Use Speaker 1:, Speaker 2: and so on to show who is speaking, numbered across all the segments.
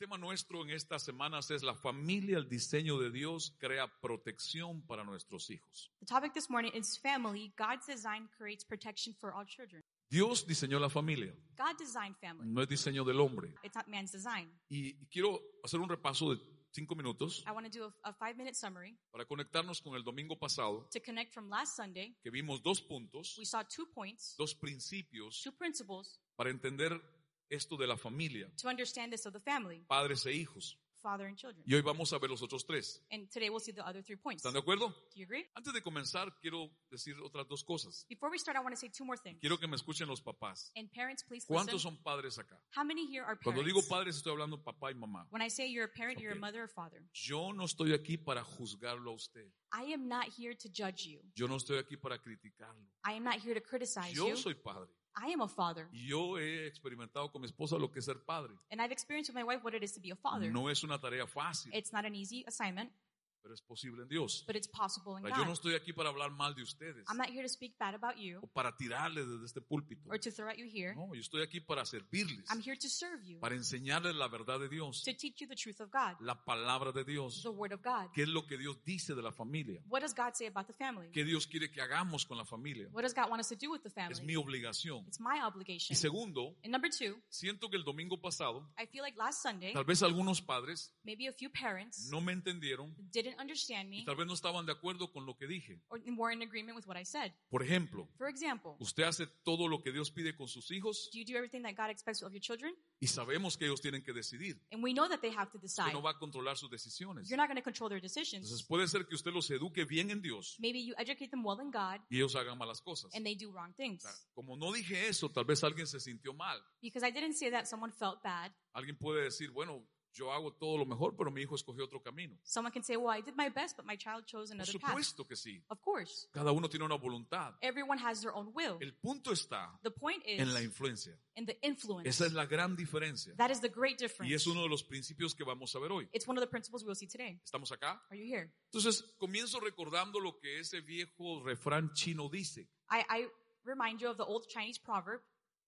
Speaker 1: El tema nuestro en estas semanas es la familia, el diseño de Dios crea protección para nuestros hijos.
Speaker 2: The topic this morning is family. God's design creates protection for all children.
Speaker 1: Dios diseñó la familia,
Speaker 2: God designed family.
Speaker 1: no es diseño del hombre.
Speaker 2: It's not man's design.
Speaker 1: Y quiero hacer un repaso de cinco minutos
Speaker 2: I want to do a, a five minute summary
Speaker 1: para conectarnos con el domingo pasado,
Speaker 2: to connect from last Sunday.
Speaker 1: que vimos dos puntos,
Speaker 2: We saw two points,
Speaker 1: dos principios
Speaker 2: two principles
Speaker 1: para entender esto de la familia,
Speaker 2: to understand this of the family,
Speaker 1: padres e hijos.
Speaker 2: father and children.
Speaker 1: Y hoy vamos a ver los otros tres.
Speaker 2: And today we'll see the other three points.
Speaker 1: ¿Están
Speaker 2: Do
Speaker 1: de acuerdo?
Speaker 2: you agree?
Speaker 1: Antes de comenzar, quiero decir otras dos cosas.
Speaker 2: Before we start, I want to say two more things.
Speaker 1: Quiero que me escuchen los papás.
Speaker 2: And parents, please listen.
Speaker 1: ¿Cuántos son padres acá?
Speaker 2: How many here are
Speaker 1: Cuando digo
Speaker 2: parents?
Speaker 1: padres, estoy hablando papá y mamá.
Speaker 2: When I say you're a parent, you're a
Speaker 1: Okay.
Speaker 2: mother or father.
Speaker 1: Yo no estoy aquí para juzgarlo a usted.
Speaker 2: I am not here to judge you.
Speaker 1: Yo no estoy aquí para criticarlo.
Speaker 2: I am not here to criticize
Speaker 1: Yo
Speaker 2: you.
Speaker 1: soy padre.
Speaker 2: I am a father.
Speaker 1: Y yo he experimentado con mi esposa lo que es ser padre.
Speaker 2: And I've experienced with my wife what it is to be a father.
Speaker 1: No es una tarea fácil,
Speaker 2: It's not an easy assignment,
Speaker 1: pero es posible en Dios.
Speaker 2: but it's possible in
Speaker 1: Ahora, Yo
Speaker 2: God.
Speaker 1: no estoy aquí para hablar mal de ustedes
Speaker 2: I'm not here to speak bad about you
Speaker 1: o para tirarles desde este púlpito.
Speaker 2: or to throw at you here.
Speaker 1: No, yo estoy aquí para servirles,
Speaker 2: I'm here to serve you,
Speaker 1: para enseñarles la verdad de Dios,
Speaker 2: to teach you the truth of God,
Speaker 1: la palabra de Dios.
Speaker 2: the Word of God.
Speaker 1: ¿Qué es lo que Dios dice de la familia?
Speaker 2: What does God say about the family?
Speaker 1: ¿Qué Dios quiere que hagamos con la familia?
Speaker 2: What does God want us to do with the
Speaker 1: Es mi
Speaker 2: family?
Speaker 1: obligación.
Speaker 2: It's my
Speaker 1: Y
Speaker 2: obligation.
Speaker 1: segundo,
Speaker 2: And number two,
Speaker 1: siento que el domingo pasado,
Speaker 2: I feel like last Sunday,
Speaker 1: tal vez algunos padres
Speaker 2: maybe a few parents
Speaker 1: no me entendieron
Speaker 2: didn't understand
Speaker 1: y
Speaker 2: me
Speaker 1: tal vez no estaban de acuerdo con lo que dije.
Speaker 2: or were in agreement with what I said.
Speaker 1: Por ejemplo,
Speaker 2: For example,
Speaker 1: usted hace todo lo que Dios pide con sus hijos
Speaker 2: do you do everything that God expects of your children?
Speaker 1: y sabemos que ellos tienen que decidir.
Speaker 2: And we know that they have to decide.
Speaker 1: Usted no va a controlar sus decisiones.
Speaker 2: You're not going to control their
Speaker 1: Entonces
Speaker 2: decisions.
Speaker 1: puede ser que usted los eduque bien en Dios
Speaker 2: Maybe you educate them well in God
Speaker 1: y ellos hagan malas cosas.
Speaker 2: and they do wrong things.
Speaker 1: O sea, Como no dije eso, tal vez alguien se sintió mal.
Speaker 2: Because I didn't say that someone felt bad.
Speaker 1: Alguien puede decir, bueno, yo hago todo lo mejor, pero mi hijo escogió otro camino.
Speaker 2: Someone can say, well, I did my best, but my child chose
Speaker 1: Por
Speaker 2: another path.
Speaker 1: supuesto que sí.
Speaker 2: Of course.
Speaker 1: Cada uno tiene una voluntad.
Speaker 2: Everyone has their own will.
Speaker 1: El punto está
Speaker 2: The point is
Speaker 1: en la influencia.
Speaker 2: in the influence.
Speaker 1: Esa es la gran diferencia.
Speaker 2: That is the great
Speaker 1: Y es
Speaker 2: difference.
Speaker 1: uno de los principios que vamos a ver hoy.
Speaker 2: It's one of the principles we'll see today.
Speaker 1: ¿Estamos acá?
Speaker 2: Are you here?
Speaker 1: Entonces, comienzo recordando lo que ese viejo refrán chino dice.
Speaker 2: I, I remind you of the old Chinese proverb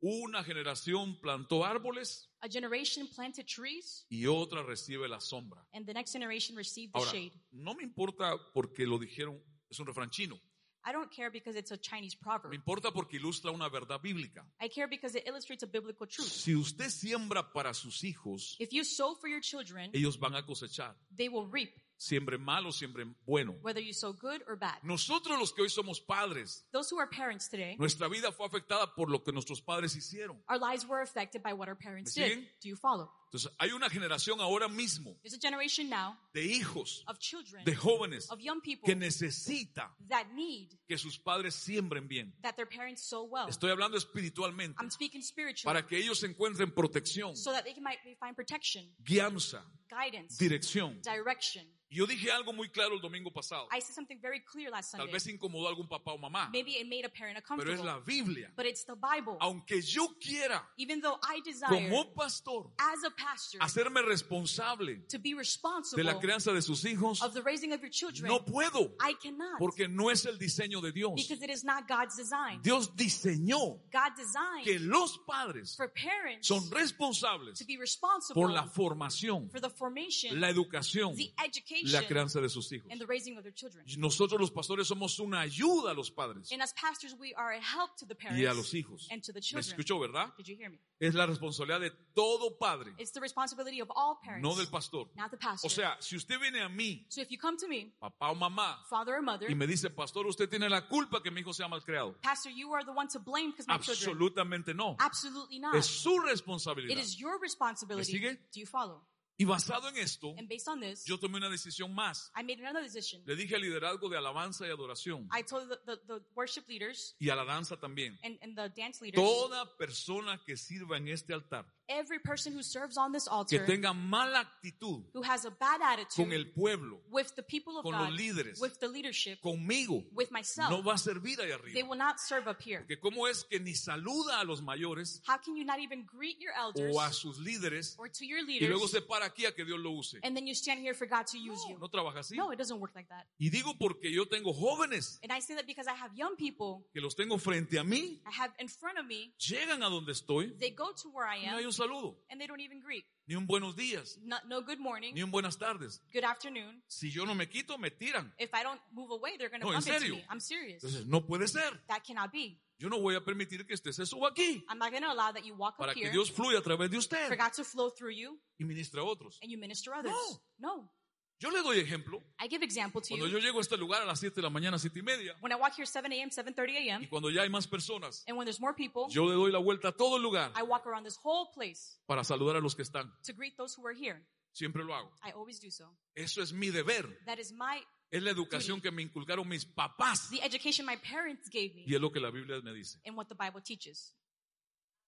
Speaker 1: Una generación plantó árboles
Speaker 2: a generation planted trees,
Speaker 1: y otra recibe la sombra.
Speaker 2: and the next generation received the
Speaker 1: Ahora,
Speaker 2: shade.
Speaker 1: no me importa porque lo dijeron, es un refrán chino.
Speaker 2: I don't care because it's a Chinese
Speaker 1: Me
Speaker 2: proverb.
Speaker 1: importa porque ilustra una verdad bíblica.
Speaker 2: I care because it illustrates a biblical truth.
Speaker 1: Si usted siembra para sus hijos,
Speaker 2: If you sow for your children,
Speaker 1: ellos van a cosechar.
Speaker 2: they will reap,
Speaker 1: Siembre malo, siembre bueno.
Speaker 2: whether you sow good or bad.
Speaker 1: Nosotros los que hoy somos padres,
Speaker 2: Those who are parents today,
Speaker 1: nuestra vida fue afectada por lo que nuestros padres hicieron.
Speaker 2: our lives were affected by what our parents
Speaker 1: ¿Me
Speaker 2: did.
Speaker 1: siguen?
Speaker 2: Do you follow?
Speaker 1: Entonces, hay una generación ahora mismo
Speaker 2: There's a generation now
Speaker 1: de hijos,
Speaker 2: of children,
Speaker 1: de jóvenes,
Speaker 2: of young people
Speaker 1: que necesita
Speaker 2: that need
Speaker 1: que sus padres siembren bien.
Speaker 2: that their parents sow well.
Speaker 1: Estoy hablando espiritualmente,
Speaker 2: I'm speaking spiritually
Speaker 1: para que ellos encuentren protección,
Speaker 2: so that they can might they find protection,
Speaker 1: guianza,
Speaker 2: guidance,
Speaker 1: dirección.
Speaker 2: direction.
Speaker 1: Yo dije algo muy claro el domingo pasado.
Speaker 2: I said something very clear last
Speaker 1: Tal
Speaker 2: Sunday.
Speaker 1: vez incomodó a algún papá o mamá,
Speaker 2: Maybe it made a parent
Speaker 1: pero es
Speaker 2: uncomfortable,
Speaker 1: la Biblia.
Speaker 2: but it's the Bible.
Speaker 1: Aunque yo quiera,
Speaker 2: Even though I desire,
Speaker 1: como pastor,
Speaker 2: as a pastor,
Speaker 1: hacerme responsable
Speaker 2: to be responsible
Speaker 1: de la crianza de sus hijos,
Speaker 2: of the raising of your children,
Speaker 1: no puedo,
Speaker 2: I cannot
Speaker 1: porque no es el diseño de Dios.
Speaker 2: because it is not God's design.
Speaker 1: Dios diseñó
Speaker 2: God designed
Speaker 1: que los padres
Speaker 2: for parents
Speaker 1: son
Speaker 2: to
Speaker 1: responsables
Speaker 2: be responsible
Speaker 1: por la formación,
Speaker 2: for the formation,
Speaker 1: la educación,
Speaker 2: the education,
Speaker 1: la crianza de sus hijos.
Speaker 2: and the raising of their children.
Speaker 1: Nosotros los pastores somos una ayuda a los padres
Speaker 2: And as pastors, we are a help to the parents
Speaker 1: y a los hijos.
Speaker 2: and to the
Speaker 1: ¿Me
Speaker 2: children.
Speaker 1: escuchó, verdad?
Speaker 2: Did you hear me?
Speaker 1: Es la responsabilidad de todo padre,
Speaker 2: It's the responsibility of all parents,
Speaker 1: no del pastor.
Speaker 2: not the pastor.
Speaker 1: O sea, si usted viene a mí,
Speaker 2: so if you come to me,
Speaker 1: papá o mamá,
Speaker 2: father or mother,
Speaker 1: y me dice, pastor, usted tiene la culpa que mi hijo sea malcriado.
Speaker 2: pastor, you are the one to blame because my children.
Speaker 1: Absolutamente no.
Speaker 2: Absolutely not.
Speaker 1: Es su
Speaker 2: It
Speaker 1: responsabilidad.
Speaker 2: is your responsibility.
Speaker 1: ¿Me sigue?
Speaker 2: Do you follow?
Speaker 1: Y basado en esto,
Speaker 2: And based on this,
Speaker 1: yo tomé una decisión más.
Speaker 2: I made another decision.
Speaker 1: Le dije al liderazgo de alabanza y adoración
Speaker 2: I told the, the, the worship leaders
Speaker 1: y a la danza también.
Speaker 2: and, and the dance leaders,
Speaker 1: Toda persona que sirva en este altar
Speaker 2: every person who serves on this
Speaker 1: que
Speaker 2: altar
Speaker 1: tenga mala actitud
Speaker 2: who has a bad
Speaker 1: con
Speaker 2: attitude
Speaker 1: el pueblo,
Speaker 2: with the people of
Speaker 1: con
Speaker 2: God,
Speaker 1: los líderes,
Speaker 2: with the leadership,
Speaker 1: conmigo,
Speaker 2: with myself,
Speaker 1: no va a servir ahí
Speaker 2: they
Speaker 1: arriba.
Speaker 2: will not serve up here.
Speaker 1: Porque cómo es que ni saluda a los mayores
Speaker 2: How can you not even greet your elders
Speaker 1: o a sus líderes
Speaker 2: or to your
Speaker 1: y
Speaker 2: leaders
Speaker 1: luego se para aquí a que Dios lo use.
Speaker 2: and then you stand here for God to use you?
Speaker 1: No trabaja así.
Speaker 2: No, it doesn't work like that.
Speaker 1: Y digo porque yo tengo jóvenes
Speaker 2: And I say that because I have young people,
Speaker 1: que los tengo frente a mí,
Speaker 2: I have in front of me,
Speaker 1: llegan a donde estoy
Speaker 2: they go to where I
Speaker 1: y no hay
Speaker 2: am
Speaker 1: un saludo,
Speaker 2: and they don't even greet.
Speaker 1: ni un buenos días,
Speaker 2: No, no good
Speaker 1: ni
Speaker 2: morning,
Speaker 1: un buenas tardes.
Speaker 2: good afternoon.
Speaker 1: Si yo no me quito, me tiran.
Speaker 2: If I don't move away, they're going to
Speaker 1: No, en
Speaker 2: bump into
Speaker 1: serio.
Speaker 2: me. I'm serious.
Speaker 1: Entonces, no puede ser.
Speaker 2: That cannot be.
Speaker 1: Yo no voy a permitir que usted se suba aquí
Speaker 2: I'm not going to allow that you walk
Speaker 1: para
Speaker 2: up
Speaker 1: que
Speaker 2: here
Speaker 1: Dios fluya a través de
Speaker 2: for
Speaker 1: usted
Speaker 2: God to flow through you
Speaker 1: y ministre a otros.
Speaker 2: and you minister others.
Speaker 1: No.
Speaker 2: No.
Speaker 1: Yo le doy ejemplo.
Speaker 2: I give example to
Speaker 1: Cuando yo
Speaker 2: you.
Speaker 1: llego a este lugar a las 7 de la mañana, 7 y media,
Speaker 2: When I walk here 7 a.m., 7.30
Speaker 1: y
Speaker 2: a.m.,
Speaker 1: cuando ya hay más personas,
Speaker 2: and when there's more people,
Speaker 1: yo le doy la vuelta a todo el lugar
Speaker 2: I walk around this whole place
Speaker 1: para saludar a los que están.
Speaker 2: to greet those who are here.
Speaker 1: Siempre lo hago.
Speaker 2: I always do so.
Speaker 1: Eso es mi deber.
Speaker 2: That is my,
Speaker 1: Es la educación que me inculcaron mis papás.
Speaker 2: the education my parents gave
Speaker 1: Y
Speaker 2: me
Speaker 1: es lo que la Biblia me dice.
Speaker 2: and what the Bible teaches.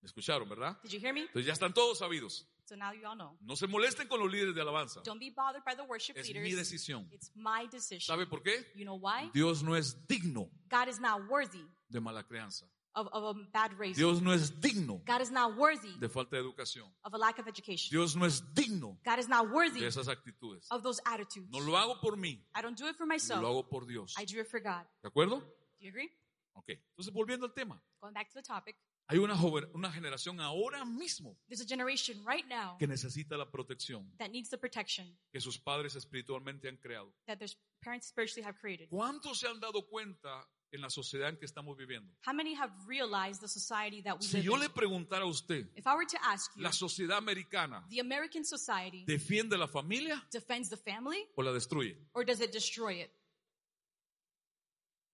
Speaker 1: ¿Me escucharon, verdad?
Speaker 2: Did you hear me?
Speaker 1: Entonces ya están todos sabidos.
Speaker 2: So now you all know.
Speaker 1: No se molesten con los líderes de alabanza.
Speaker 2: Don't be bothered by the worship
Speaker 1: Es mi
Speaker 2: leaders.
Speaker 1: decisión.
Speaker 2: It's my decision.
Speaker 1: ¿Sabe por qué?
Speaker 2: You know why?
Speaker 1: Dios no es digno
Speaker 2: God is not worthy
Speaker 1: de mala crianza.
Speaker 2: of, of a bad race.
Speaker 1: Dios no es digno
Speaker 2: God is not worthy
Speaker 1: de falta de educación.
Speaker 2: of a lack of education.
Speaker 1: Dios no es digno
Speaker 2: God is not worthy
Speaker 1: de esas actitudes.
Speaker 2: of those attitudes.
Speaker 1: No lo hago por mí,
Speaker 2: I don't do it for
Speaker 1: lo
Speaker 2: myself.
Speaker 1: hago por Dios.
Speaker 2: I do it for God.
Speaker 1: ¿De acuerdo?
Speaker 2: Do you agree?
Speaker 1: Ok. Entonces, volviendo al tema.
Speaker 2: Going back to the topic,
Speaker 1: Hay una, joven, una generación ahora mismo
Speaker 2: there's a generation right now
Speaker 1: que necesita la protección
Speaker 2: that needs the protection
Speaker 1: que sus padres espiritualmente han creado.
Speaker 2: that their parents spiritually have created.
Speaker 1: ¿Cuántos se han dado cuenta en la sociedad en que estamos viviendo?
Speaker 2: How many have realized the society that we
Speaker 1: Si yo
Speaker 2: live
Speaker 1: le
Speaker 2: in?
Speaker 1: preguntara a usted,
Speaker 2: If I were to ask you,
Speaker 1: ¿la sociedad americana
Speaker 2: the American society
Speaker 1: defiende la familia
Speaker 2: defends the family
Speaker 1: o la destruye?
Speaker 2: or does it destroy it?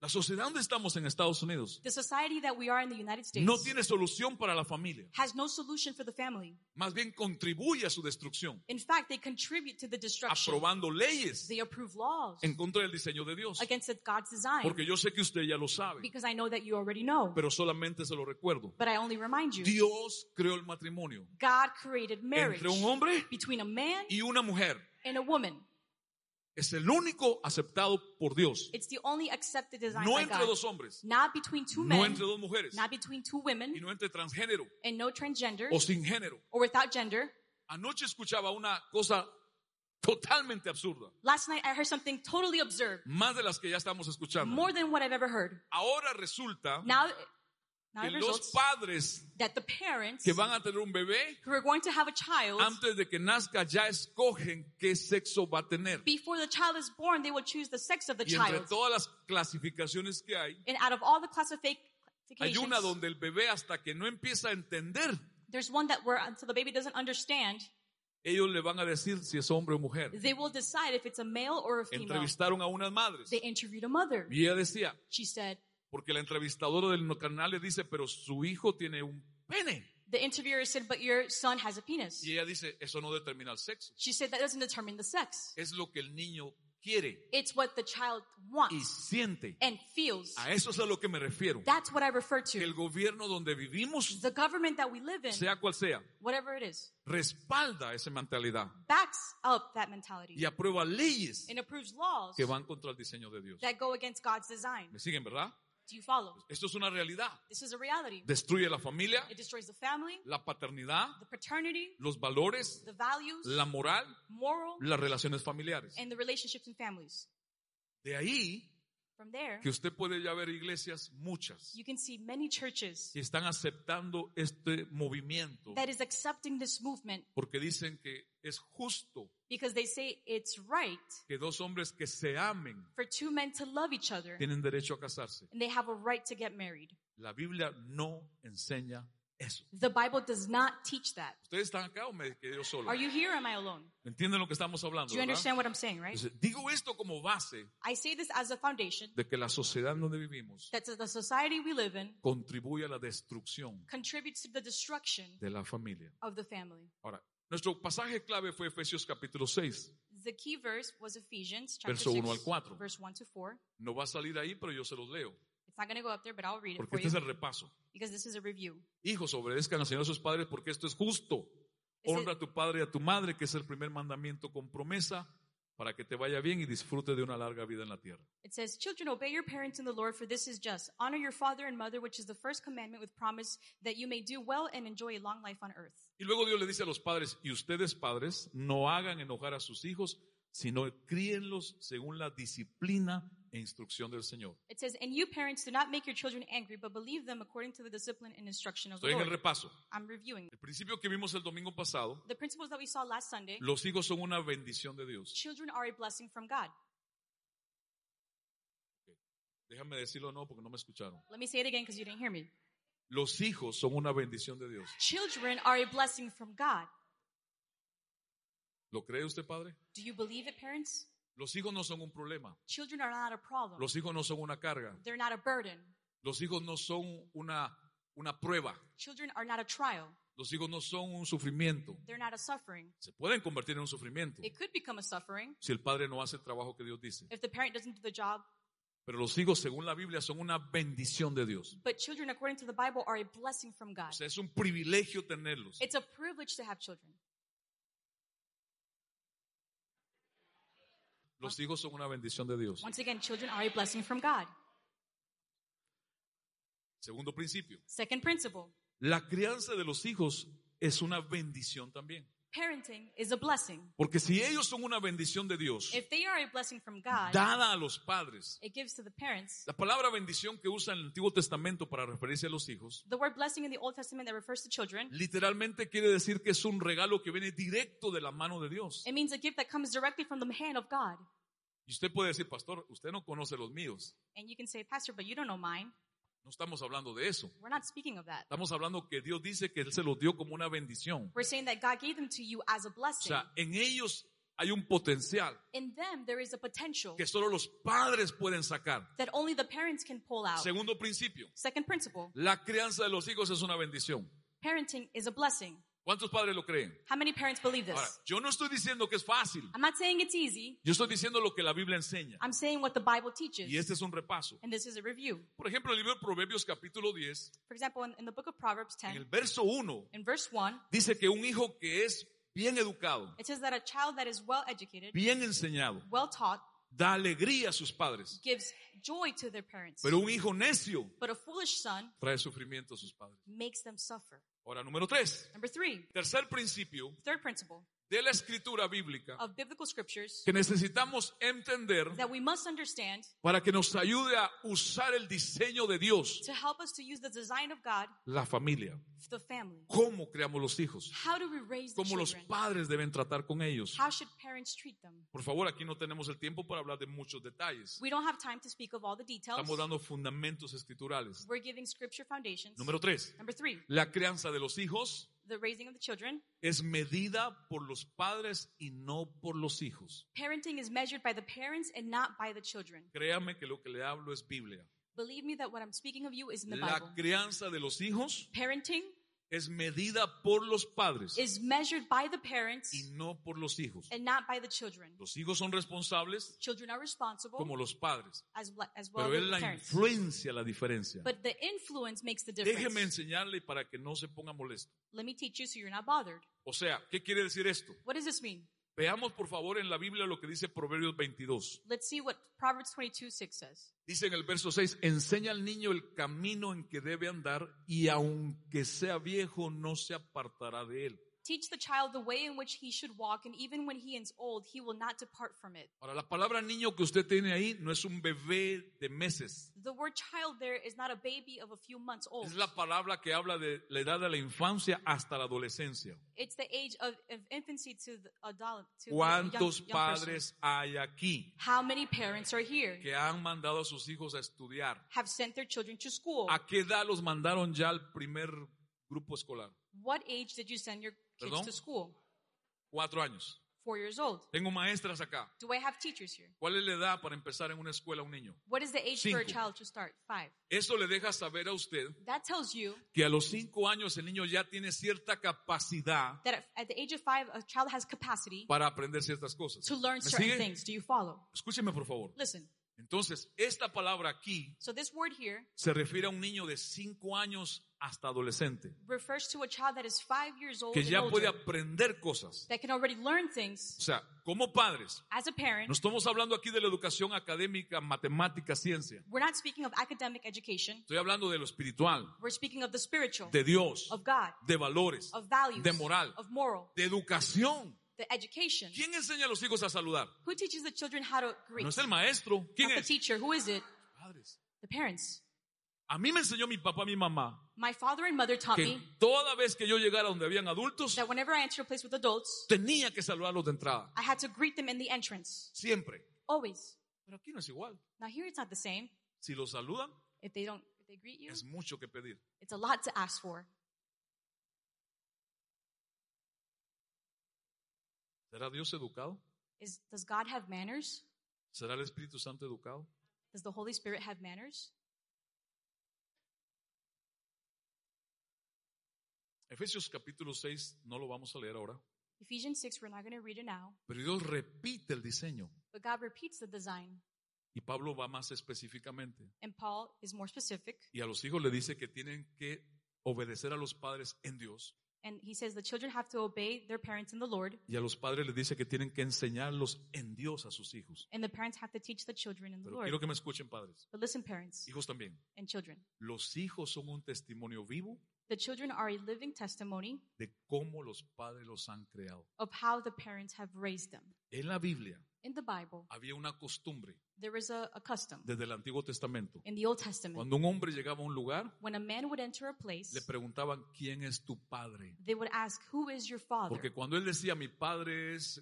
Speaker 1: La sociedad donde estamos en Estados Unidos
Speaker 2: The society that we are in the United States
Speaker 1: no tiene solución para la familia.
Speaker 2: has no solution for the family.
Speaker 1: Más bien contribuye a su destrucción,
Speaker 2: In fact, they contribute to the destruction.
Speaker 1: aprobando leyes
Speaker 2: They approve laws
Speaker 1: en contra del diseño de Dios.
Speaker 2: against God's design.
Speaker 1: Porque yo sé que usted ya lo sabe,
Speaker 2: because I know that you already know.
Speaker 1: pero solamente se lo recuerdo.
Speaker 2: but I only remind you,
Speaker 1: Dios creó el matrimonio
Speaker 2: God created marriage
Speaker 1: entre un hombre
Speaker 2: between a man
Speaker 1: y una mujer.
Speaker 2: and a woman.
Speaker 1: Es el único aceptado por Dios.
Speaker 2: It's the only accepted design
Speaker 1: No
Speaker 2: by
Speaker 1: entre
Speaker 2: God.
Speaker 1: dos hombres,
Speaker 2: not between two
Speaker 1: no
Speaker 2: men,
Speaker 1: entre dos mujeres
Speaker 2: not between two women,
Speaker 1: y no entre transgénero
Speaker 2: and no transgender
Speaker 1: o sin género.
Speaker 2: or without gender.
Speaker 1: Anoche escuchaba una cosa totalmente absurda,
Speaker 2: Last night I heard something totally absurd,
Speaker 1: más de las que ya estamos escuchando.
Speaker 2: more than what I've ever heard.
Speaker 1: Ahora resulta
Speaker 2: Now, now
Speaker 1: que
Speaker 2: it
Speaker 1: los
Speaker 2: results
Speaker 1: padres
Speaker 2: that the parents
Speaker 1: que van a tener un bebé
Speaker 2: who are going to have a child
Speaker 1: antes de que nazca ya escogen qué sexo va a tener.
Speaker 2: before the child is born, they will choose the sex of the
Speaker 1: Y entre
Speaker 2: child.
Speaker 1: todas las clasificaciones que hay,
Speaker 2: And out of all the
Speaker 1: hay
Speaker 2: classifications,
Speaker 1: una donde el bebé hasta que no empieza a entender,
Speaker 2: there's one that where until the baby doesn't understand,
Speaker 1: ellos le van a decir si es hombre o mujer.
Speaker 2: they will decide if it's a male or a female.
Speaker 1: Entrevistaron a unas madres
Speaker 2: They interviewed a mother.
Speaker 1: y ella decía,
Speaker 2: She said,
Speaker 1: porque la entrevistadora del canal le dice, pero su hijo tiene un pene.
Speaker 2: the interviewer said, but your son has a penis.
Speaker 1: Y ella dice, eso no determina el sexo.
Speaker 2: She said that doesn't determine the sex.
Speaker 1: Es lo que el niño quiere
Speaker 2: It's what the child
Speaker 1: y
Speaker 2: wants
Speaker 1: siente.
Speaker 2: and feels.
Speaker 1: A eso es a lo que me refiero.
Speaker 2: That's what I refer
Speaker 1: Que
Speaker 2: to.
Speaker 1: el gobierno donde vivimos,
Speaker 2: The government that we live in,
Speaker 1: sea cual sea,
Speaker 2: whatever it is,
Speaker 1: respalda esa mentalidad
Speaker 2: backs up that mentality
Speaker 1: y aprueba leyes
Speaker 2: and approves laws
Speaker 1: que van contra el diseño de Dios.
Speaker 2: that go against God's design.
Speaker 1: ¿Me siguen, verdad?
Speaker 2: Do you follow?
Speaker 1: Esto es una realidad.
Speaker 2: This is a reality.
Speaker 1: Destruye la familia,
Speaker 2: It destroys the family,
Speaker 1: la paternidad,
Speaker 2: the paternity,
Speaker 1: los valores,
Speaker 2: the values,
Speaker 1: la moral,
Speaker 2: moral,
Speaker 1: las relaciones familiares.
Speaker 2: and the relationships and families.
Speaker 1: De ahí
Speaker 2: From there,
Speaker 1: que usted puede ya ver iglesias, muchas,
Speaker 2: you can see many churches
Speaker 1: que están aceptando este movimiento
Speaker 2: that is accepting this movement
Speaker 1: porque dicen que es justo
Speaker 2: because they say it's right
Speaker 1: que dos hombres que se amen
Speaker 2: for two men to love each other
Speaker 1: tienen derecho a casarse.
Speaker 2: and they have a right to get married.
Speaker 1: La Biblia no enseña eso.
Speaker 2: The Bible does not teach that.
Speaker 1: ¿Ustedes están acá o me quedé yo solo?
Speaker 2: Are you here or am I alone?
Speaker 1: ¿Entienden lo que estamos hablando?
Speaker 2: Do you
Speaker 1: verdad?
Speaker 2: understand what I'm saying, right?
Speaker 1: Entonces, digo esto como base
Speaker 2: I say this as a foundation
Speaker 1: de que la sociedad en donde vivimos
Speaker 2: that the society we live in
Speaker 1: contribuye a la destrucción
Speaker 2: contributes to the destruction
Speaker 1: de la familia.
Speaker 2: of the family.
Speaker 1: Ahora, nuestro pasaje clave fue Efesios capítulo 6.
Speaker 2: The key verse was Ephesians chapter
Speaker 1: Verso uno
Speaker 2: 6,
Speaker 1: al cuatro.
Speaker 2: verse 1 to 4.
Speaker 1: No va a salir ahí, pero yo se los leo,
Speaker 2: It's not going to go up there, but I'll read it
Speaker 1: porque
Speaker 2: for
Speaker 1: este
Speaker 2: you
Speaker 1: es el repaso.
Speaker 2: because this is a review.
Speaker 1: Hijos, obedezcan al Señor a sus padres porque esto es justo.
Speaker 2: Is it-
Speaker 1: Honra a tu padre y a tu madre, que es el primer mandamiento con promesa, para que te vaya bien y disfrute de una larga vida en la tierra.
Speaker 2: It says, Children, obey your parents in the Lord, for this is just. Honor your father and mother, which is the first commandment with promise, that you may do well and enjoy a long life on earth.
Speaker 1: Y luego Dios le dice a los padres, y ustedes padres, no hagan enojar a sus hijos, sino críenlos según la disciplina e instrucción del Señor.
Speaker 2: It says, And you parents, do not make your children angry, but believe them according to the discipline and instruction of the
Speaker 1: Estoy en el
Speaker 2: Lord.
Speaker 1: repaso.
Speaker 2: I'm reviewing.
Speaker 1: El principio que vimos el domingo pasado,
Speaker 2: The principles that we saw last Sunday
Speaker 1: los hijos son una bendición de Dios.
Speaker 2: children are a blessing from God.
Speaker 1: Déjame decirlo no porque no me escucharon.
Speaker 2: Let me say it again because you didn't hear me.
Speaker 1: Los hijos son una bendición de Dios.
Speaker 2: Children are a blessing from God.
Speaker 1: ¿Lo cree usted, padre?
Speaker 2: Do you believe it, parents?
Speaker 1: Los hijos no son un problema.
Speaker 2: Children are not a problem,
Speaker 1: Los hijos no son una carga.
Speaker 2: they're not a burden.
Speaker 1: Los hijos no son una, una prueba.
Speaker 2: Children are not a trial,
Speaker 1: Los hijos no son un sufrimiento.
Speaker 2: they're not a suffering.
Speaker 1: Se pueden convertir en un sufrimiento
Speaker 2: It could become a suffering
Speaker 1: si el padre no hace el trabajo que Dios dice.
Speaker 2: if the parent doesn't do the job,
Speaker 1: Pero los hijos, según la Biblia, son una bendición de Dios.
Speaker 2: but children, according to the Bible, are a blessing from God.
Speaker 1: O sea, es un privilegio tenerlos.
Speaker 2: It's a privilege to have children.
Speaker 1: Los hijos son una bendición de Dios.
Speaker 2: Once again, children are a blessing from God.
Speaker 1: Segundo principio.
Speaker 2: Second principle
Speaker 1: La crianza de los hijos es una bendición también.
Speaker 2: parenting is a blessing.
Speaker 1: Porque si ellos son una bendición de Dios,
Speaker 2: If they are a blessing from God,
Speaker 1: dada a los padres,
Speaker 2: it gives to the parents.
Speaker 1: la palabra bendición que usa en el Antiguo Testamento para referirse a los hijos,
Speaker 2: The word blessing in the Old Testament that refers to children,
Speaker 1: literalmente quiere decir que es un regalo que viene directo de la mano de Dios.
Speaker 2: it means a gift that comes directly from the hand of God.
Speaker 1: Y usted puede decir, pastor, usted no conoce los míos.
Speaker 2: And you can say, Pastor, but you don't know mine.
Speaker 1: No estamos hablando de eso.
Speaker 2: We're not speaking of that.
Speaker 1: Estamos hablando que Dios dice que Él se los dio como una bendición.
Speaker 2: We're saying that God gave them to you as a
Speaker 1: O
Speaker 2: blessing.
Speaker 1: sea, en ellos hay un potencial
Speaker 2: In them, there is a potential
Speaker 1: que solo los padres pueden sacar.
Speaker 2: that only the parents can pull out.
Speaker 1: Segundo principio,
Speaker 2: Second principle
Speaker 1: la crianza de los hijos es una bendición.
Speaker 2: parenting is a blessing.
Speaker 1: ¿Cuántos padres lo creen?
Speaker 2: How many parents believe
Speaker 1: Ahora,
Speaker 2: this?
Speaker 1: yo no estoy diciendo que es fácil.
Speaker 2: I'm not saying it's easy.
Speaker 1: Yo estoy diciendo lo que la Biblia enseña.
Speaker 2: I'm saying what the Bible
Speaker 1: Y
Speaker 2: teaches.
Speaker 1: este es un repaso.
Speaker 2: And this is a review.
Speaker 1: Por ejemplo, el libro de Proverbios capítulo 10,
Speaker 2: For example, in, in the book of Proverbs
Speaker 1: en el
Speaker 2: 10,
Speaker 1: verso 1,
Speaker 2: in verse 1,
Speaker 1: dice que un hijo que es bien educado,
Speaker 2: it says that a child that is well educated,
Speaker 1: bien enseñado,
Speaker 2: well taught,
Speaker 1: da alegría a sus padres.
Speaker 2: gives joy to their parents.
Speaker 1: Pero un hijo necio
Speaker 2: But a foolish son
Speaker 1: trae sufrimiento a sus padres.
Speaker 2: makes them suffer.
Speaker 1: Ahora, número 3.
Speaker 2: Number three,
Speaker 1: Tercer principio
Speaker 2: third principle
Speaker 1: de la escritura bíblica
Speaker 2: of biblical scriptures
Speaker 1: que necesitamos entender
Speaker 2: that we must understand
Speaker 1: para que nos ayude a usar el diseño de Dios,
Speaker 2: to help us to use the design of God
Speaker 1: la familia.
Speaker 2: for the family.
Speaker 1: ¿Cómo creamos los hijos?
Speaker 2: How do we raise the
Speaker 1: ¿Cómo los
Speaker 2: children?
Speaker 1: padres deben tratar con ellos?
Speaker 2: How should parents treat them?
Speaker 1: Por favor, aquí no tenemos el tiempo para hablar de muchos detalles.
Speaker 2: We don't have time to speak of all the details.
Speaker 1: Estamos dando fundamentos escriturales.
Speaker 2: We're giving scripture foundations.
Speaker 1: Número tres,
Speaker 2: Number three,
Speaker 1: la crianza de los hijos
Speaker 2: the raising of the children.
Speaker 1: es medida por los padres y no por los hijos.
Speaker 2: Parenting is measured by the parents and not by the children.
Speaker 1: Créame que lo que le hablo es Biblia.
Speaker 2: Believe me that what I'm speaking of you is in the Bible.
Speaker 1: La crianza de los hijos
Speaker 2: Parenting
Speaker 1: es medida por los padres
Speaker 2: is measured by the parents
Speaker 1: y no por los hijos.
Speaker 2: and not by the children.
Speaker 1: Los hijos son responsables
Speaker 2: Children are
Speaker 1: como
Speaker 2: responsible
Speaker 1: los padres,
Speaker 2: as, bl- as well
Speaker 1: pero es
Speaker 2: as the
Speaker 1: la
Speaker 2: parents.
Speaker 1: influencia la diferencia.
Speaker 2: But the influence makes the
Speaker 1: Déjeme
Speaker 2: difference.
Speaker 1: enseñarle para que no se ponga molesto.
Speaker 2: Let me teach you so you're not bothered.
Speaker 1: O sea, ¿qué quiere decir esto?
Speaker 2: What does this mean?
Speaker 1: Veamos por favor en la Biblia lo que dice Proverbios 22.
Speaker 2: Let's see what Proverbs 22 6 says.
Speaker 1: Dice en el verso 6, enseña al niño el camino en que debe andar y aunque sea viejo no se apartará de él.
Speaker 2: Teach the child the way in which he should walk, and even when he is old, he will not depart from it.
Speaker 1: Ahora, la palabra niño que usted tiene ahí no es un bebé de meses.
Speaker 2: The word child there is not a baby of a few months old.
Speaker 1: Es la palabra que habla de la edad de la infancia hasta la adolescencia.
Speaker 2: It's the age of, of infancy to the adult. To the young,
Speaker 1: ¿Cuántos
Speaker 2: young person.
Speaker 1: padres hay aquí
Speaker 2: How many parents are here?
Speaker 1: que han mandado a sus hijos a estudiar?
Speaker 2: Have sent their children to school.
Speaker 1: ¿A qué edad los mandaron ya al primer grupo escolar?
Speaker 2: What age did you send your kids
Speaker 1: Perdón?
Speaker 2: to school?
Speaker 1: Cuatro años.
Speaker 2: Four years old.
Speaker 1: Tengo maestras acá.
Speaker 2: Do I have teachers here?
Speaker 1: ¿Cuál es la edad para empezar en una escuela a un niño?
Speaker 2: What is the age for
Speaker 1: Cinco.
Speaker 2: a child to start? Five.
Speaker 1: Eso le deja saber a usted
Speaker 2: That tells you
Speaker 1: que a los cinco años el niño ya tiene cierta capacidad
Speaker 2: that at, at the age of five, a child has capacity
Speaker 1: para aprender ciertas cosas.
Speaker 2: to learn
Speaker 1: ¿Me
Speaker 2: certain
Speaker 1: sigue?
Speaker 2: things. Do you follow?
Speaker 1: Escúcheme, por favor.
Speaker 2: Listen.
Speaker 1: Entonces, esta palabra aquí
Speaker 2: So this word here
Speaker 1: se refiere a un niño de 5 años hasta adolescente,
Speaker 2: refers to a child that is five years old
Speaker 1: que
Speaker 2: and
Speaker 1: ya puede
Speaker 2: older,
Speaker 1: aprender cosas.
Speaker 2: that can already learn
Speaker 1: O
Speaker 2: things.
Speaker 1: sea, como padres,
Speaker 2: As a parent,
Speaker 1: no estamos hablando aquí de la educación académica, matemática, ciencia.
Speaker 2: we're not speaking of academic education.
Speaker 1: Estoy hablando de lo espiritual,
Speaker 2: We're speaking of the spiritual,
Speaker 1: de Dios,
Speaker 2: of God,
Speaker 1: de valores,
Speaker 2: of values,
Speaker 1: de moral,
Speaker 2: of moral,
Speaker 1: de educación.
Speaker 2: the education.
Speaker 1: ¿Quién enseña a los hijos a saludar?
Speaker 2: Who teaches the children how to greet?
Speaker 1: No es el maestro. ¿Quién
Speaker 2: Not the
Speaker 1: es?
Speaker 2: teacher. Who is it?
Speaker 1: Padres.
Speaker 2: The parents.
Speaker 1: A mí me enseñó mi papá, mi mamá,
Speaker 2: My father and mother taught
Speaker 1: que
Speaker 2: me
Speaker 1: toda vez que yo llegara donde habían adultos,
Speaker 2: that whenever I enter a place with adults,
Speaker 1: tenía que saludarlos de entrada.
Speaker 2: I had to greet them in the entrance.
Speaker 1: Siempre.
Speaker 2: Always.
Speaker 1: Pero aquí no es igual.
Speaker 2: Now here it's not the same.
Speaker 1: Si los saludan,
Speaker 2: If they don't, if they greet you,
Speaker 1: es mucho que pedir.
Speaker 2: it's a lot to ask for.
Speaker 1: ¿Será Dios educado?
Speaker 2: Is, does God have manners?
Speaker 1: ¿Será el Espíritu Santo educado?
Speaker 2: Does the Holy Spirit have manners?
Speaker 1: Efesios capítulo 6, no lo vamos a leer ahora,
Speaker 2: Ephesians 6, we're not going to read it now,
Speaker 1: pero Dios repite el diseño
Speaker 2: but God repeats the design,
Speaker 1: y Pablo va más específicamente
Speaker 2: and Paul is more specific,
Speaker 1: y a los hijos le dice que tienen que obedecer a los padres en Dios
Speaker 2: and he says the children have to obey their parents in the Lord,
Speaker 1: y a los padres les dice que tienen que enseñarlos en Dios a sus hijos.
Speaker 2: and the parents have to teach the children in the
Speaker 1: Pero
Speaker 2: Lord.
Speaker 1: quiero que me escuchen padres,
Speaker 2: But listen, parents
Speaker 1: hijos también.
Speaker 2: and children,
Speaker 1: Los hijos son un testimonio vivo
Speaker 2: the children are a living testimony
Speaker 1: de cómo los padres los han creado.
Speaker 2: of how the parents have raised them.
Speaker 1: En la Biblia
Speaker 2: In the Bible,
Speaker 1: había una costumbre
Speaker 2: there is a, a custom
Speaker 1: desde el Antiguo Testamento.
Speaker 2: in the Old Testament.
Speaker 1: Cuando un hombre llegaba a un lugar,
Speaker 2: When a man would enter a place,
Speaker 1: le preguntaban, ¿quién es tu padre?
Speaker 2: they would ask, Who is your father?
Speaker 1: Porque cuando él decía, mi padre es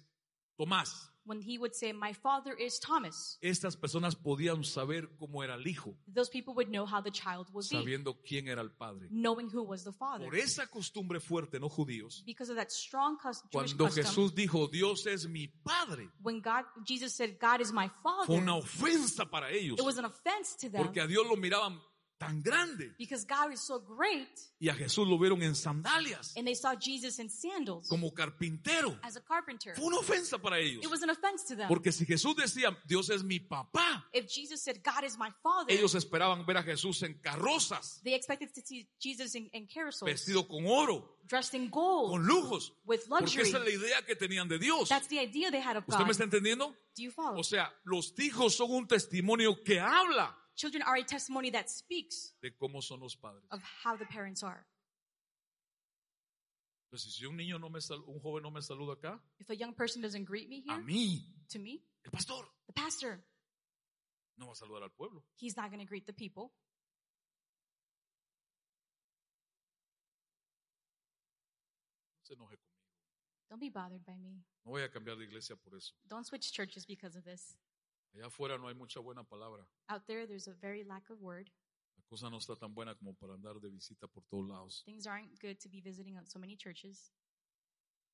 Speaker 1: Tomás,
Speaker 2: When he would say, My father is Thomas,
Speaker 1: estas personas podían saber cómo era el hijo,
Speaker 2: those people would know how the child was be.
Speaker 1: sabiendo quién era el padre.
Speaker 2: knowing who was the father.
Speaker 1: Por esa costumbre fuerte, no judíos,
Speaker 2: Because of that strong cus- Jewish
Speaker 1: cuando
Speaker 2: custom,
Speaker 1: Jesús dijo, Dios es mi padre,
Speaker 2: when God, Jesus said, God is my father,
Speaker 1: fue una ofensa para ellos,
Speaker 2: it was an offense to them
Speaker 1: porque a Dios lo miraban tan grande
Speaker 2: because God is so great
Speaker 1: y a Jesús lo vieron en sandalias,
Speaker 2: and they saw Jesus in sandals
Speaker 1: como carpintero.
Speaker 2: as a carpenter.
Speaker 1: Fue una ofensa para ellos,
Speaker 2: It was an offense to them.
Speaker 1: porque si Jesús decía, Dios es mi papá,
Speaker 2: if Jesus said, God is my father,
Speaker 1: Ellos esperaban ver a Jesús en carrozas,
Speaker 2: they expected to see Jesus in, in carousels,
Speaker 1: vestido con oro,
Speaker 2: dressed in gold,
Speaker 1: con lujos.
Speaker 2: with
Speaker 1: Porque
Speaker 2: luxury.
Speaker 1: esa es la idea que tenían de Dios.
Speaker 2: That's the idea they had of
Speaker 1: ¿Usted
Speaker 2: God.
Speaker 1: me está entendiendo?
Speaker 2: Do you follow?
Speaker 1: O sea, los hijos son un testimonio que habla
Speaker 2: Children are a testimony that speaks
Speaker 1: de cómo son los padres.
Speaker 2: of how the parents are.
Speaker 1: Entonces, si un niño no me sal- un joven no me saluda acá,
Speaker 2: If a young person doesn't greet me
Speaker 1: a
Speaker 2: here,
Speaker 1: mí,
Speaker 2: to me,
Speaker 1: el pastor,
Speaker 2: the pastor,
Speaker 1: no va a saludar al pueblo.
Speaker 2: he's not going to greet the people.
Speaker 1: No se enoje conmigo.
Speaker 2: Don't be bothered by me.
Speaker 1: No voy a cambiar de iglesia por eso.
Speaker 2: Don't switch churches because of this.
Speaker 1: Allá afuera no hay mucha buena palabra.
Speaker 2: Out there, there's a very lack of word.
Speaker 1: La cosa no está tan buena como para andar de visita por todos lados.
Speaker 2: Things aren't good to be visiting out so many churches.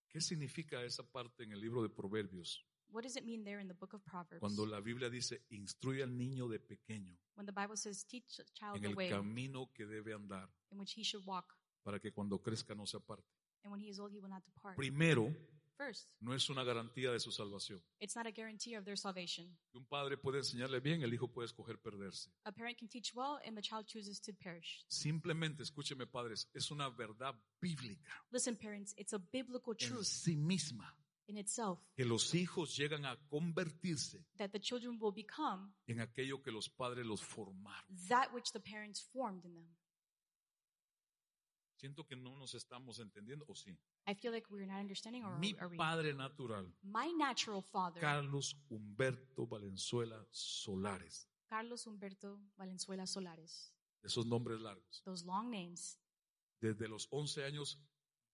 Speaker 1: ¿Qué significa esa parte en el libro de Proverbios?
Speaker 2: What does it mean there in the book of Proverbs?
Speaker 1: Cuando la Biblia dice, instruye al niño de pequeño
Speaker 2: when the Bible says, teach a child
Speaker 1: en
Speaker 2: the way
Speaker 1: el camino que debe andar
Speaker 2: in which he should walk,
Speaker 1: para que cuando crezca no se aparte.
Speaker 2: and when he is old, he will not depart.
Speaker 1: Primero,
Speaker 2: First,
Speaker 1: no es una garantía de su salvación.
Speaker 2: it's not a guarantee of their salvation.
Speaker 1: Un padre puede enseñarle bien, el hijo puede escoger perderse.
Speaker 2: A parent can teach well, and the child chooses to perish.
Speaker 1: Simplemente, escúcheme padres, es una verdad bíblica
Speaker 2: Listen, parents, it's a biblical
Speaker 1: en
Speaker 2: truth
Speaker 1: sí misma
Speaker 2: in itself
Speaker 1: que los hijos llegan a convertirse
Speaker 2: that the children will become
Speaker 1: en aquello que los padres los formaron.
Speaker 2: that which the parents formed in them.
Speaker 1: Siento que no nos estamos entendiendo, o sí.
Speaker 2: I feel like we're not understanding, or
Speaker 1: Mi
Speaker 2: are we?
Speaker 1: padre natural,
Speaker 2: My natural father,
Speaker 1: Carlos Humberto Valenzuela Solares.
Speaker 2: Carlos Humberto Valenzuela Solares,
Speaker 1: esos nombres largos.
Speaker 2: those long names,
Speaker 1: Desde los 11 años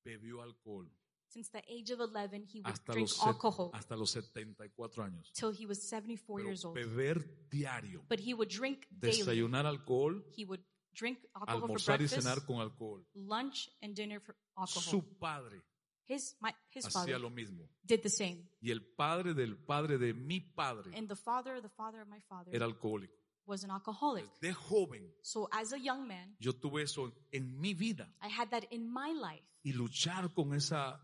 Speaker 1: bebió alcohol
Speaker 2: since the age of 11, he would
Speaker 1: hasta
Speaker 2: drink
Speaker 1: los, set-
Speaker 2: alcohol
Speaker 1: hasta los 74 años.
Speaker 2: till he was 74
Speaker 1: Pero
Speaker 2: years old.
Speaker 1: beber diario,
Speaker 2: But he would drink daily.
Speaker 1: desayunar alcohol,
Speaker 2: He would drink alcohol for
Speaker 1: almorzar y
Speaker 2: breakfast,
Speaker 1: cenar con alcohol.
Speaker 2: lunch, and dinner for alcohol.
Speaker 1: Su padre
Speaker 2: His, my, his
Speaker 1: hacía
Speaker 2: father
Speaker 1: lo mismo.
Speaker 2: did the same.
Speaker 1: Y el padre del padre de mi padre
Speaker 2: And the father, the father of my father,
Speaker 1: era alcohólico.
Speaker 2: was an alcoholic.
Speaker 1: Desde joven
Speaker 2: So as a young man,
Speaker 1: yo tuve eso en mi vida
Speaker 2: I had that in my life.
Speaker 1: y luchar con esa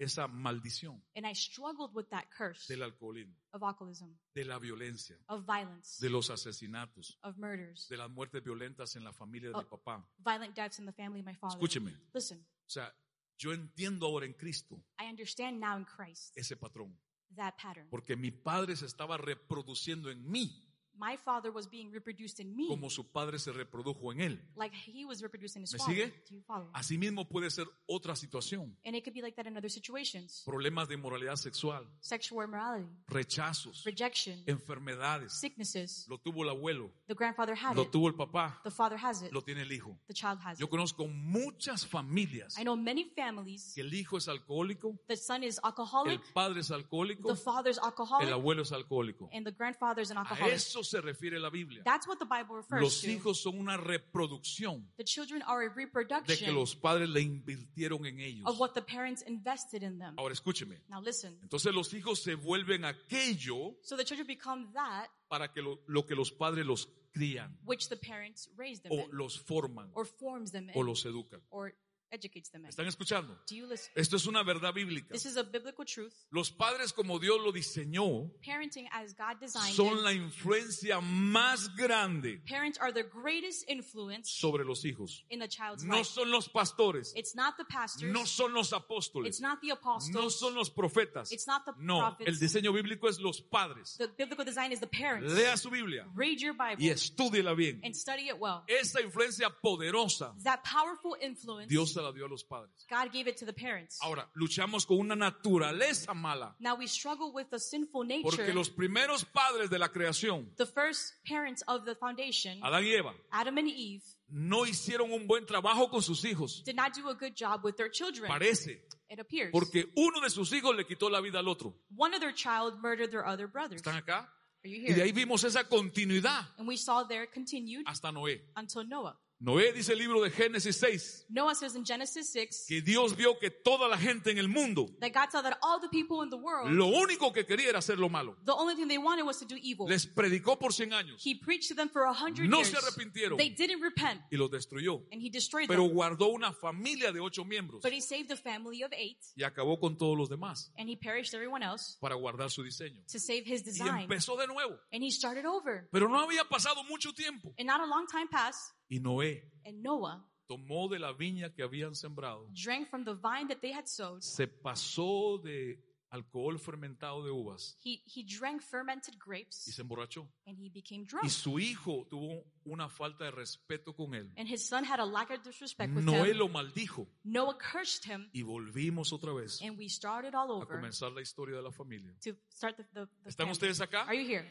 Speaker 1: esa maldición
Speaker 2: And I struggled with that curse
Speaker 1: del alcoholismo,
Speaker 2: of alcoholism,
Speaker 1: de la violencia,
Speaker 2: of violence,
Speaker 1: de los asesinatos,
Speaker 2: of murders,
Speaker 1: de las muertes violentas en la familia de mi
Speaker 2: Oh.
Speaker 1: papá.
Speaker 2: violent deaths in the family of my father.
Speaker 1: Escúcheme,
Speaker 2: Listen,
Speaker 1: o sea, yo entiendo ahora en Cristo
Speaker 2: I understand now in Christ
Speaker 1: ese patrón,
Speaker 2: that pattern.
Speaker 1: porque mi padre se estaba reproduciendo en mí
Speaker 2: My father was being reproduced in me
Speaker 1: como su padre se reprodujo en él.
Speaker 2: like he was reproduced in his
Speaker 1: ¿Me
Speaker 2: father.
Speaker 1: sigue? Ah.
Speaker 2: Do you follow?
Speaker 1: Asimismo puede ser otra situación,
Speaker 2: And it could be like that in other situations.
Speaker 1: problemas de inmoralidad sexual,
Speaker 2: Sexual immorality,
Speaker 1: rechazos,
Speaker 2: rejection,
Speaker 1: enfermedades.
Speaker 2: sicknesses.
Speaker 1: Lo tuvo el abuelo,
Speaker 2: The grandfather had
Speaker 1: lo
Speaker 2: it.
Speaker 1: tuvo el papá,
Speaker 2: The father has it.
Speaker 1: lo tiene el hijo.
Speaker 2: The child has
Speaker 1: Yo
Speaker 2: it.
Speaker 1: conozco muchas familias
Speaker 2: I know many families,
Speaker 1: que el hijo es alcohólico,
Speaker 2: the son is
Speaker 1: el
Speaker 2: alcoholic,
Speaker 1: padre es alcohólico,
Speaker 2: the father's
Speaker 1: el
Speaker 2: alcoholic,
Speaker 1: abuelo es alcohólico.
Speaker 2: and the grandfather's an
Speaker 1: A
Speaker 2: alcoholic.
Speaker 1: eso se refiere la Biblia.
Speaker 2: That's what the Bible refers
Speaker 1: Los
Speaker 2: to.
Speaker 1: hijos son una reproducción
Speaker 2: The children are a
Speaker 1: de que
Speaker 2: reproduction
Speaker 1: los padres le invirtieron en ellos.
Speaker 2: of what the parents invested in them.
Speaker 1: Ahora escúcheme.
Speaker 2: Now listen.
Speaker 1: Entonces los hijos se vuelven aquello
Speaker 2: So the children become that
Speaker 1: para que lo, lo que los padres los crían
Speaker 2: which the parents raised them
Speaker 1: o
Speaker 2: in,
Speaker 1: los forman
Speaker 2: or forms them
Speaker 1: o
Speaker 2: in,
Speaker 1: los educan.
Speaker 2: or educates them in.
Speaker 1: ¿Están escuchando?
Speaker 2: Do you listen?
Speaker 1: Esto es una verdad bíblica.
Speaker 2: This is a biblical truth.
Speaker 1: Los padres como Dios lo diseñó
Speaker 2: Parenting as God designed
Speaker 1: son
Speaker 2: it.
Speaker 1: la influencia más grande
Speaker 2: Parents are the greatest influence
Speaker 1: sobre los hijos.
Speaker 2: in the child's
Speaker 1: No
Speaker 2: life.
Speaker 1: son los pastores,
Speaker 2: It's not the pastors.
Speaker 1: no son los apóstoles,
Speaker 2: it's not the
Speaker 1: no
Speaker 2: apostles.
Speaker 1: son los profetas.
Speaker 2: It's not the
Speaker 1: No,
Speaker 2: prophets.
Speaker 1: el diseño bíblico es los padres.
Speaker 2: the biblical design is the parents.
Speaker 1: Lea su Biblia
Speaker 2: Read your Bible
Speaker 1: y estúdiela bien.
Speaker 2: and study it well.
Speaker 1: Esta influencia poderosa
Speaker 2: That powerful influence,
Speaker 1: Dios se la dio a los padres.
Speaker 2: God gave it to the parents.
Speaker 1: Ahora, luchamos con una naturaleza mala
Speaker 2: now we struggle with the sinful nature.
Speaker 1: Porque los primeros padres de la creación,
Speaker 2: the first parents of the foundation,
Speaker 1: Adán y Eva,
Speaker 2: Adam and Eve,
Speaker 1: no hicieron un buen trabajo con sus hijos.
Speaker 2: did not do a good job with their children.
Speaker 1: Parece,
Speaker 2: it appears.
Speaker 1: porque uno de sus hijos le quitó la vida al otro.
Speaker 2: One of their child murdered their other brothers.
Speaker 1: ¿Están acá?
Speaker 2: Are you
Speaker 1: Y
Speaker 2: here?
Speaker 1: de ahí vimos esa continuidad
Speaker 2: And we saw there continued
Speaker 1: hasta Noé.
Speaker 2: until Noah.
Speaker 1: Noé dice el libro de Génesis 6
Speaker 2: Noah says in Genesis 6
Speaker 1: que Dios vio que toda la gente en el mundo
Speaker 2: that God saw that all the people in the world,
Speaker 1: lo único que quería era hacer lo malo.
Speaker 2: the only thing they wanted was to do evil.
Speaker 1: Les predicó por 100 años
Speaker 2: He preached to them for a hundred
Speaker 1: No
Speaker 2: years.
Speaker 1: se arrepintieron.
Speaker 2: They didn't repent,
Speaker 1: y los destruyó.
Speaker 2: and he destroyed
Speaker 1: Pero
Speaker 2: them.
Speaker 1: guardó una familia de ocho miembros
Speaker 2: But he saved a family of eight,
Speaker 1: y acabó con todos los demás
Speaker 2: and he perished everyone else
Speaker 1: para guardar su diseño.
Speaker 2: to save his
Speaker 1: Y
Speaker 2: design.
Speaker 1: empezó de nuevo.
Speaker 2: And he started over.
Speaker 1: Pero no había pasado mucho tiempo.
Speaker 2: And not a long time passed,
Speaker 1: Y Noé
Speaker 2: and Noah
Speaker 1: tomó de la viña que habían sembrado,
Speaker 2: drank from the vine that they had sowed.
Speaker 1: se pasó de alcohol fermentado de uvas
Speaker 2: He, he drank fermented
Speaker 1: y
Speaker 2: grapes,
Speaker 1: se emborrachó.
Speaker 2: and he became
Speaker 1: Y
Speaker 2: drunk.
Speaker 1: su hijo tuvo una falta de respeto con él.
Speaker 2: And his son had a lack of disrespect with
Speaker 1: Noé
Speaker 2: him.
Speaker 1: lo maldijo.
Speaker 2: Noah cursed him,
Speaker 1: Y volvimos otra vez
Speaker 2: and we started all
Speaker 1: a
Speaker 2: over
Speaker 1: comenzar la historia de la familia.
Speaker 2: to start the. the, the
Speaker 1: ¿Están
Speaker 2: family.
Speaker 1: ustedes acá?
Speaker 2: Are you here?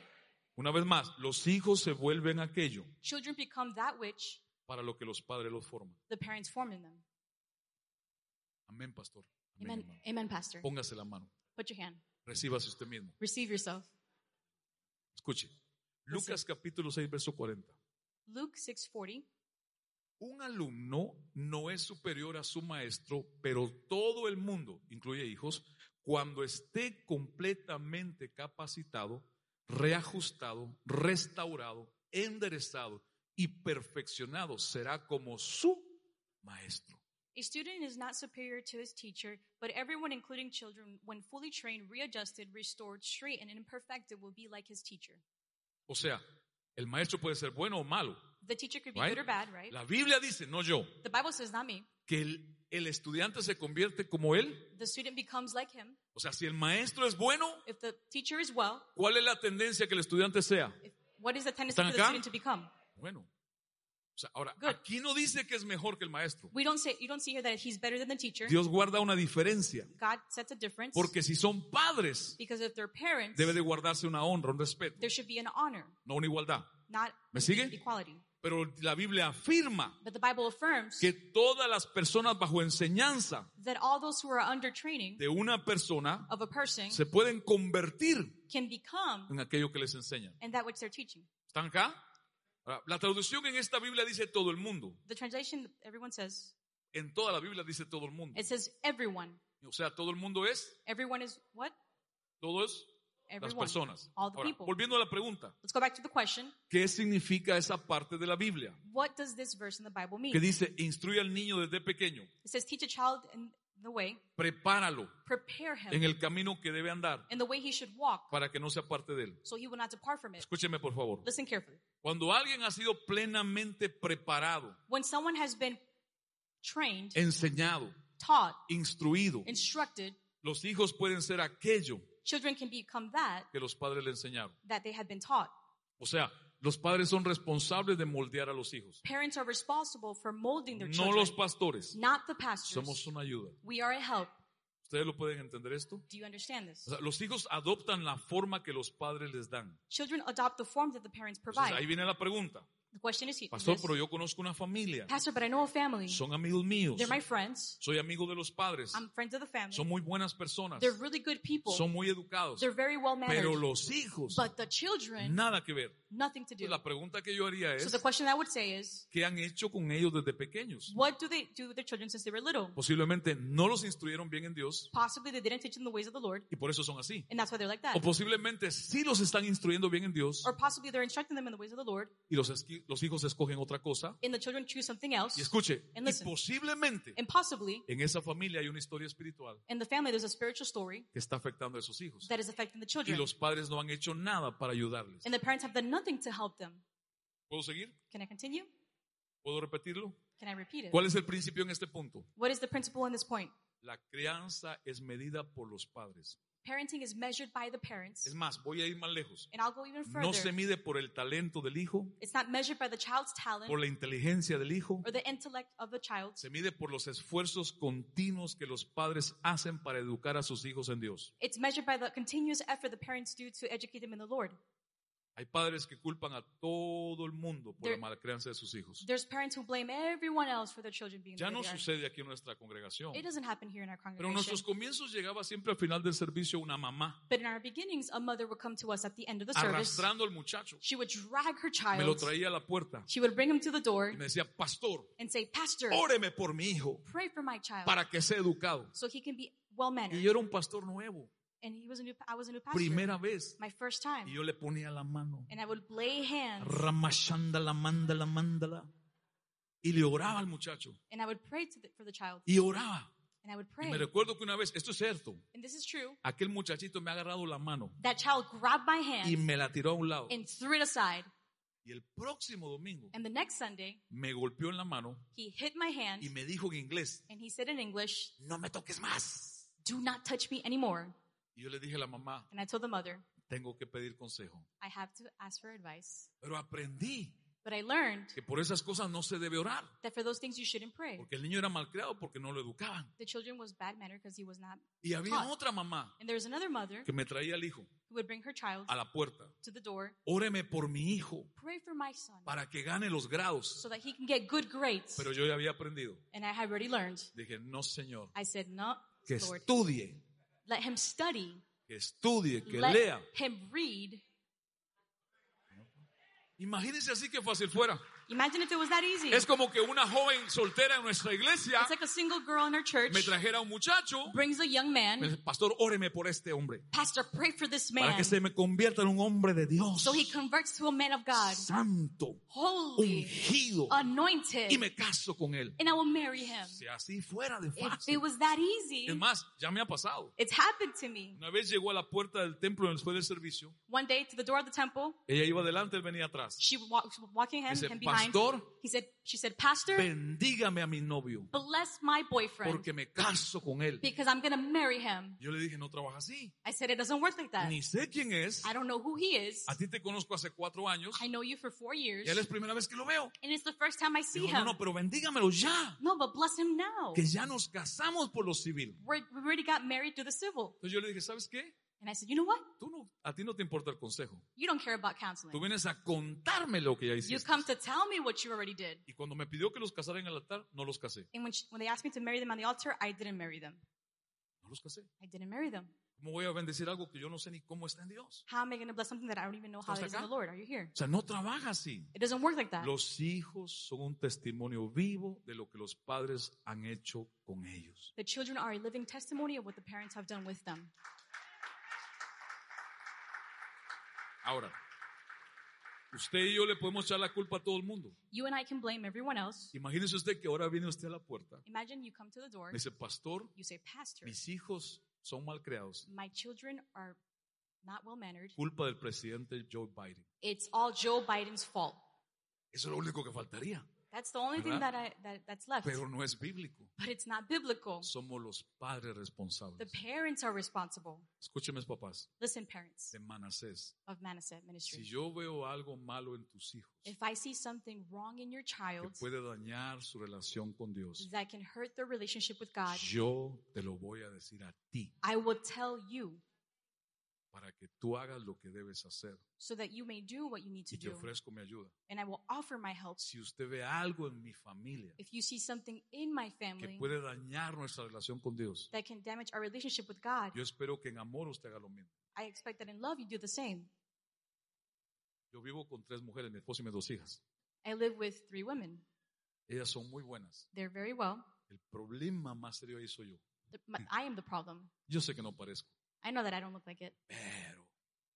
Speaker 1: Una vez más, los hijos se vuelven aquello
Speaker 2: Children become that which
Speaker 1: para lo que los padres los forman.
Speaker 2: the parents form in them.
Speaker 1: Amén, pastor. Amén,
Speaker 2: Amen.
Speaker 1: hermano.
Speaker 2: Amen, Pastor.
Speaker 1: Póngase la mano.
Speaker 2: Put your hand.
Speaker 1: Recíbase usted mismo.
Speaker 2: Receive yourself.
Speaker 1: Escuche. Lucas capítulo 6, verso 40.
Speaker 2: Luke 6:40.
Speaker 1: Un alumno no es superior a su maestro, pero todo el mundo, incluye hijos, cuando esté completamente capacitado, reajustado, restaurado, enderezado y perfeccionado, será como su maestro.
Speaker 2: A student is not superior to his teacher, but everyone, including children, when fully trained, readjusted, restored, straightened, and perfected, will be like his teacher.
Speaker 1: O sea, el maestro puede ser bueno o malo.
Speaker 2: The teacher could be
Speaker 1: Right?
Speaker 2: good or bad, right?
Speaker 1: La Biblia dice, no yo,
Speaker 2: The Bible says, not me.
Speaker 1: que el, el estudiante se convierte como él.
Speaker 2: The student becomes like him.
Speaker 1: O sea, si el maestro es bueno,
Speaker 2: If the teacher is well,
Speaker 1: ¿cuál es la tendencia que el estudiante sea?
Speaker 2: if, what is the tendency
Speaker 1: ¿Están
Speaker 2: for the
Speaker 1: acá?
Speaker 2: student to become?
Speaker 1: Bueno. O sea, ahora,
Speaker 2: Good.
Speaker 1: aquí no dice que es mejor que el maestro.
Speaker 2: We don't say you don't see here that he's better than the teacher.
Speaker 1: Dios guarda una diferencia.
Speaker 2: God sets a difference
Speaker 1: Porque si son padres,
Speaker 2: because if they're parents,
Speaker 1: debe de guardarse una honra, un respeto,
Speaker 2: there should be an honor,
Speaker 1: no una igualdad.
Speaker 2: not
Speaker 1: ¿Me sigue?
Speaker 2: equality.
Speaker 1: Pero la Biblia afirma
Speaker 2: But the Bible affirms
Speaker 1: que todas las personas bajo enseñanza
Speaker 2: that all those who are under training
Speaker 1: de una persona
Speaker 2: of a person
Speaker 1: se pueden convertir
Speaker 2: can become
Speaker 1: en aquello que les enseñan.
Speaker 2: in that which they're teaching.
Speaker 1: ¿Están acá? Ahora, La traducción en esta Biblia dice todo el mundo.
Speaker 2: The translation everyone says
Speaker 1: En toda la Biblia dice todo el mundo.
Speaker 2: it says everyone.
Speaker 1: O sea, todo el mundo es,
Speaker 2: Everyone is what?
Speaker 1: todo es las
Speaker 2: Everyone.
Speaker 1: personas.
Speaker 2: All the
Speaker 1: Ahora,
Speaker 2: people.
Speaker 1: volviendo a la pregunta,
Speaker 2: Let's go back to the question.
Speaker 1: ¿Qué significa esa parte de la Biblia?
Speaker 2: What does this verse in the Bible mean?
Speaker 1: Que dice, instruye al niño desde pequeño
Speaker 2: It says teach a child in the way,
Speaker 1: prepáralo
Speaker 2: prepare
Speaker 1: en
Speaker 2: him
Speaker 1: el camino que debe andar
Speaker 2: in the way he should walk
Speaker 1: para que no se aparte de él.
Speaker 2: so he will not depart from it.
Speaker 1: Escúcheme por favor.
Speaker 2: Listen carefully.
Speaker 1: Cuando alguien ha sido plenamente preparado,
Speaker 2: When someone has been trained,
Speaker 1: enseñado,
Speaker 2: taught,
Speaker 1: instruido,
Speaker 2: instructed,
Speaker 1: los hijos pueden ser aquello
Speaker 2: children can become that
Speaker 1: que los padres le enseñaron.
Speaker 2: that they have been taught.
Speaker 1: O sea, los padres son responsables de moldear a los hijos,
Speaker 2: Parents are responsible for molding their
Speaker 1: no
Speaker 2: children,
Speaker 1: los pastores.
Speaker 2: not the pastors.
Speaker 1: Somos una ayuda.
Speaker 2: We are a help.
Speaker 1: ¿Ustedes lo pueden entender esto?
Speaker 2: Do you understand this?
Speaker 1: O sea, los hijos adoptan la forma que los padres les dan.
Speaker 2: Children adopt the form that the parents
Speaker 1: Entonces,
Speaker 2: provide.
Speaker 1: ahí viene la pregunta.
Speaker 2: the question is he-
Speaker 1: Pastor,
Speaker 2: this,
Speaker 1: pero yo conozco una familia.
Speaker 2: Pastor, but I know a family.
Speaker 1: Son amigos míos.
Speaker 2: They're my friends.
Speaker 1: Soy amigo de los padres.
Speaker 2: I'm friends of the family.
Speaker 1: Son muy buenas personas.
Speaker 2: They're really good people.
Speaker 1: Son muy educados.
Speaker 2: They're very well mannered.
Speaker 1: Pero los hijos,
Speaker 2: but the children,
Speaker 1: nada que ver.
Speaker 2: nothing to do.
Speaker 1: Entonces, la pregunta que yo haría
Speaker 2: So the
Speaker 1: es,
Speaker 2: question I would say is,
Speaker 1: ¿qué han hecho con ellos desde pequeños?
Speaker 2: what do they do with their children since they were little?
Speaker 1: Posiblemente no los instruyeron bien en Dios
Speaker 2: Possibly they didn't teach them the ways of the Lord,
Speaker 1: y por eso son así.
Speaker 2: and that's why they're like that.
Speaker 1: O posiblemente sí los están instruyendo bien en Dios
Speaker 2: Or possibly they're instructing them in the ways of the Lord,
Speaker 1: y los, esqui- los hijos escogen otra cosa.
Speaker 2: and the children choose something
Speaker 1: Y
Speaker 2: else.
Speaker 1: escuche,
Speaker 2: And
Speaker 1: y
Speaker 2: listen.
Speaker 1: posiblemente
Speaker 2: And possibly
Speaker 1: en esa familia hay una historia espiritual
Speaker 2: in the family there's a spiritual story
Speaker 1: que está afectando a esos hijos.
Speaker 2: that is affecting the
Speaker 1: Y
Speaker 2: children,
Speaker 1: los padres no han hecho nada para ayudarles.
Speaker 2: and the parents have done nothing to help them.
Speaker 1: ¿Puedo seguir?
Speaker 2: Can I continue?
Speaker 1: ¿Puedo repetirlo?
Speaker 2: Can I repeat it?
Speaker 1: ¿Cuál es el principio en este punto?
Speaker 2: What is the principle in this point?
Speaker 1: La crianza es medida por los padres.
Speaker 2: Parenting is measured by the parents,
Speaker 1: Es más, voy a ir más lejos.
Speaker 2: and I'll go even further.
Speaker 1: No se mide por el talento del hijo,
Speaker 2: It's not measured by the child's talent
Speaker 1: por la inteligencia del hijo.
Speaker 2: or the intellect of the child.
Speaker 1: Se mide por los esfuerzos continuos que los padres hacen para educar a sus hijos en Dios.
Speaker 2: It's measured by the continuous effort the parents do to educate them in the Lord.
Speaker 1: Hay padres que culpan a todo el mundo por la
Speaker 2: There-
Speaker 1: mala crianza de sus hijos.
Speaker 2: There's parents who blame everyone else for their children being
Speaker 1: Ya
Speaker 2: the way
Speaker 1: no
Speaker 2: they are.
Speaker 1: sucede aquí en nuestra congregación.
Speaker 2: It doesn't happen here in our
Speaker 1: Pero
Speaker 2: congregation.
Speaker 1: en nuestros comienzos llegaba siempre al final del servicio una mamá
Speaker 2: But in our beginnings, a mother would come to us at the end of the service.
Speaker 1: arrastrando al muchacho.
Speaker 2: She would drag her
Speaker 1: Me lo
Speaker 2: child.
Speaker 1: traía a la puerta
Speaker 2: She would bring him to the door
Speaker 1: y me decía, pastor,
Speaker 2: and say, Pastor,
Speaker 1: óreme por mi hijo
Speaker 2: pray for my child
Speaker 1: para que sea educado.
Speaker 2: so he can be well
Speaker 1: Y
Speaker 2: mannered.
Speaker 1: yo era un pastor nuevo,
Speaker 2: And he was a new, I was a new pastor.
Speaker 1: primera vez.
Speaker 2: My first time.
Speaker 1: Y yo le ponía la mano,
Speaker 2: And I would lay hands
Speaker 1: ramashándala, mándala, mándala. Y le oraba al muchacho.
Speaker 2: and I would pray to the, for the child.
Speaker 1: Y oraba.
Speaker 2: And I would
Speaker 1: Y
Speaker 2: pray.
Speaker 1: me recuerdo que una vez, esto es cierto,
Speaker 2: And this is true.
Speaker 1: aquel muchachito me ha agarrado la mano
Speaker 2: That child grabbed my
Speaker 1: y
Speaker 2: hand
Speaker 1: me la tiró a un lado.
Speaker 2: and threw it aside.
Speaker 1: Y el próximo domingo
Speaker 2: And the next Sunday,
Speaker 1: me golpeó en la mano
Speaker 2: he hit my hand
Speaker 1: y me dijo en inglés,
Speaker 2: and he said in English,
Speaker 1: no me toques más.
Speaker 2: Do not touch me anymore.
Speaker 1: Y yo le dije a la mamá,
Speaker 2: And I told the mother,
Speaker 1: tengo que pedir consejo.
Speaker 2: I have to ask for advice.
Speaker 1: Pero aprendí
Speaker 2: But I learned
Speaker 1: que por esas cosas no se debe orar,
Speaker 2: that for those things you shouldn't pray.
Speaker 1: porque el niño era malcriado porque no lo educaban.
Speaker 2: The children was bad mannered because he was not.
Speaker 1: Y había
Speaker 2: Hot.
Speaker 1: otra mamá
Speaker 2: And there was another mother
Speaker 1: que me traía al hijo
Speaker 2: who would bring her child
Speaker 1: a la puerta.
Speaker 2: to the door,
Speaker 1: Óreme por mi hijo
Speaker 2: pray for my son
Speaker 1: para que gane los grados.
Speaker 2: so that he can get good grades.
Speaker 1: Pero yo ya había aprendido.
Speaker 2: And I had already learned.
Speaker 1: Dije, no señor,
Speaker 2: I said, No,
Speaker 1: que
Speaker 2: Lord,
Speaker 1: estudie,
Speaker 2: let him study,
Speaker 1: que estudie, que
Speaker 2: let
Speaker 1: lea.
Speaker 2: him read.
Speaker 1: Imagínense así que fácil fuera.
Speaker 2: Imagine if it was that easy.
Speaker 1: Es como que una joven soltera en nuestra iglesia
Speaker 2: It's like a single girl in her church
Speaker 1: me trajera a un muchacho.
Speaker 2: brings a young
Speaker 1: Me
Speaker 2: man,
Speaker 1: dice, Pastor, óreme por este hombre.
Speaker 2: Pastor, pray for this
Speaker 1: Para
Speaker 2: man
Speaker 1: que se me convierta en un hombre de Dios.
Speaker 2: so he converts to a man of God,
Speaker 1: Santo,
Speaker 2: holy,
Speaker 1: ungido.
Speaker 2: anointed,
Speaker 1: Y me caso con él.
Speaker 2: and I will marry him.
Speaker 1: Si así fuera de
Speaker 2: If it
Speaker 1: fácil.
Speaker 2: was that easy,
Speaker 1: Es más, ya me ha pasado.
Speaker 2: it's happened to me.
Speaker 1: Una vez llegó a la puerta del templo después del servicio.
Speaker 2: One day to the door of the temple,
Speaker 1: Ella iba adelante, él venía atrás.
Speaker 2: she was, walk, she was walking him,
Speaker 1: Dice,
Speaker 2: him behind.
Speaker 1: "Pastor,
Speaker 2: he said, she said, Pastor,
Speaker 1: Bendígame a mi novio
Speaker 2: bless my boyfriend
Speaker 1: porque me caso con él.
Speaker 2: because I'm gonna marry him.
Speaker 1: Yo le dije, no trabaja así.
Speaker 2: I said, it doesn't work like that.
Speaker 1: Ni sé quién es.
Speaker 2: I don't know who he is.
Speaker 1: A ti te conozco hace cuatro años.
Speaker 2: I know you for four years,
Speaker 1: Y él es primera vez que lo veo.
Speaker 2: and it's the first time I see
Speaker 1: Dijo,
Speaker 2: him.
Speaker 1: no, no, pero bendígamelo ya.
Speaker 2: No, but bless him now.
Speaker 1: Que ya nos casamos por lo civil.
Speaker 2: We're, we already got married through the civil.
Speaker 1: Entonces yo le dije, ¿sabes qué?
Speaker 2: And I said, you know what?
Speaker 1: Tú no, a ti no te importa el consejo.
Speaker 2: You don't care about
Speaker 1: Tú
Speaker 2: counseling.
Speaker 1: vienes a contarme lo que ya
Speaker 2: You
Speaker 1: hiciste.
Speaker 2: come to tell me what you already did.
Speaker 1: Y cuando me pidió que los casara en el altar, no los casé.
Speaker 2: And when, she, when they asked me to marry them on the altar, I didn't marry them.
Speaker 1: No los casé.
Speaker 2: I didn't marry them.
Speaker 1: ¿Cómo voy a bendecir algo que yo no sé ni cómo está en Dios?
Speaker 2: How am I going to bless something that I don't even know how
Speaker 1: ¿Estás
Speaker 2: it is in
Speaker 1: acá?
Speaker 2: the Lord? Are you here?
Speaker 1: O sea, no trabaja así.
Speaker 2: It doesn't work like that.
Speaker 1: Los hijos son un testimonio vivo de lo que los padres han hecho con ellos.
Speaker 2: The children are a living testimony of what the parents have done with them.
Speaker 1: Ahora, Usted y yo le podemos echar la culpa a todo el mundo.
Speaker 2: You and I can blame everyone else.
Speaker 1: Imagínese usted que ahora viene usted a la puerta.
Speaker 2: Imagine you come to the door,
Speaker 1: Me dice, pastor,
Speaker 2: you say, Pastor,
Speaker 1: mis hijos son mal creados.
Speaker 2: my children are not well mannered.
Speaker 1: Culpa del presidente Joe Biden.
Speaker 2: It's all Joe Biden's fault.
Speaker 1: Eso es lo único que faltaría.
Speaker 2: That's the only thing
Speaker 1: ¿Verdad?
Speaker 2: that, I, that that's left.
Speaker 1: Pero no es bíblico.
Speaker 2: but it's not biblical.
Speaker 1: Somos los padres
Speaker 2: The
Speaker 1: responsables.
Speaker 2: parents are responsible.
Speaker 1: Escúcheme, papás,
Speaker 2: Listen, parents
Speaker 1: de Manasés.
Speaker 2: of Manasseh
Speaker 1: Si
Speaker 2: Ministry.
Speaker 1: yo veo algo malo en tus hijos
Speaker 2: If I see something wrong in your
Speaker 1: que
Speaker 2: child
Speaker 1: puede dañar su relación con Dios,
Speaker 2: that can hurt their relationship with God,
Speaker 1: yo te lo voy a decir a ti
Speaker 2: I will tell you
Speaker 1: para que tú hagas lo que debes hacer
Speaker 2: so that you may do what you need to
Speaker 1: y te
Speaker 2: do.
Speaker 1: ofrezco mi ayuda.
Speaker 2: And I will offer my help.
Speaker 1: Si usted ve algo en mi familia
Speaker 2: If you see something in my
Speaker 1: que
Speaker 2: family
Speaker 1: puede dañar nuestra relación con Dios,
Speaker 2: that can damage our relationship with God,
Speaker 1: yo espero que en amor usted haga lo mismo.
Speaker 2: I expect that in love you do the same.
Speaker 1: Yo vivo con tres mujeres, mi esposo y mis dos hijas.
Speaker 2: I live with three women.
Speaker 1: Ellas son muy buenas.
Speaker 2: They're very well.
Speaker 1: El problema más serio ahí soy yo.
Speaker 2: The- my- I am the problem.
Speaker 1: Yo sé que no parezco,
Speaker 2: I know that I don't look like it,
Speaker 1: pero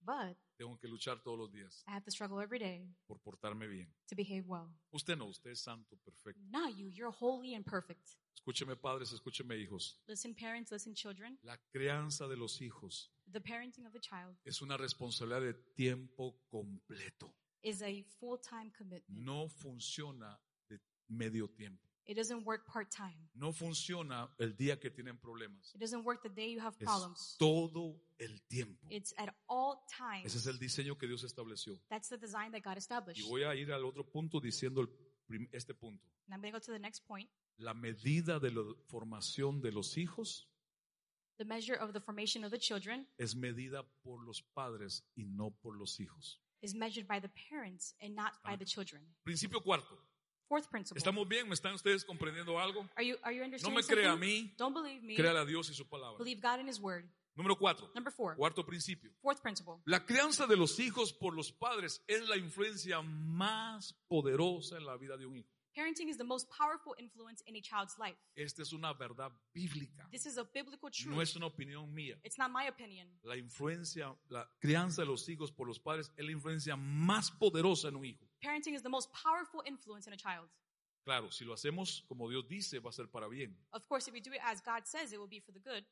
Speaker 2: but
Speaker 1: tengo que luchar todos los días
Speaker 2: I have to struggle every day
Speaker 1: por portarme bien.
Speaker 2: to behave well.
Speaker 1: Usted no, usted es santo, perfecto.
Speaker 2: Not you. You're holy and perfect.
Speaker 1: Escúcheme padres, escúcheme hijos.
Speaker 2: Listen, parents, listen, children.
Speaker 1: La crianza de los hijos
Speaker 2: The parenting of the child
Speaker 1: es una responsabilidad de tiempo completo.
Speaker 2: is a full time commitment,
Speaker 1: No funciona de medio tiempo.
Speaker 2: it doesn't work part time.
Speaker 1: No funciona el día que tienen problemas.
Speaker 2: It doesn't work the day you have
Speaker 1: Es
Speaker 2: problems.
Speaker 1: todo el tiempo.
Speaker 2: It's at all times.
Speaker 1: Ese es el diseño que Dios estableció.
Speaker 2: That's the design that God
Speaker 1: Y
Speaker 2: established.
Speaker 1: voy a ir al otro punto diciendo el prim- este punto.
Speaker 2: And I'm going to go to the next point.
Speaker 1: La medida de la formación de los hijos
Speaker 2: The measure of the formation of the children
Speaker 1: es medida por los padres y no por los hijos.
Speaker 2: is measured by the parents and not by
Speaker 1: Ah.
Speaker 2: the children.
Speaker 1: Principio cuarto.
Speaker 2: Fourth principle.
Speaker 1: ¿Estamos bien? ¿Me están ustedes comprendiendo algo?
Speaker 2: Are you are you
Speaker 1: No
Speaker 2: understanding?
Speaker 1: me crea a
Speaker 2: something?
Speaker 1: mí,
Speaker 2: Don't believe me.
Speaker 1: créale a Dios y su palabra.
Speaker 2: Believe God and His Word.
Speaker 1: Número cuatro.
Speaker 2: Number four.
Speaker 1: Cuarto principio.
Speaker 2: Fourth principle.
Speaker 1: La crianza de los hijos por los padres es la influencia más poderosa en la vida de un hijo.
Speaker 2: Parenting is the most powerful influence in a child's life.
Speaker 1: Esta es una verdad bíblica.
Speaker 2: This is a biblical truth.
Speaker 1: No es una opinión mía.
Speaker 2: It's not my opinion.
Speaker 1: La influencia, la crianza de los hijos por los padres es la influencia más poderosa en un hijo.
Speaker 2: Parenting is the most powerful influence in a child.
Speaker 1: Claro, si lo hacemos como Dios dice, va a ser para bien.
Speaker 2: Of course, if you do it as God says, it will be for the good.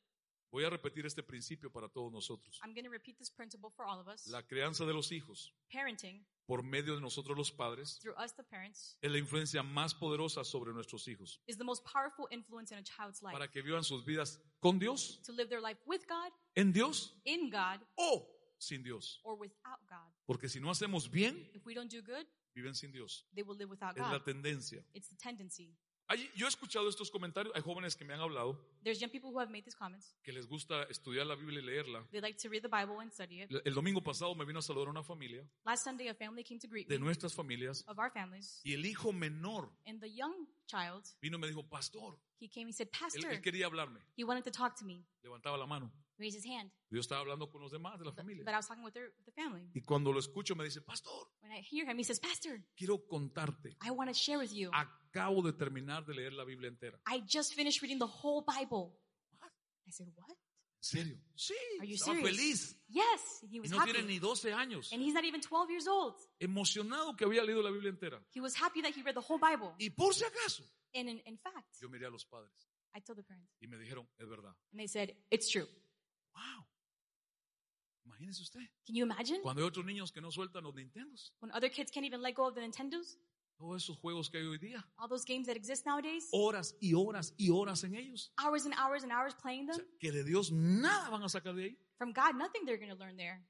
Speaker 1: Voy a repetir este principio para todos nosotros.
Speaker 2: I'm going to repeat this principle for all of us.
Speaker 1: La crianza de los hijos
Speaker 2: Parenting
Speaker 1: por medio de nosotros los padres
Speaker 2: through us, the parents,
Speaker 1: es la influencia más poderosa sobre nuestros hijos
Speaker 2: is the most powerful influence in a child's life.
Speaker 1: para que vivan sus vidas con Dios,
Speaker 2: To live their life with God,
Speaker 1: en Dios
Speaker 2: in God,
Speaker 1: o sin Dios.
Speaker 2: or without God.
Speaker 1: Porque si no hacemos bien,
Speaker 2: If we don't do good,
Speaker 1: viven sin Dios.
Speaker 2: they will live without
Speaker 1: Es la
Speaker 2: God.
Speaker 1: tendencia.
Speaker 2: It's the tendency.
Speaker 1: Hay- yo he escuchado estos comentarios, hay jóvenes que me han hablado
Speaker 2: There's young people who have made these comments.
Speaker 1: que les gusta estudiar la Biblia y leerla.
Speaker 2: They like to read the Bible and study it.
Speaker 1: El domingo pasado me vino a saludar una familia
Speaker 2: Last Sunday, a family came to greet
Speaker 1: de
Speaker 2: me
Speaker 1: nuestras familias
Speaker 2: of our families.
Speaker 1: y el hijo menor
Speaker 2: And the young child,
Speaker 1: vino y me dijo, pastor,
Speaker 2: he came and said,
Speaker 1: él,
Speaker 2: Pastor,
Speaker 1: él quería hablarme.
Speaker 2: he wanted to talk to me.
Speaker 1: Levantaba la mano.
Speaker 2: Raised his hand.
Speaker 1: Yo estaba hablando con los demás de la
Speaker 2: But,
Speaker 1: familia.
Speaker 2: but I was talking with their, the family.
Speaker 1: Y cuando lo escucho me dice, pastor,
Speaker 2: When I hear him, he says, Pastor,
Speaker 1: quiero contarte.
Speaker 2: I want to share with you.
Speaker 1: Acabo de terminar de leer la Biblia entera.
Speaker 2: I just finished reading the whole Bible.
Speaker 1: What?
Speaker 2: I said, What?
Speaker 1: ¿En serio? Sí,
Speaker 2: Are you
Speaker 1: estaba
Speaker 2: serious?
Speaker 1: feliz.
Speaker 2: Yes. He
Speaker 1: Y
Speaker 2: was
Speaker 1: no
Speaker 2: happy.
Speaker 1: tiene ni 12 años.
Speaker 2: And he's not even 12 years old.
Speaker 1: Emocionado que había leído la Biblia entera.
Speaker 2: He was happy that he read the whole Bible.
Speaker 1: Y por si acaso,
Speaker 2: And in, in fact,
Speaker 1: yo miré a los padres
Speaker 2: I told the parents,
Speaker 1: y me dijeron, es verdad.
Speaker 2: and they said, It's true.
Speaker 1: Wow. Imagínese usted.
Speaker 2: Can you imagine?
Speaker 1: Cuando hay otros niños que no sueltan los Nintendos,
Speaker 2: When other kids can't even let go of the Nintendos,
Speaker 1: todos esos juegos que hay hoy día,
Speaker 2: all those games that exist nowadays,
Speaker 1: horas y horas y horas en ellos,
Speaker 2: hours and hours and hours playing
Speaker 1: O
Speaker 2: them.
Speaker 1: sea, que de Dios nada van a sacar de ahí.
Speaker 2: From God, nothing they're going to learn there.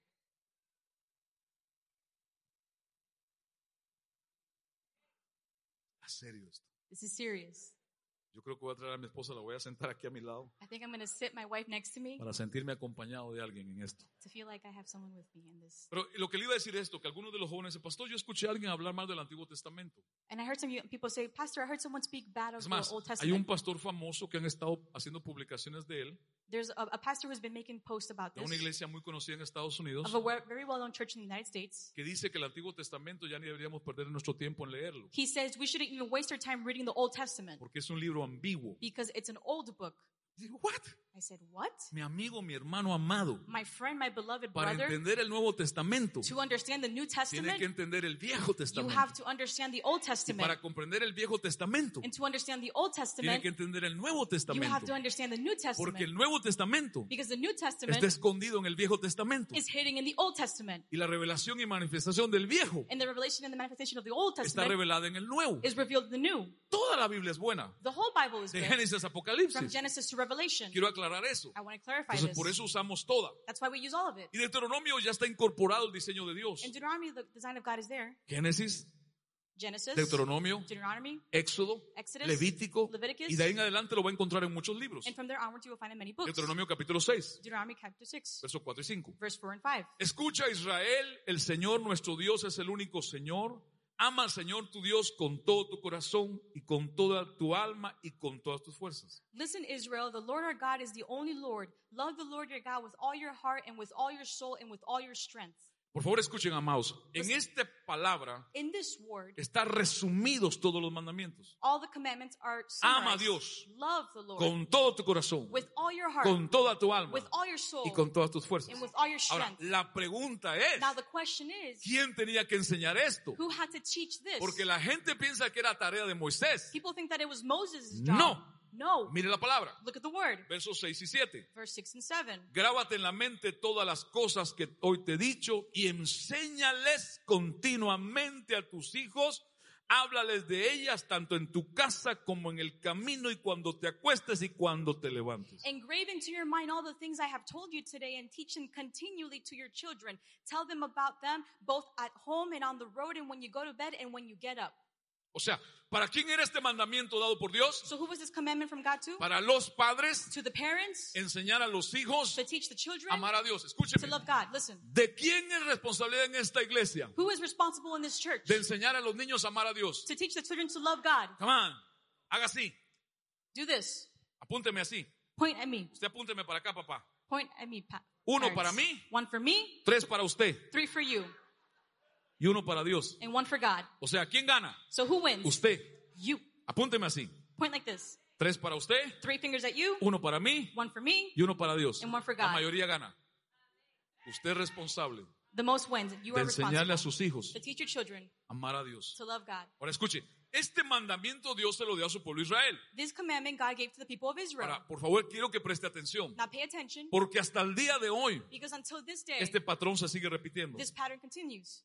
Speaker 1: ¿A Ah, serio esto?
Speaker 2: This is serious.
Speaker 1: Yo creo que voy a traer a mi esposa, la voy a sentar aquí a mi lado
Speaker 2: I think I'm going to sit my wife next to me
Speaker 1: para sentirme acompañado de alguien en esto.
Speaker 2: to feel like I have someone with me in this.
Speaker 1: Pero lo que le iba a decir es esto, que algunos de los jóvenes dicen, pastor, yo escuché a alguien hablar mal del Antiguo Testamento.
Speaker 2: And I heard some people say, Pastor, I heard someone speak bad of
Speaker 1: Es
Speaker 2: the
Speaker 1: más,
Speaker 2: Old
Speaker 1: hay un
Speaker 2: Testament.
Speaker 1: pastor famoso que han estado haciendo publicaciones de él,
Speaker 2: There's a, a pastor who's been making posts about
Speaker 1: de una
Speaker 2: this
Speaker 1: iglesia muy conocida en Estados
Speaker 2: of
Speaker 1: Unidos,
Speaker 2: a we- very well-known church in the United States.
Speaker 1: que dice que el Antiguo Testamento ya ni deberíamos perder nuestro tiempo en leerlo,
Speaker 2: He says we shouldn't even waste our time reading the Old Testament
Speaker 1: porque es un libro ambiguo.
Speaker 2: because it's an old book.
Speaker 1: Y digo, ¿what?
Speaker 2: I said, What?
Speaker 1: Mi amigo, mi hermano amado,
Speaker 2: My friend, my beloved
Speaker 1: para
Speaker 2: brother,
Speaker 1: entender el Nuevo Testamento,
Speaker 2: to understand the New
Speaker 1: tiene que
Speaker 2: Testament,
Speaker 1: entender el Viejo
Speaker 2: you
Speaker 1: Testamento.
Speaker 2: have to understand the Old
Speaker 1: Y
Speaker 2: Testament.
Speaker 1: para comprender el Viejo Testamento,
Speaker 2: And to understand the Old
Speaker 1: tiene
Speaker 2: Testament,
Speaker 1: que entender el Nuevo
Speaker 2: you have to
Speaker 1: Testamento.
Speaker 2: understand the New
Speaker 1: Porque el
Speaker 2: Testament.
Speaker 1: Nuevo Testamento
Speaker 2: Because the New
Speaker 1: está
Speaker 2: Testament
Speaker 1: escondido en el Viejo Testamento.
Speaker 2: is hidden in the Old Testament.
Speaker 1: Y la revelación y manifestación del Viejo
Speaker 2: And the revelation and the manifestation of the Old
Speaker 1: está
Speaker 2: Testament
Speaker 1: revelada en el Nuevo.
Speaker 2: is revealed in the New.
Speaker 1: Toda la Biblia es buena.
Speaker 2: The whole Bible is
Speaker 1: De
Speaker 2: good.
Speaker 1: Génesis a
Speaker 2: From
Speaker 1: Apocalipsis.
Speaker 2: Genesis to Revelation.
Speaker 1: Quiero aclarar eso.
Speaker 2: I want to clarify
Speaker 1: Entonces, por
Speaker 2: this.
Speaker 1: eso usamos toda.
Speaker 2: That's why we use all of it.
Speaker 1: Y Deuteronomio ya está incorporado el diseño de Dios.
Speaker 2: In Deuteronomy, the design of God is there.
Speaker 1: Génesis,
Speaker 2: Genesis,
Speaker 1: Deuteronomio,
Speaker 2: Deuteronomy,
Speaker 1: Éxodo,
Speaker 2: Exodus,
Speaker 1: Levítico.
Speaker 2: Leviticus.
Speaker 1: Y de ahí en adelante lo va a encontrar en muchos libros.
Speaker 2: and from there onwards you will find in many books.
Speaker 1: Deuteronomio capítulo 6,
Speaker 2: Deuteronomy chapter 6,
Speaker 1: versos 4 y 5.
Speaker 2: verse 4 and 5.
Speaker 1: Escucha Israel, el Señor nuestro Dios es el único Señor. Ama al Señor tu Dios con todo tu corazón y con toda tu alma y con todas tus fuerzas.
Speaker 2: Listen, Israel, the Lord our God is the only Lord. Love the Lord your God with all your heart and with all your soul and with all your strength.
Speaker 1: Por favor, escuchen, amados. En
Speaker 2: Pues-
Speaker 1: esta palabra
Speaker 2: In this word,
Speaker 1: están resumidos todos los mandamientos.
Speaker 2: all the commandments are summarized.
Speaker 1: Ama a Dios
Speaker 2: Love the Lord
Speaker 1: con todo tu corazón,
Speaker 2: with all your heart,
Speaker 1: con toda tu alma
Speaker 2: with all your soul,
Speaker 1: y con todas tus fuerzas.
Speaker 2: and with all your
Speaker 1: Ahora,
Speaker 2: strength.
Speaker 1: la pregunta es,
Speaker 2: Now the question is,
Speaker 1: ¿quién tenía que enseñar esto?
Speaker 2: who had to teach this?
Speaker 1: Porque la gente piensa que era tarea de Moisés.
Speaker 2: People think that it was Moses' job.
Speaker 1: No.
Speaker 2: No.
Speaker 1: Mire la palabra,
Speaker 2: Look at the word,
Speaker 1: versos 6 y 7.
Speaker 2: verse 6 and 7.
Speaker 1: Grábate en la mente todas las cosas que hoy te he dicho y enséñales continuamente a tus hijos. Háblales de ellas tanto en tu casa como en el camino y cuando te acuestes y cuando te levantes.
Speaker 2: Engrave into your mind all the things I have told you today and teach them continually to your children. Tell them about them both at home and on the road and when you go to bed and when you get up.
Speaker 1: O sea, ¿para quién era este mandamiento dado por Dios?
Speaker 2: So who was this commandment from God to?
Speaker 1: Para los padres,
Speaker 2: To the parents,
Speaker 1: enseñar a los hijos
Speaker 2: to teach the children,
Speaker 1: amar a Dios.
Speaker 2: to
Speaker 1: Escúcheme.
Speaker 2: love God. Listen,
Speaker 1: ¿De quién es responsabilidad en esta iglesia?
Speaker 2: who is responsible in this church?
Speaker 1: De enseñar a los niños a amar a Dios.
Speaker 2: To teach the children to love God.
Speaker 1: Come on, haga así.
Speaker 2: Do this.
Speaker 1: Apúnteme así.
Speaker 2: Point at me.
Speaker 1: Usted apúnteme para acá, papá.
Speaker 2: Point at me, Pat.
Speaker 1: Uno para mí.
Speaker 2: One for me,
Speaker 1: Tres para usted
Speaker 2: three for you,
Speaker 1: y uno para Dios.
Speaker 2: and one for God.
Speaker 1: O sea, ¿quién gana?
Speaker 2: So who wins?
Speaker 1: Usted.
Speaker 2: You.
Speaker 1: Apúnteme así.
Speaker 2: Point like this.
Speaker 1: Tres para usted,
Speaker 2: Three fingers at you,
Speaker 1: uno para mí
Speaker 2: one for me,
Speaker 1: y uno para Dios.
Speaker 2: And one for
Speaker 1: La
Speaker 2: God.
Speaker 1: mayoría gana. Usted es responsable
Speaker 2: the most wins. You
Speaker 1: de
Speaker 2: are
Speaker 1: enseñarle
Speaker 2: responsible
Speaker 1: a sus hijos
Speaker 2: to teach your children
Speaker 1: amar a Dios.
Speaker 2: to love God.
Speaker 1: Ahora escuche, este mandamiento Dios se lo dio a su pueblo Israel.
Speaker 2: This commandment God gave to the people of Israel.
Speaker 1: Ahora, por favor, quiero que preste atención,
Speaker 2: Now pay attention,
Speaker 1: porque hasta el día de hoy
Speaker 2: because until this day,
Speaker 1: este patrón se sigue repitiendo.
Speaker 2: this pattern continues.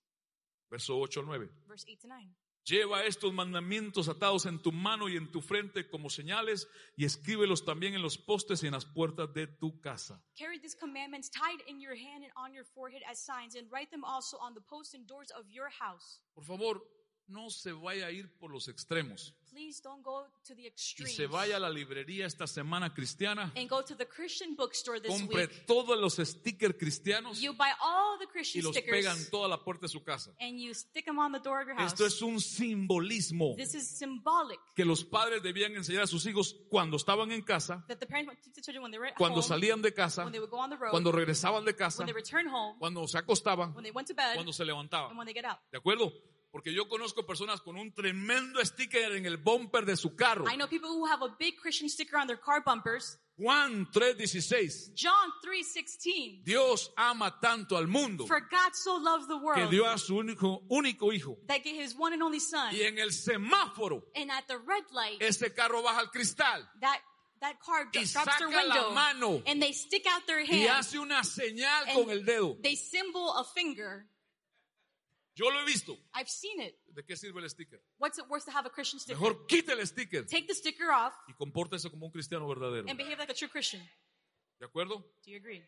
Speaker 1: Verso 8 al 9.
Speaker 2: Verse 8 to 9.
Speaker 1: Lleva estos mandamientos atados en tu mano y en tu frente como señales y escríbelos también en los postes y en las puertas de tu casa.
Speaker 2: Carry these commandments tied in your hand and on your forehead as signs, and write them also on the posts and doors of your house.
Speaker 1: Por favor, no se vaya a ir por los extremos
Speaker 2: Please don't go to the
Speaker 1: y
Speaker 2: extremes.
Speaker 1: se vaya a la librería esta semana cristiana,
Speaker 2: And go to the Christian bookstore this
Speaker 1: compre
Speaker 2: week.
Speaker 1: todos los stickers cristianos
Speaker 2: You buy all the
Speaker 1: y
Speaker 2: Christian
Speaker 1: los
Speaker 2: stickers
Speaker 1: pegan toda la puerta de su casa.
Speaker 2: and you stick them on the door of your house.
Speaker 1: Esto es un simbolismo
Speaker 2: This is symbolic
Speaker 1: que los padres debían enseñar a sus hijos cuando estaban en casa,
Speaker 2: that the parents would teach the children when they were at
Speaker 1: cuando
Speaker 2: home,
Speaker 1: salían de casa,
Speaker 2: when they would go on the road,
Speaker 1: cuando regresaban de casa,
Speaker 2: when they return home,
Speaker 1: cuando se acostaban,
Speaker 2: when they went to bed,
Speaker 1: cuando se
Speaker 2: and
Speaker 1: levantaban.
Speaker 2: when they get up.
Speaker 1: ¿De acuerdo? Porque yo conozco personas con un tremendo sticker en el bumper de su carro.
Speaker 2: I know people who have a big Christian sticker on their car bumpers.
Speaker 1: Juan 3:16.
Speaker 2: John 3:16.
Speaker 1: Dios ama tanto al mundo
Speaker 2: For God so loved the
Speaker 1: que
Speaker 2: world
Speaker 1: dio a su único, único hijo.
Speaker 2: that gave his one and only son.
Speaker 1: Y en el semáforo,
Speaker 2: And at the red light,
Speaker 1: ese carro baja al cristal
Speaker 2: that that car
Speaker 1: Y
Speaker 2: dro- drops their
Speaker 1: saca la
Speaker 2: window
Speaker 1: mano.
Speaker 2: and they stick out their
Speaker 1: y
Speaker 2: hand.
Speaker 1: hace una señal
Speaker 2: and
Speaker 1: con el dedo.
Speaker 2: They symbol a finger.
Speaker 1: Yo lo he visto.
Speaker 2: I've seen it.
Speaker 1: ¿De qué sirve el sticker?
Speaker 2: What's it worth to have a Christian sticker?
Speaker 1: Mejor quite el sticker
Speaker 2: Take the sticker off
Speaker 1: y compórtese como un cristiano verdadero.
Speaker 2: and behave like a true Christian.
Speaker 1: ¿De acuerdo?
Speaker 2: Do you agree?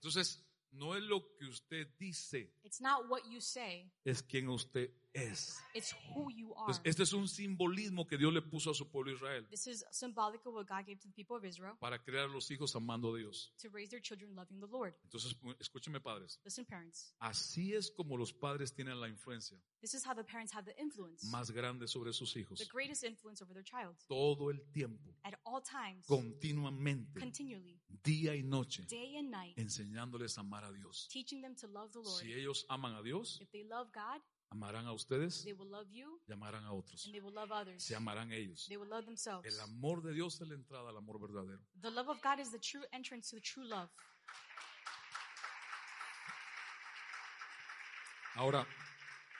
Speaker 1: Entonces, no es lo que usted dice,
Speaker 2: It's not what you say,
Speaker 1: es quien usted es.
Speaker 2: it's who you are.
Speaker 1: Entonces, este es un simbolismo que Dios le puso a su pueblo Israel
Speaker 2: This is symbolic of what God gave to the people of Israel
Speaker 1: para crear a los hijos amando a Dios.
Speaker 2: to raise their children loving the Lord.
Speaker 1: Entonces, escúcheme padres,
Speaker 2: Listen, parents.
Speaker 1: así es como los padres tienen la influencia
Speaker 2: This is how the parents have the influence,
Speaker 1: más grande sobre sus
Speaker 2: the
Speaker 1: hijos.
Speaker 2: greatest influence over their child
Speaker 1: Todo el tiempo,
Speaker 2: at all times,
Speaker 1: continuamente,
Speaker 2: continually,
Speaker 1: día y noche,
Speaker 2: day and night,
Speaker 1: enseñándoles a amar a Dios.
Speaker 2: teaching them to love the Lord.
Speaker 1: Si ellos aman a Dios,
Speaker 2: If they love God,
Speaker 1: Amarán a ustedes
Speaker 2: They will love you
Speaker 1: y amarán a otros.
Speaker 2: and they will love others.
Speaker 1: Se amarán ellos.
Speaker 2: They will love themselves.
Speaker 1: El amor de Dios es la entrada al amor verdadero.
Speaker 2: The love of God is the true entrance to the true love.
Speaker 1: Ahora,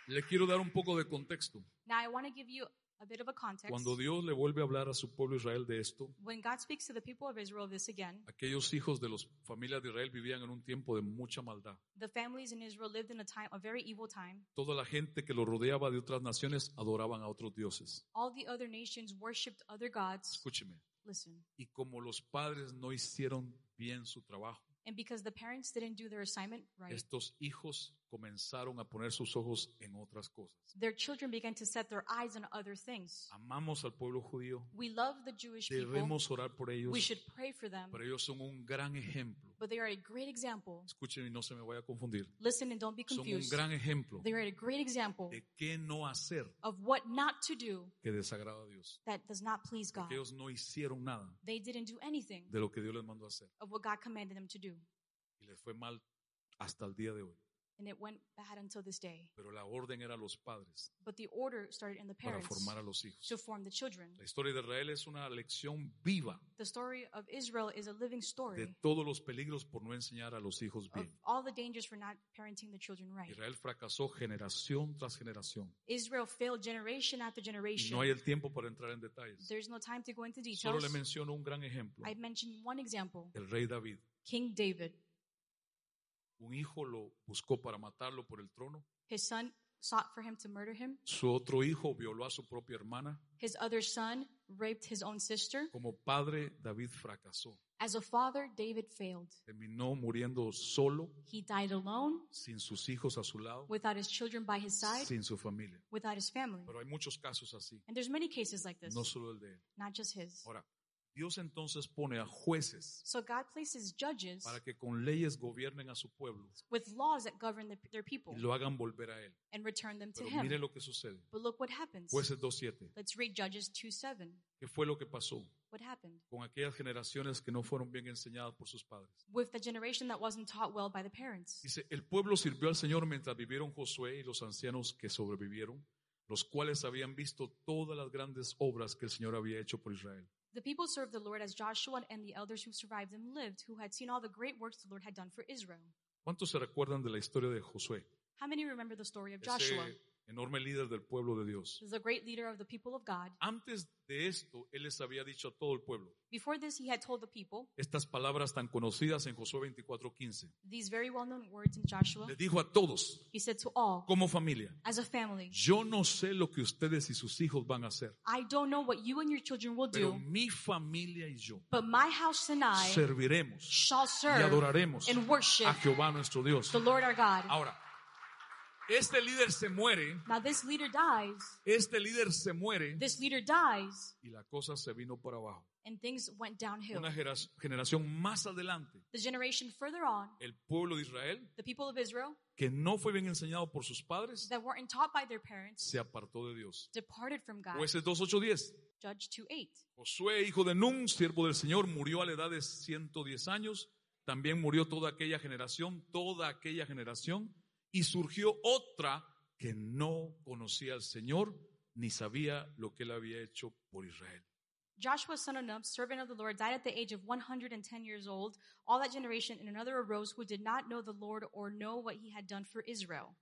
Speaker 1: le quiero dar un poco de contexto.
Speaker 2: Now, I want to give you a bit of a context.
Speaker 1: Cuando Dios le vuelve a hablar a su pueblo Israel de esto,
Speaker 2: when God speaks to the people of Israel this again,
Speaker 1: aquellos hijos de las familias de Israel vivían en un tiempo de mucha maldad.
Speaker 2: the families in Israel lived in a time, a very evil time.
Speaker 1: Toda la gente que los rodeaba de otras naciones adoraban a otros dioses.
Speaker 2: All the other nations worshipped other gods.
Speaker 1: Escúcheme.
Speaker 2: Listen.
Speaker 1: Y como los padres no hicieron bien su trabajo,
Speaker 2: And because the parents didn't do their assignment right,
Speaker 1: estos hijos comenzaron a poner sus ojos en otras cosas.
Speaker 2: their children began to set their eyes on other things.
Speaker 1: Amamos al pueblo judío,
Speaker 2: We love the Jewish people.
Speaker 1: debemos orar por ellos,
Speaker 2: We should pray for them.
Speaker 1: pero ellos son un gran ejemplo.
Speaker 2: But they are a great example.
Speaker 1: Escúcheme y no se me vaya a confundir.
Speaker 2: Listen and don't be
Speaker 1: Son un
Speaker 2: confused.
Speaker 1: gran ejemplo
Speaker 2: They are a great example
Speaker 1: de qué no hacer
Speaker 2: of what not to do
Speaker 1: que desagrada a Dios.
Speaker 2: that does not please God.
Speaker 1: Porque ellos no hicieron nada
Speaker 2: They didn't do anything
Speaker 1: de lo que Dios les mandó a hacer
Speaker 2: of what God commanded them to do.
Speaker 1: y les fue mal hasta el día de hoy.
Speaker 2: And it went bad until this day.
Speaker 1: Pero la orden era a los padres
Speaker 2: But the order started in the
Speaker 1: para
Speaker 2: parents
Speaker 1: formar a los hijos.
Speaker 2: to form the children.
Speaker 1: La historia de Israel es una lección viva
Speaker 2: The story of Israel is a living
Speaker 1: de
Speaker 2: story
Speaker 1: todos los peligros por no enseñar a los hijos
Speaker 2: of
Speaker 1: bien.
Speaker 2: all the dangers for not parenting the children right.
Speaker 1: Israel fracasó generación tras generación.
Speaker 2: Israel failed generation after
Speaker 1: Y
Speaker 2: generation.
Speaker 1: no hay el tiempo para entrar en detalles.
Speaker 2: There's no time to go into
Speaker 1: Solo
Speaker 2: details.
Speaker 1: le menciono un gran ejemplo.
Speaker 2: I mentioned one example
Speaker 1: El rey David.
Speaker 2: King David.
Speaker 1: Un hijo lo buscó para matarlo por el trono.
Speaker 2: His son sought for him to murder him.
Speaker 1: Su otro hijo violó a su propia hermana.
Speaker 2: His other son raped his own sister.
Speaker 1: Como padre, David fracasó.
Speaker 2: As a father, David failed.
Speaker 1: Terminó muriendo solo,
Speaker 2: He died alone,
Speaker 1: sin sus hijos a su lado,
Speaker 2: without his children by his side,
Speaker 1: sin su familia.
Speaker 2: without his family.
Speaker 1: Pero hay muchos casos así,
Speaker 2: And there's many cases like this,
Speaker 1: no solo el de él.
Speaker 2: not just his.
Speaker 1: Ahora, Dios entonces pone a jueces
Speaker 2: So God places judges
Speaker 1: para que con leyes gobiernen a su pueblo
Speaker 2: with laws that govern the, their people
Speaker 1: y lo hagan volver a él.
Speaker 2: and return them to
Speaker 1: Pero mire
Speaker 2: him.
Speaker 1: lo que sucede.
Speaker 2: But look what happens.
Speaker 1: Jueces 2.7.
Speaker 2: Let's read Judges 2 7.
Speaker 1: ¿Qué fue lo que pasó
Speaker 2: What happened?
Speaker 1: con aquellas generaciones que no fueron bien enseñadas por sus padres?
Speaker 2: With the generation that wasn't taught well by the parents.
Speaker 1: Dice, el pueblo sirvió al Señor mientras vivieron Josué y los ancianos que sobrevivieron, los cuales habían visto todas las grandes obras que el Señor había hecho por Israel.
Speaker 2: The people served the Lord as Joshua and the elders who survived him lived, who had seen all the great works the Lord had done for Israel.
Speaker 1: ¿Cuántos se recuerdan de la historia de Josué?
Speaker 2: How many remember the story of Joshua?
Speaker 1: Ese enorme líder del pueblo de Dios.
Speaker 2: The great leader of the people of God.
Speaker 1: Antes de esto, él les había dicho a todo el pueblo
Speaker 2: Before this, he had told the people
Speaker 1: estas palabras tan conocidas en Josué 24:15.
Speaker 2: these very well known words in Joshua.
Speaker 1: Les dijo a todos,
Speaker 2: He said to all,
Speaker 1: como familia,
Speaker 2: as a family,
Speaker 1: yo no sé lo que ustedes y sus hijos van a hacer,
Speaker 2: I don't know what you and your children will
Speaker 1: pero
Speaker 2: do,
Speaker 1: mi familia y yo
Speaker 2: but my house and I
Speaker 1: serviremos
Speaker 2: shall
Speaker 1: y
Speaker 2: serve
Speaker 1: adoraremos
Speaker 2: and
Speaker 1: a
Speaker 2: worship
Speaker 1: Jehová nuestro Dios.
Speaker 2: the Lord our God.
Speaker 1: Ahora, este líder se muere,
Speaker 2: Now this leader dies.
Speaker 1: este líder se muere
Speaker 2: This leader dies,
Speaker 1: y la cosa se vino para abajo.
Speaker 2: and things went downhill.
Speaker 1: Una gera- generación más adelante,
Speaker 2: The generation further on,
Speaker 1: el pueblo de Israel
Speaker 2: the people of Israel
Speaker 1: que no fue bien enseñado por sus padres,
Speaker 2: that weren't taught by their parents
Speaker 1: se apartó de Dios.
Speaker 2: departed from God.
Speaker 1: Jueces 2.8.10.
Speaker 2: Judge 2 8.
Speaker 1: Josué, hijo de Nun, siervo del Señor, murió a la edad de 110 años. También murió toda aquella generación, toda aquella generación. Y surgió otra que no conocía al Señor, ni sabía lo que él había hecho por Israel.
Speaker 2: Joshua, son of Nun, servant of the Lord, died at the age of 110 years old. All that generation and another arose who did not know the Lord or know what he had done for Israel.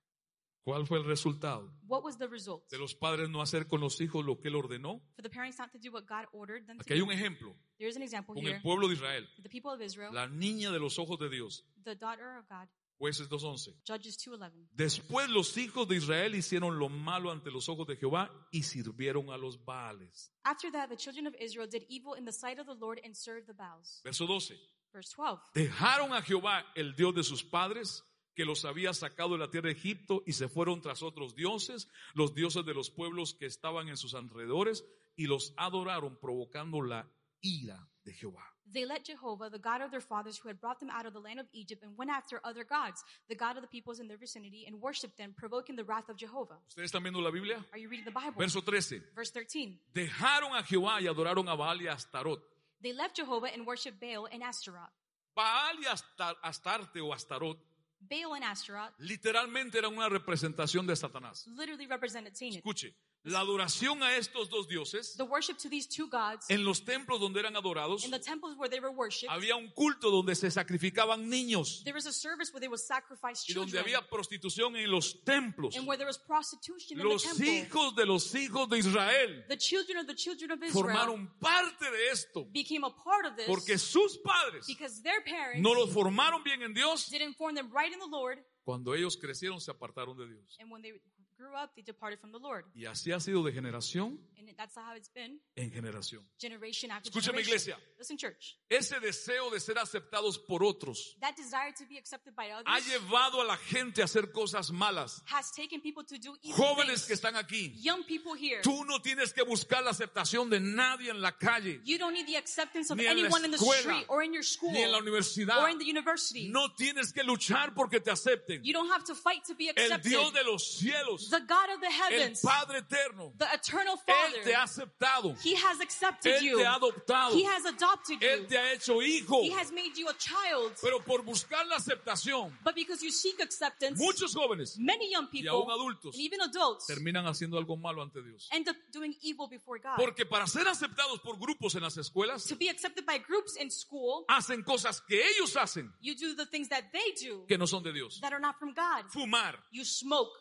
Speaker 1: ¿Cuál fue el resultado?
Speaker 2: What was the result?
Speaker 1: De los padres no hacer con los hijos lo que él ordenó.
Speaker 2: For the parents not to do what God ordered them
Speaker 1: Aquí
Speaker 2: to
Speaker 1: hay
Speaker 2: do.
Speaker 1: un ejemplo
Speaker 2: There's an example
Speaker 1: con
Speaker 2: here.
Speaker 1: el pueblo de Israel,
Speaker 2: For the people of Israel,
Speaker 1: la niña de los ojos de Dios.
Speaker 2: the daughter of God,
Speaker 1: Jueces 2.11.
Speaker 2: Judges 2:11.
Speaker 1: Después los hijos de Israel hicieron lo malo ante los ojos de Jehová y sirvieron a los Baales.
Speaker 2: After that, the children of Israel did evil in the sight of the Lord and served the Baals.
Speaker 1: Verso 12.
Speaker 2: Verse 12.
Speaker 1: Dejaron a Jehová, el Dios de sus padres, que los había sacado de la tierra de Egipto, y se fueron tras otros dioses, los dioses de los pueblos que estaban en sus alrededores, y los adoraron, provocando la ira de Jehová.
Speaker 2: They let Jehovah, the God of their fathers, who had brought them out of the land of Egypt, and went after other gods, the God of the peoples in their vicinity, and worshipped them, provoking the wrath of Jehovah.
Speaker 1: ¿Ustedes están viendo la Biblia?
Speaker 2: Are you reading the Bible?
Speaker 1: Verso 13.
Speaker 2: Verse 13.
Speaker 1: Dejaron a Jehová y adoraron a Baal y a Astarot.
Speaker 2: They left Jehovah and worshipped Baal and Ashtaroth.
Speaker 1: Baal y Astar- Astarte o Astarot
Speaker 2: Baal and Ashtaroth
Speaker 1: Literalmente era una representación de Satanás.
Speaker 2: literally represented Satan.
Speaker 1: Escuche, la adoración a estos dos dioses
Speaker 2: The worship to these two gods
Speaker 1: en los templos donde eran adorados,
Speaker 2: in the temples where they were worshipped,
Speaker 1: había un culto donde se sacrificaban niños
Speaker 2: there was a service where they would sacrifice
Speaker 1: y donde
Speaker 2: children,
Speaker 1: había prostitución en los templos.
Speaker 2: and where there was prostitution in the
Speaker 1: Los
Speaker 2: temple.
Speaker 1: hijos de los hijos de Israel
Speaker 2: The children of the children of Israel
Speaker 1: formaron parte de esto
Speaker 2: became a part of this
Speaker 1: porque sus padres
Speaker 2: because their parents
Speaker 1: no los formaron bien en Dios.
Speaker 2: didn't form them right in the Lord,
Speaker 1: Cuando ellos crecieron se apartaron de Dios.
Speaker 2: and when they grew up, they departed from the Lord.
Speaker 1: Y así ha sido de generación
Speaker 2: And that's how it's been,
Speaker 1: en generación.
Speaker 2: generation after
Speaker 1: Escúchame,
Speaker 2: generation.
Speaker 1: iglesia.
Speaker 2: Listen, church.
Speaker 1: Ese deseo de ser aceptados por otros
Speaker 2: That desire to be accepted by others
Speaker 1: ha llevado a la gente a hacer cosas malas.
Speaker 2: has taken people to do evil
Speaker 1: Jóvenes
Speaker 2: things.
Speaker 1: que están aquí,
Speaker 2: Young people here,
Speaker 1: tú no tienes que buscar la aceptación de nadie en la calle,
Speaker 2: you don't need the acceptance of
Speaker 1: Ni en la
Speaker 2: anyone in the
Speaker 1: escuela,
Speaker 2: street or in your school
Speaker 1: ni en la universidad.
Speaker 2: or in the university.
Speaker 1: No tienes que luchar porque te acepten.
Speaker 2: You don't have to fight to be
Speaker 1: El
Speaker 2: accepted.
Speaker 1: Dios de los cielos,
Speaker 2: the God of the
Speaker 1: el
Speaker 2: heavens,
Speaker 1: Padre eterno,
Speaker 2: the eternal
Speaker 1: Él
Speaker 2: Father,
Speaker 1: te ha aceptado,
Speaker 2: He has accepted
Speaker 1: Él
Speaker 2: you.
Speaker 1: te ha adoptado,
Speaker 2: He has adopted
Speaker 1: Él
Speaker 2: you.
Speaker 1: te ha hecho hijo.
Speaker 2: He has made you a child.
Speaker 1: Pero por buscar la aceptación,
Speaker 2: But because you seek acceptance,
Speaker 1: muchos jóvenes
Speaker 2: many young people,
Speaker 1: aún adultos,
Speaker 2: and even adults,
Speaker 1: terminan haciendo algo malo ante Dios.
Speaker 2: end up doing evil before God.
Speaker 1: Porque para ser aceptados por grupos en las escuelas,
Speaker 2: to be accepted by groups in school,
Speaker 1: hacen cosas que ellos hacen
Speaker 2: you do the things that they do
Speaker 1: que no son de Dios.
Speaker 2: that are not from God.
Speaker 1: Fumar,
Speaker 2: You smoke.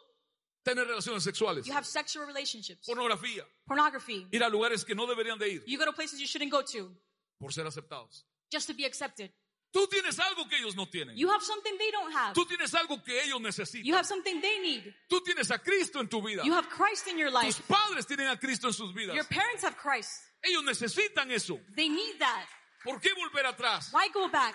Speaker 1: tener relaciones sexuales,
Speaker 2: You have sexual relationships.
Speaker 1: pornografía,
Speaker 2: pornography.
Speaker 1: ir a lugares que no deberían de ir
Speaker 2: You go to places you shouldn't go to
Speaker 1: por ser aceptados.
Speaker 2: just to be accepted.
Speaker 1: Tú tienes algo que ellos no tienen.
Speaker 2: You have something they don't have.
Speaker 1: Tú tienes algo que ellos
Speaker 2: You
Speaker 1: necesitan.
Speaker 2: have something they need.
Speaker 1: Tú tienes a Cristo en tu vida.
Speaker 2: You have Christ in your
Speaker 1: Tus
Speaker 2: life.
Speaker 1: padres tienen a Cristo en sus vidas.
Speaker 2: Your parents have Christ.
Speaker 1: Ellos necesitan eso.
Speaker 2: They need that.
Speaker 1: ¿Por qué volver atrás?
Speaker 2: Why go back?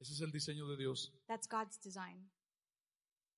Speaker 1: Ese es el diseño de Dios.
Speaker 2: That's God's design.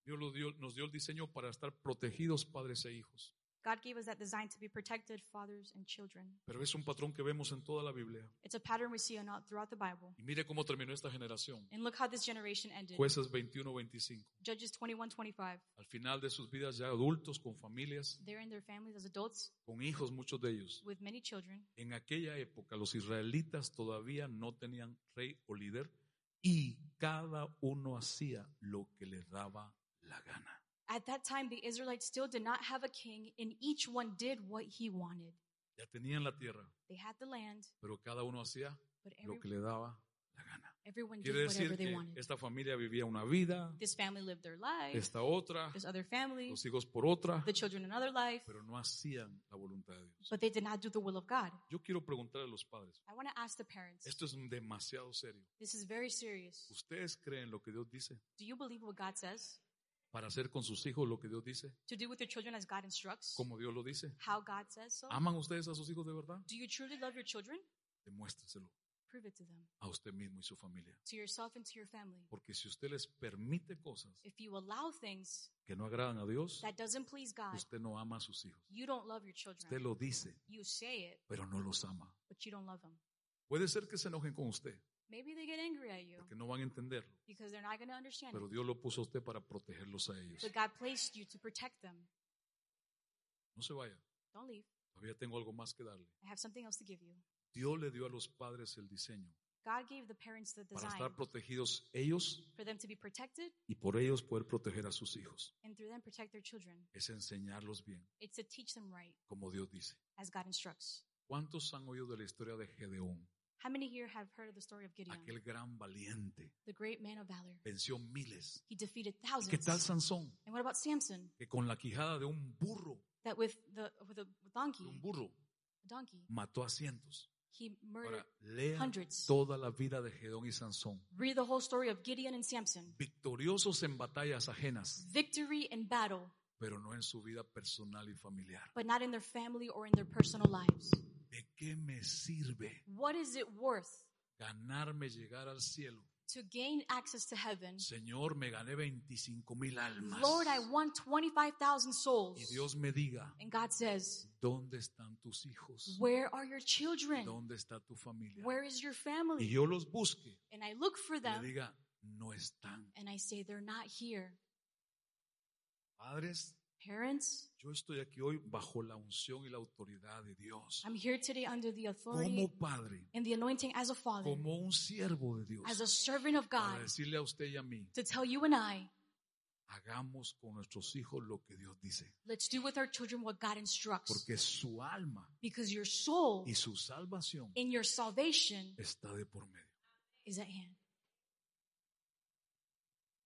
Speaker 1: Dios lo dio- nos dio el diseño para estar protegidos padres e hijos.
Speaker 2: God gave us that design to be protected fathers and children.
Speaker 1: Pero es un patrón que vemos en toda la Biblia.
Speaker 2: It's a pattern we see not throughout the Bible.
Speaker 1: Y mire cómo terminó esta generación.
Speaker 2: And look how this generation ended.
Speaker 1: Jueces 21-25.
Speaker 2: Judges 21 25.
Speaker 1: Al final de sus vidas ya adultos, con familias,
Speaker 2: They're in their families as adults
Speaker 1: con hijos, muchos de ellos.
Speaker 2: with many children.
Speaker 1: En aquella época los israelitas todavía no tenían rey o líder y cada uno hacía lo que les daba la gana.
Speaker 2: At that time, the Israelites still did not have a king, and each one did what he wanted.
Speaker 1: Ya tenían la tierra,
Speaker 2: They had the land,
Speaker 1: pero cada uno hacía
Speaker 2: but every,
Speaker 1: lo que le daba la gana.
Speaker 2: everyone
Speaker 1: Quiere
Speaker 2: did
Speaker 1: decir
Speaker 2: whatever they
Speaker 1: que
Speaker 2: wanted.
Speaker 1: esta familia vivía una vida,
Speaker 2: This family lived their life,
Speaker 1: esta otra,
Speaker 2: this other family,
Speaker 1: los hijos por otra,
Speaker 2: the children another life,
Speaker 1: pero no hacían la voluntad de Dios.
Speaker 2: but they did not do the will of God.
Speaker 1: Yo quiero preguntar a los padres,
Speaker 2: I want to ask the parents
Speaker 1: esto es demasiado serio.
Speaker 2: this is very serious.
Speaker 1: ¿Ustedes creen lo que Dios dice?
Speaker 2: Do you believe what God says?
Speaker 1: ¿Para hacer con sus hijos lo que Dios dice?
Speaker 2: To do with your children as God instructs?
Speaker 1: ¿Como Dios lo dice?
Speaker 2: How God says so?
Speaker 1: ¿Aman ustedes a sus hijos de verdad?
Speaker 2: Do you truly love your children?
Speaker 1: Demuéstreselo
Speaker 2: Prove it to them,
Speaker 1: a usted mismo y su familia.
Speaker 2: to yourself and to your family.
Speaker 1: Porque si usted les permite cosas
Speaker 2: If you allow things
Speaker 1: que no agradan a Dios,
Speaker 2: that doesn't please God,
Speaker 1: usted no ama a sus hijos.
Speaker 2: you don't love your
Speaker 1: Usted
Speaker 2: children.
Speaker 1: lo dice,
Speaker 2: You say it,
Speaker 1: pero no los ama.
Speaker 2: but you don't love them.
Speaker 1: Puede ser que se enojen con usted,
Speaker 2: Maybe they get angry at you
Speaker 1: porque no van a entenderlo.
Speaker 2: because they're not going to understand
Speaker 1: Pero
Speaker 2: it.
Speaker 1: Dios lo puso a usted para protegerlos a ellos.
Speaker 2: But God placed you to protect them.
Speaker 1: No se vaya,
Speaker 2: Don't leave.
Speaker 1: todavía tengo algo más que darle.
Speaker 2: I have something else to give you.
Speaker 1: Dios le dio a los padres el diseño
Speaker 2: God gave the parents the
Speaker 1: para
Speaker 2: design
Speaker 1: estar protegidos ellos
Speaker 2: for them to be protected
Speaker 1: y por ellos poder proteger a sus hijos.
Speaker 2: and through them protect their children.
Speaker 1: Es enseñarlos bien,
Speaker 2: It's to teach them right
Speaker 1: como Dios dice.
Speaker 2: as God instructs.
Speaker 1: ¿Cuántos han oído de la historia de Gedeón?
Speaker 2: How many here have heard of the story of Gideon,
Speaker 1: Aquel gran valiente
Speaker 2: the great man of valor?
Speaker 1: venció miles.
Speaker 2: He defeated
Speaker 1: ¿Y
Speaker 2: thousands.
Speaker 1: qué tal Sansón?
Speaker 2: And what about Samson?
Speaker 1: Que con la quijada de un burro,
Speaker 2: That with the with a donkey,
Speaker 1: de un burro,
Speaker 2: a donkey,
Speaker 1: mató a cientos.
Speaker 2: he murdered.
Speaker 1: Ahora, lea
Speaker 2: hundreds.
Speaker 1: toda la vida de Gedeón y Sansón.
Speaker 2: Read the whole story of Gideon and Samson.
Speaker 1: Victoriosos en batallas ajenas,
Speaker 2: Victory in battle,
Speaker 1: pero no en su vida personal y familiar.
Speaker 2: but not in their family or in their personal lives.
Speaker 1: ¿De qué me sirve
Speaker 2: What is it worth
Speaker 1: ganarme llegar al cielo?
Speaker 2: to gain access to heaven?
Speaker 1: Señor, me gané 25 mil almas.
Speaker 2: Lord, I won 25,000 souls.
Speaker 1: Y Dios me diga,
Speaker 2: And God says,
Speaker 1: ¿dónde están tus hijos?
Speaker 2: Where are your children?
Speaker 1: ¿Dónde está tu familia?
Speaker 2: Where is your
Speaker 1: Y
Speaker 2: family?
Speaker 1: yo los busque
Speaker 2: And I look for
Speaker 1: y le
Speaker 2: them
Speaker 1: diga, no están.
Speaker 2: and I say, They're not here.
Speaker 1: Padres,
Speaker 2: Parents,
Speaker 1: Yo estoy aquí hoy bajo la unción y la autoridad de Dios.
Speaker 2: I'm here today under the authority
Speaker 1: Como padre,
Speaker 2: and the anointing as a father,
Speaker 1: como un siervo de Dios.
Speaker 2: as a servant of God,
Speaker 1: Para decirle a usted y a mí,
Speaker 2: to tell you and I,
Speaker 1: hagamos con nuestros hijos lo que Dios dice.
Speaker 2: let's do with our children what God instructs.
Speaker 1: Porque su alma
Speaker 2: Because your soul
Speaker 1: y su salvación
Speaker 2: in your salvation
Speaker 1: está de por medio.
Speaker 2: is at hand.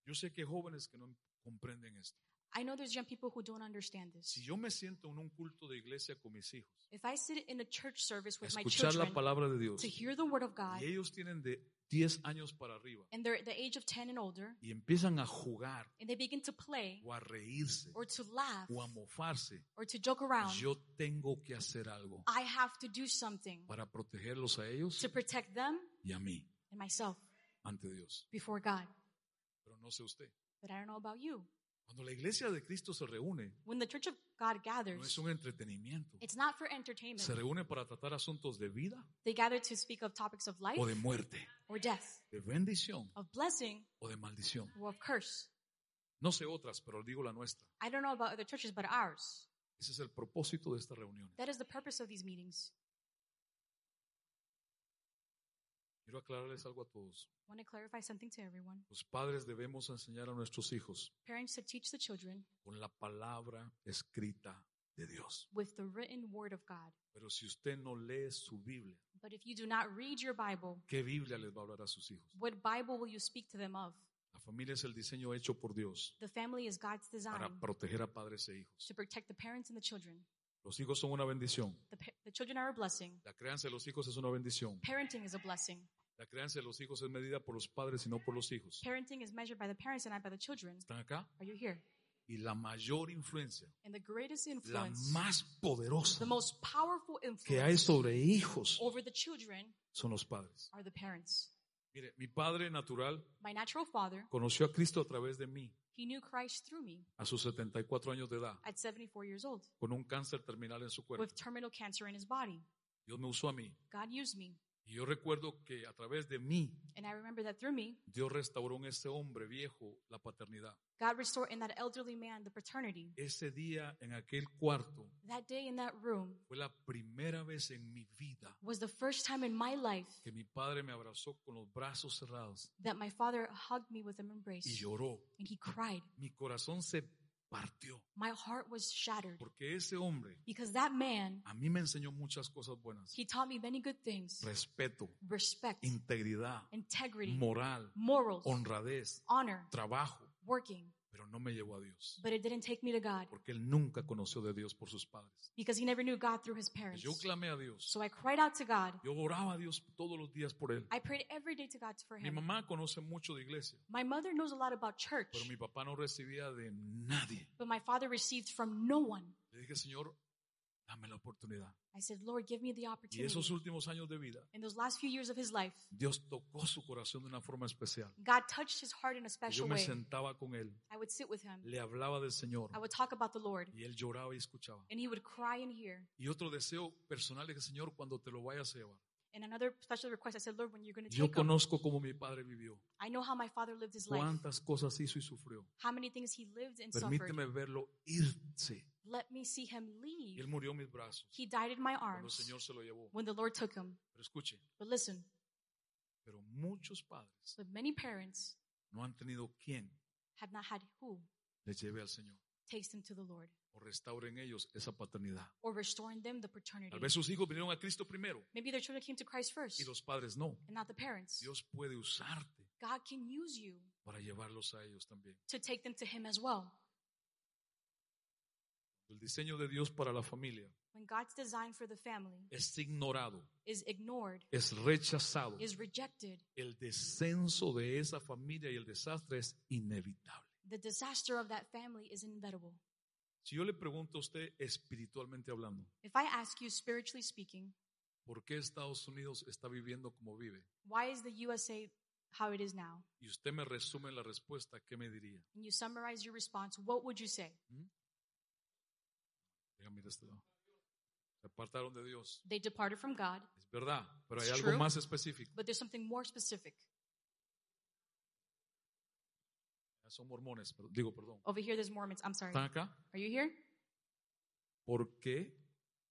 Speaker 1: Yo sé que hay jóvenes que no comprenden esto.
Speaker 2: I know there's young people who don't understand this.
Speaker 1: Si yo me siento en un culto de iglesia con mis hijos,
Speaker 2: If I sit in a church service
Speaker 1: a
Speaker 2: with my
Speaker 1: escuchar
Speaker 2: children
Speaker 1: la palabra de Dios,
Speaker 2: to hear the word of God,
Speaker 1: y ellos tienen de 10 años para arriba,
Speaker 2: and they're at the age of 10 and older,
Speaker 1: y empiezan a jugar
Speaker 2: and they begin to play
Speaker 1: o a reírse
Speaker 2: or to laugh
Speaker 1: o a mofarse,
Speaker 2: or to joke around,
Speaker 1: yo tengo que hacer algo
Speaker 2: I have to do something
Speaker 1: para protegerlos a ellos
Speaker 2: to protect them
Speaker 1: y a mí
Speaker 2: and myself
Speaker 1: ante Dios.
Speaker 2: before God.
Speaker 1: Pero no sé usted.
Speaker 2: But I don't know about you.
Speaker 1: Cuando la iglesia de Cristo se reúne,
Speaker 2: When the church of God
Speaker 1: no es
Speaker 2: gathers,
Speaker 1: un entretenimiento.
Speaker 2: it's not for entertainment.
Speaker 1: Se reúne para tratar asuntos de vida
Speaker 2: They gather to speak of topics of life
Speaker 1: o de muerte,
Speaker 2: or death,
Speaker 1: de bendición
Speaker 2: of blessing
Speaker 1: o de maldición.
Speaker 2: or of curse.
Speaker 1: No sé otras, pero digo la nuestra.
Speaker 2: I don't know about other churches, but ours.
Speaker 1: Ese es el propósito de esta reunión.
Speaker 2: That is the purpose of these meetings.
Speaker 1: Quiero aclararles algo a todos.
Speaker 2: I want to clarify something to everyone.
Speaker 1: Los padres debemos enseñar a nuestros hijos
Speaker 2: Parents to teach the children
Speaker 1: con la palabra escrita de Dios.
Speaker 2: with the written word of God.
Speaker 1: Pero si usted no lee su Biblia,
Speaker 2: But if you do not read your Bible,
Speaker 1: ¿qué Biblia les va a hablar a sus hijos?
Speaker 2: what Bible will you speak to them of?
Speaker 1: La familia es el diseño hecho por Dios
Speaker 2: The family is God's design
Speaker 1: para proteger a padres e hijos.
Speaker 2: to protect the parents and the children.
Speaker 1: Los hijos son una bendición.
Speaker 2: The, pa- the children are a blessing.
Speaker 1: La crianza de los hijos es una bendición.
Speaker 2: Parenting is a blessing.
Speaker 1: La crianza de los hijos es medida por los padres y no por los hijos.
Speaker 2: Parenting is measured by the parents and not by the children.
Speaker 1: ¿Están acá?
Speaker 2: Are you here?
Speaker 1: Y la mayor influencia,
Speaker 2: And the greatest
Speaker 1: la
Speaker 2: influence,
Speaker 1: más
Speaker 2: the
Speaker 1: poderosa
Speaker 2: most powerful
Speaker 1: que hay
Speaker 2: influence
Speaker 1: sobre hijos
Speaker 2: over the children
Speaker 1: son los padres.
Speaker 2: are the parents.
Speaker 1: Mire, mi padre natural
Speaker 2: My natural father,
Speaker 1: conoció a Cristo a través de mí
Speaker 2: he knew Christ through me
Speaker 1: a sus 74 años de edad,
Speaker 2: at 74 years old
Speaker 1: con un cáncer terminal en su cuerpo.
Speaker 2: with terminal cancer in his body.
Speaker 1: Dios me usó a mí.
Speaker 2: God used me.
Speaker 1: Y yo recuerdo que a través de mí,
Speaker 2: And I remember that through me,
Speaker 1: Dios restauró en ese hombre viejo la paternidad.
Speaker 2: God restored in that elderly man the paternity.
Speaker 1: Ese día en aquel cuarto
Speaker 2: That day in that room
Speaker 1: fue la primera vez en mi vida
Speaker 2: was the first time in my life
Speaker 1: que mi padre me abrazó con los brazos cerrados
Speaker 2: that my father hugged me with an
Speaker 1: y
Speaker 2: embrace
Speaker 1: lloró.
Speaker 2: and he cried.
Speaker 1: Mi corazón se partió
Speaker 2: My heart was shattered
Speaker 1: porque ese hombre
Speaker 2: because that man,
Speaker 1: a mí me enseñó muchas cosas buenas.
Speaker 2: he taught me many good things
Speaker 1: Respeto,
Speaker 2: respect,
Speaker 1: integridad,
Speaker 2: integrity,
Speaker 1: moral,
Speaker 2: morals,
Speaker 1: honradez,
Speaker 2: honor,
Speaker 1: trabajo,
Speaker 2: working.
Speaker 1: pero no me llevó a Dios.
Speaker 2: But it didn't take me to God
Speaker 1: Porque él nunca conoció de Dios por sus padres.
Speaker 2: because he never knew God through his parents.
Speaker 1: Yo clamé a Dios.
Speaker 2: So I cried out to God.
Speaker 1: Yo oraba a Dios todos los días por él.
Speaker 2: I prayed every day to God for
Speaker 1: Mi
Speaker 2: him.
Speaker 1: mamá conoce mucho de iglesia,
Speaker 2: My mother knows a lot about church,
Speaker 1: pero mi papá no recibía de nadie.
Speaker 2: but my father received from no one.
Speaker 1: Le dije, Señor, dame la oportunidad.
Speaker 2: I said, Lord, give me the
Speaker 1: Y
Speaker 2: opportunity.
Speaker 1: esos últimos años de vida,
Speaker 2: In those last few years of his life,
Speaker 1: Dios tocó su corazón de una forma especial.
Speaker 2: God touched his heart in a
Speaker 1: Y Yo
Speaker 2: special
Speaker 1: me
Speaker 2: way.
Speaker 1: sentaba con él,
Speaker 2: I would sit with him.
Speaker 1: le hablaba del Señor
Speaker 2: I would talk about the Lord,
Speaker 1: y él lloraba y escuchaba.
Speaker 2: and he would cry and hear.
Speaker 1: Y otro deseo personal es que, Señor, cuando te lo vayas a llevar,
Speaker 2: And another special request, I said, Lord, when you're going to
Speaker 1: yo
Speaker 2: take him,
Speaker 1: conozco cómo mi padre vivió,
Speaker 2: I know how my father lived his life,
Speaker 1: cuántas cosas hizo y sufrió.
Speaker 2: how many things he lived and suffered.
Speaker 1: Permíteme verlo irse.
Speaker 2: Let me see him
Speaker 1: Y él
Speaker 2: leave.
Speaker 1: murió en mis brazos
Speaker 2: He died in my
Speaker 1: cuando el
Speaker 2: arms
Speaker 1: Señor se lo llevó.
Speaker 2: when the Lord took him.
Speaker 1: Pero escuche,
Speaker 2: But listen,
Speaker 1: pero muchos padres
Speaker 2: but many parents
Speaker 1: no han tenido quien
Speaker 2: have not had who
Speaker 1: les lleve al Señor
Speaker 2: takes them to the Lord
Speaker 1: o restaure en ellos esa paternidad.
Speaker 2: or restoring them the paternity.
Speaker 1: Tal vez sus hijos vinieron a Cristo primero
Speaker 2: Maybe their children came to Christ first
Speaker 1: y los padres no.
Speaker 2: and not the parents.
Speaker 1: Dios puede usarte
Speaker 2: God can use you
Speaker 1: para llevarlos a ellos también.
Speaker 2: to take them to him as well.
Speaker 1: El diseño de Dios para la familia
Speaker 2: When God's design for the family
Speaker 1: es ignorado,
Speaker 2: is ignored,
Speaker 1: es rechazado.
Speaker 2: is rejected,
Speaker 1: El descenso de esa familia y el desastre es inevitable.
Speaker 2: the disaster of that family is inevitable.
Speaker 1: Si yo le pregunto a usted espiritualmente hablando,
Speaker 2: If I ask you, spiritually speaking,
Speaker 1: ¿por qué Estados Unidos está viviendo como vive?
Speaker 2: why is the USA how it is now?
Speaker 1: Y usted me resume la respuesta, ¿qué me diría?
Speaker 2: And you summarize your response, what would you say?
Speaker 1: Venga, mira este lado. Se apartaron de Dios.
Speaker 2: They departed from God,
Speaker 1: Es verdad, pero hay
Speaker 2: It's
Speaker 1: algo
Speaker 2: true.
Speaker 1: más específico.
Speaker 2: but there's something more specific.
Speaker 1: Acá Ah, son mormones, pero- digo, perdón.
Speaker 2: Over here, there's Mormons. I'm sorry.
Speaker 1: ¿Están acá?
Speaker 2: Are you here?
Speaker 1: Porque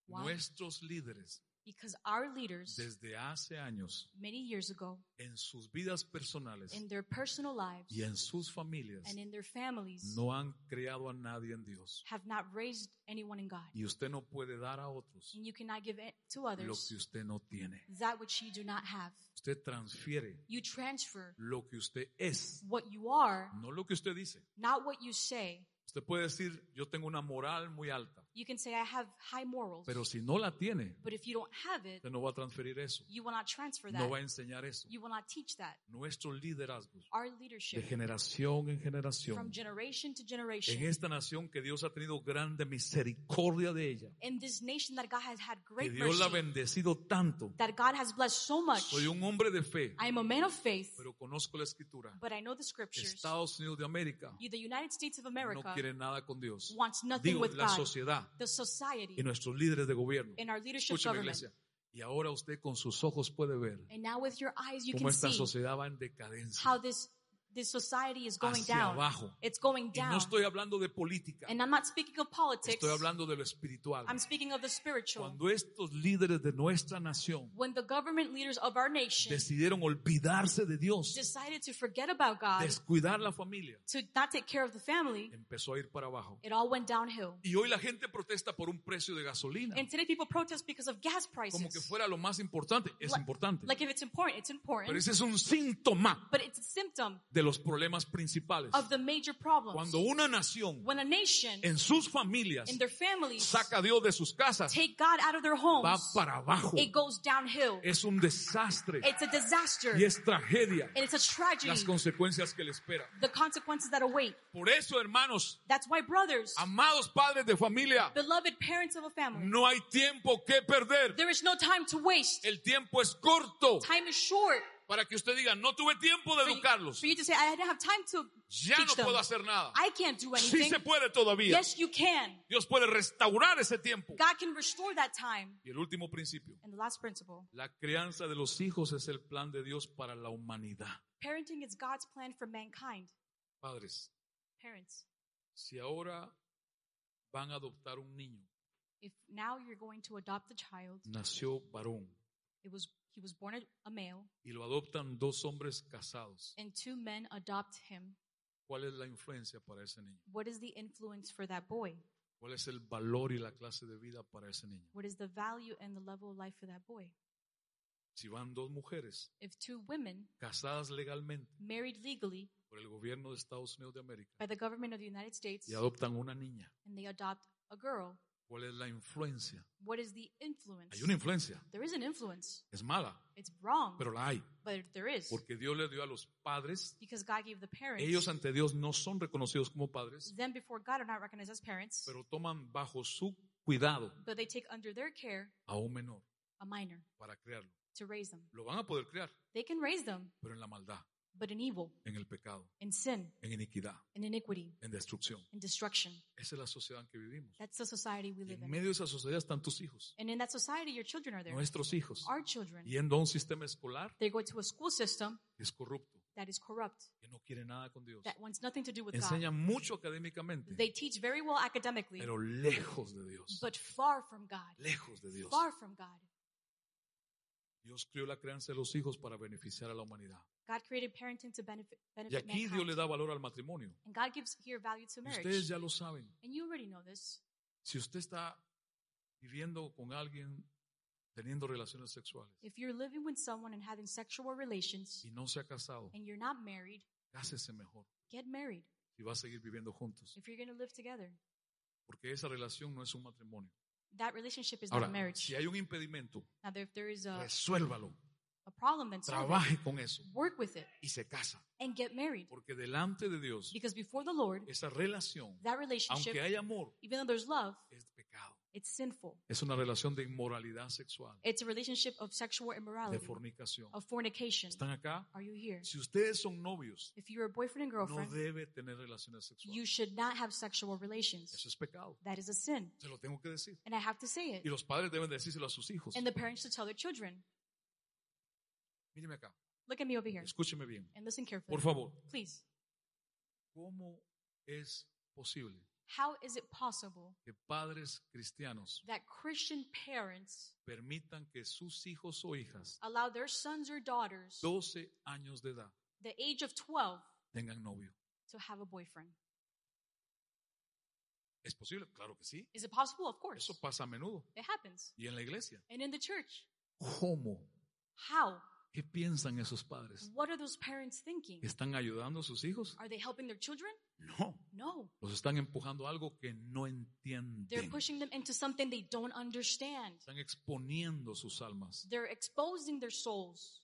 Speaker 2: Why?
Speaker 1: nuestros líderes
Speaker 2: Because our leaders,
Speaker 1: desde hace años
Speaker 2: many years ago,
Speaker 1: en sus vidas personales
Speaker 2: in their personal lives
Speaker 1: y en sus familias
Speaker 2: and in their families,
Speaker 1: no han creado a nadie en Dios.
Speaker 2: have not raised anyone in God.
Speaker 1: Y usted no puede dar a otros
Speaker 2: And you cannot give it to
Speaker 1: lo
Speaker 2: others
Speaker 1: que usted no tiene.
Speaker 2: that which you do not have.
Speaker 1: Usted transfiere
Speaker 2: You transfer
Speaker 1: lo que usted es,
Speaker 2: what you are,
Speaker 1: no lo que usted dice.
Speaker 2: not what you say.
Speaker 1: Usted puede decir, yo tengo una moral muy alta,
Speaker 2: You can say, I have high morals.
Speaker 1: pero si no la tiene,
Speaker 2: But if you don't have it,
Speaker 1: usted no va a transferir eso,
Speaker 2: you will not transfer that.
Speaker 1: no va a enseñar eso.
Speaker 2: You will not teach that.
Speaker 1: Nuestros liderazgos,
Speaker 2: Our
Speaker 1: de
Speaker 2: leadership,
Speaker 1: generación en
Speaker 2: from
Speaker 1: generación,
Speaker 2: generation to
Speaker 1: en
Speaker 2: generation,
Speaker 1: esta nación que Dios ha tenido grande misericordia de ella,
Speaker 2: in this nation that God has had
Speaker 1: que
Speaker 2: great
Speaker 1: Dios la ha
Speaker 2: mercy,
Speaker 1: bendecido tanto.
Speaker 2: that God has blessed so much.
Speaker 1: Soy un hombre de fe,
Speaker 2: I am a man of faith,
Speaker 1: pero conozco la escritura.
Speaker 2: but I know the scriptures.
Speaker 1: Estados Unidos de América
Speaker 2: You- The United States of
Speaker 1: no
Speaker 2: America
Speaker 1: quiere nada con Dios.
Speaker 2: wants nothing
Speaker 1: Digo,
Speaker 2: with
Speaker 1: la
Speaker 2: God.
Speaker 1: sociedad
Speaker 2: The society
Speaker 1: y nuestros líderes de gobierno.
Speaker 2: and our leadership
Speaker 1: Escúcheme,
Speaker 2: government.
Speaker 1: iglesia. Y ahora usted con sus ojos puede ver
Speaker 2: And now with your eyes you
Speaker 1: cómo
Speaker 2: can
Speaker 1: esta
Speaker 2: see
Speaker 1: sociedad va en decadencia.
Speaker 2: how this this society is going
Speaker 1: Hacia
Speaker 2: down.
Speaker 1: abajo.
Speaker 2: It's going
Speaker 1: Y
Speaker 2: down.
Speaker 1: no estoy hablando de política,
Speaker 2: and I'm not speaking of politics.
Speaker 1: estoy hablando de lo espiritual.
Speaker 2: I'm speaking of the spiritual.
Speaker 1: Cuando estos líderes de nuestra nación
Speaker 2: when the government leaders of our nation
Speaker 1: decidieron olvidarse de Dios,
Speaker 2: decided to forget about God,
Speaker 1: descuidar la familia,
Speaker 2: to not take care of the family,
Speaker 1: empezó a ir para abajo.
Speaker 2: it all went downhill.
Speaker 1: Y hoy la gente protesta por un precio de gasolina,
Speaker 2: And today people protest because of gas prices.
Speaker 1: como que fuera lo más importante. Es
Speaker 2: Like-
Speaker 1: importante.
Speaker 2: Like if it's important, it's important.
Speaker 1: Pero ese es un síntoma
Speaker 2: but it's a symptom
Speaker 1: de los problemas principales.
Speaker 2: of the major problems.
Speaker 1: Cuando una nación
Speaker 2: when a nation
Speaker 1: en sus familias
Speaker 2: in their families
Speaker 1: saca a Dios de sus casas,
Speaker 2: take God out of their homes,
Speaker 1: va para abajo.
Speaker 2: it goes downhill.
Speaker 1: Es un desastre
Speaker 2: It's a disaster.
Speaker 1: y es tragedia
Speaker 2: and it's a tragedy.
Speaker 1: las consecuencias que le esperan.
Speaker 2: the consequences that await.
Speaker 1: Por eso, hermanos,
Speaker 2: That's why, brothers,
Speaker 1: amados padres de familia,
Speaker 2: beloved parents of a family,
Speaker 1: no hay tiempo que perder.
Speaker 2: there is no time to waste.
Speaker 1: El tiempo es corto
Speaker 2: Time is short.
Speaker 1: para que usted diga, no tuve tiempo de
Speaker 2: For you,
Speaker 1: educarlos.
Speaker 2: for you to say, I didn't have time to
Speaker 1: Ya no
Speaker 2: teach them.
Speaker 1: puedo hacer nada.
Speaker 2: I can't do
Speaker 1: Sí
Speaker 2: anything.
Speaker 1: se puede todavía.
Speaker 2: yes, you can.
Speaker 1: Dios puede restaurar ese tiempo.
Speaker 2: God can restore that time.
Speaker 1: Y el último principio.
Speaker 2: And the last principle
Speaker 1: La crianza de los hijos es el plan de Dios para la humanidad.
Speaker 2: parenting is God's plan for mankind.
Speaker 1: Padres,
Speaker 2: Parents,
Speaker 1: si ahora van a adoptar un niño,
Speaker 2: if now you're going to adopt a child,
Speaker 1: nació varón,
Speaker 2: it was he was born a- a male,
Speaker 1: y lo adoptan dos hombres casados,
Speaker 2: and two men adopt him.
Speaker 1: ¿cuál es la influencia para ese niño?
Speaker 2: What is the influence for that boy?
Speaker 1: ¿Cuál es el valor y la clase de vida para ese niño?
Speaker 2: What is the value and the level of life for that boy?
Speaker 1: Si van dos mujeres
Speaker 2: If two women
Speaker 1: casadas legalmente
Speaker 2: married legally
Speaker 1: por el gobierno de Estados Unidos de América
Speaker 2: by the government of the United States
Speaker 1: y adoptan una niña,
Speaker 2: and they adopt a girl,
Speaker 1: ¿cuál es la influencia?
Speaker 2: what is the influence?
Speaker 1: Hay una influencia,
Speaker 2: There is an influence.
Speaker 1: es mala,
Speaker 2: It's wrong,
Speaker 1: pero la hay,
Speaker 2: but there is.
Speaker 1: porque Dios le dio a los padres
Speaker 2: Because God gave the parents.
Speaker 1: Ellos ante Dios no son reconocidos como padres,
Speaker 2: them before God are not recognized as parents,
Speaker 1: pero toman bajo su cuidado
Speaker 2: but they take under their care
Speaker 1: a un menor
Speaker 2: a minor
Speaker 1: para crearlo.
Speaker 2: to raise them.
Speaker 1: Lo van a poder crear,
Speaker 2: They can raise them,
Speaker 1: pero en la maldad,
Speaker 2: but in evil,
Speaker 1: en el pecado,
Speaker 2: in sin,
Speaker 1: en iniquidad,
Speaker 2: in iniquity,
Speaker 1: en destrucción.
Speaker 2: in destruction.
Speaker 1: Esa es la sociedad en que vivimos.
Speaker 2: That's the society we live
Speaker 1: En
Speaker 2: in.
Speaker 1: medio de esa sociedad están tus hijos,
Speaker 2: And in that society, your children are there.
Speaker 1: nuestros hijos,
Speaker 2: Our children.
Speaker 1: yendo a un sistema escolar
Speaker 2: They go to a school system
Speaker 1: que es corrupto,
Speaker 2: that is corrupt,
Speaker 1: que no quiere nada con Dios.
Speaker 2: that wants nothing to do with God.
Speaker 1: Enseñan mucho
Speaker 2: They
Speaker 1: académicamente,
Speaker 2: teach very well academically,
Speaker 1: pero lejos de Dios.
Speaker 2: but far from God.
Speaker 1: Lejos de Dios.
Speaker 2: Far from God.
Speaker 1: Dios creó la crianza de los hijos para beneficiar a la humanidad.
Speaker 2: God created parenting to benefit,
Speaker 1: Y
Speaker 2: benefit
Speaker 1: aquí Dios
Speaker 2: mankind.
Speaker 1: le da valor al matrimonio.
Speaker 2: And God gives here value to
Speaker 1: Y
Speaker 2: marriage.
Speaker 1: Ustedes ya lo saben.
Speaker 2: And you already know this.
Speaker 1: Si usted está viviendo con alguien teniendo relaciones sexuales
Speaker 2: If you're living with someone and having sexual relations
Speaker 1: y no se ha casado,
Speaker 2: and you're not married,
Speaker 1: cásese mejor
Speaker 2: get married
Speaker 1: y va a seguir viviendo juntos.
Speaker 2: if you're going to live together.
Speaker 1: Porque esa relación no es un matrimonio.
Speaker 2: That relationship is
Speaker 1: Ahora,
Speaker 2: not marriage. Uh,
Speaker 1: si hay un impedimento,
Speaker 2: Now, there- if there is a,
Speaker 1: resuélvalo.
Speaker 2: a problem, then solve it.
Speaker 1: Trabaje con eso
Speaker 2: work with it
Speaker 1: y se casa.
Speaker 2: and get married.
Speaker 1: Porque delante de Dios,
Speaker 2: Because before the Lord,
Speaker 1: esa relación,
Speaker 2: that relationship,
Speaker 1: aunque hay amor,
Speaker 2: even though there's love,
Speaker 1: es pecado.
Speaker 2: it's sinful.
Speaker 1: Es una relación de inmoralidad sexual,
Speaker 2: It's a relationship of sexual
Speaker 1: de
Speaker 2: immorality,
Speaker 1: fornicación.
Speaker 2: of fornication.
Speaker 1: ¿Están acá?
Speaker 2: Are you here?
Speaker 1: Si ustedes son novios,
Speaker 2: If you're a boyfriend and
Speaker 1: no
Speaker 2: girlfriend,
Speaker 1: debe tener relaciones
Speaker 2: you
Speaker 1: sexuales.
Speaker 2: should not have sexual relations.
Speaker 1: Eso es pecado.
Speaker 2: That is a sin.
Speaker 1: Se lo tengo que decir.
Speaker 2: And I have to say it.
Speaker 1: Y los padres deben decírselo a sus hijos.
Speaker 2: And the parents to tell their children.
Speaker 1: Míreme acá.
Speaker 2: Look at me over here
Speaker 1: Escúcheme bien.
Speaker 2: and listen carefully.
Speaker 1: Por favor,
Speaker 2: Please.
Speaker 1: ¿Cómo es posible
Speaker 2: How is it possible
Speaker 1: que padres cristianos
Speaker 2: that Christian parents
Speaker 1: permitan que sus hijos o hijas,
Speaker 2: allow their sons or daughters
Speaker 1: 12 años de edad,
Speaker 2: the age of 12
Speaker 1: tengan novio?
Speaker 2: to have a boyfriend?
Speaker 1: ¿Es posible? Claro que sí.
Speaker 2: Is it possible? Of course.
Speaker 1: Eso pasa a menudo.
Speaker 2: It happens.
Speaker 1: Y en la iglesia.
Speaker 2: And in the church,
Speaker 1: ¿Cómo?
Speaker 2: how?
Speaker 1: ¿Qué piensan esos padres?
Speaker 2: What are those parents thinking?
Speaker 1: ¿Están ayudando a sus hijos?
Speaker 2: Are they helping their children?
Speaker 1: No.
Speaker 2: No.
Speaker 1: Los están empujando a algo que no
Speaker 2: They're
Speaker 1: entienden.
Speaker 2: pushing them into something they don't understand.
Speaker 1: Están exponiendo sus almas.
Speaker 2: They're exposing their souls.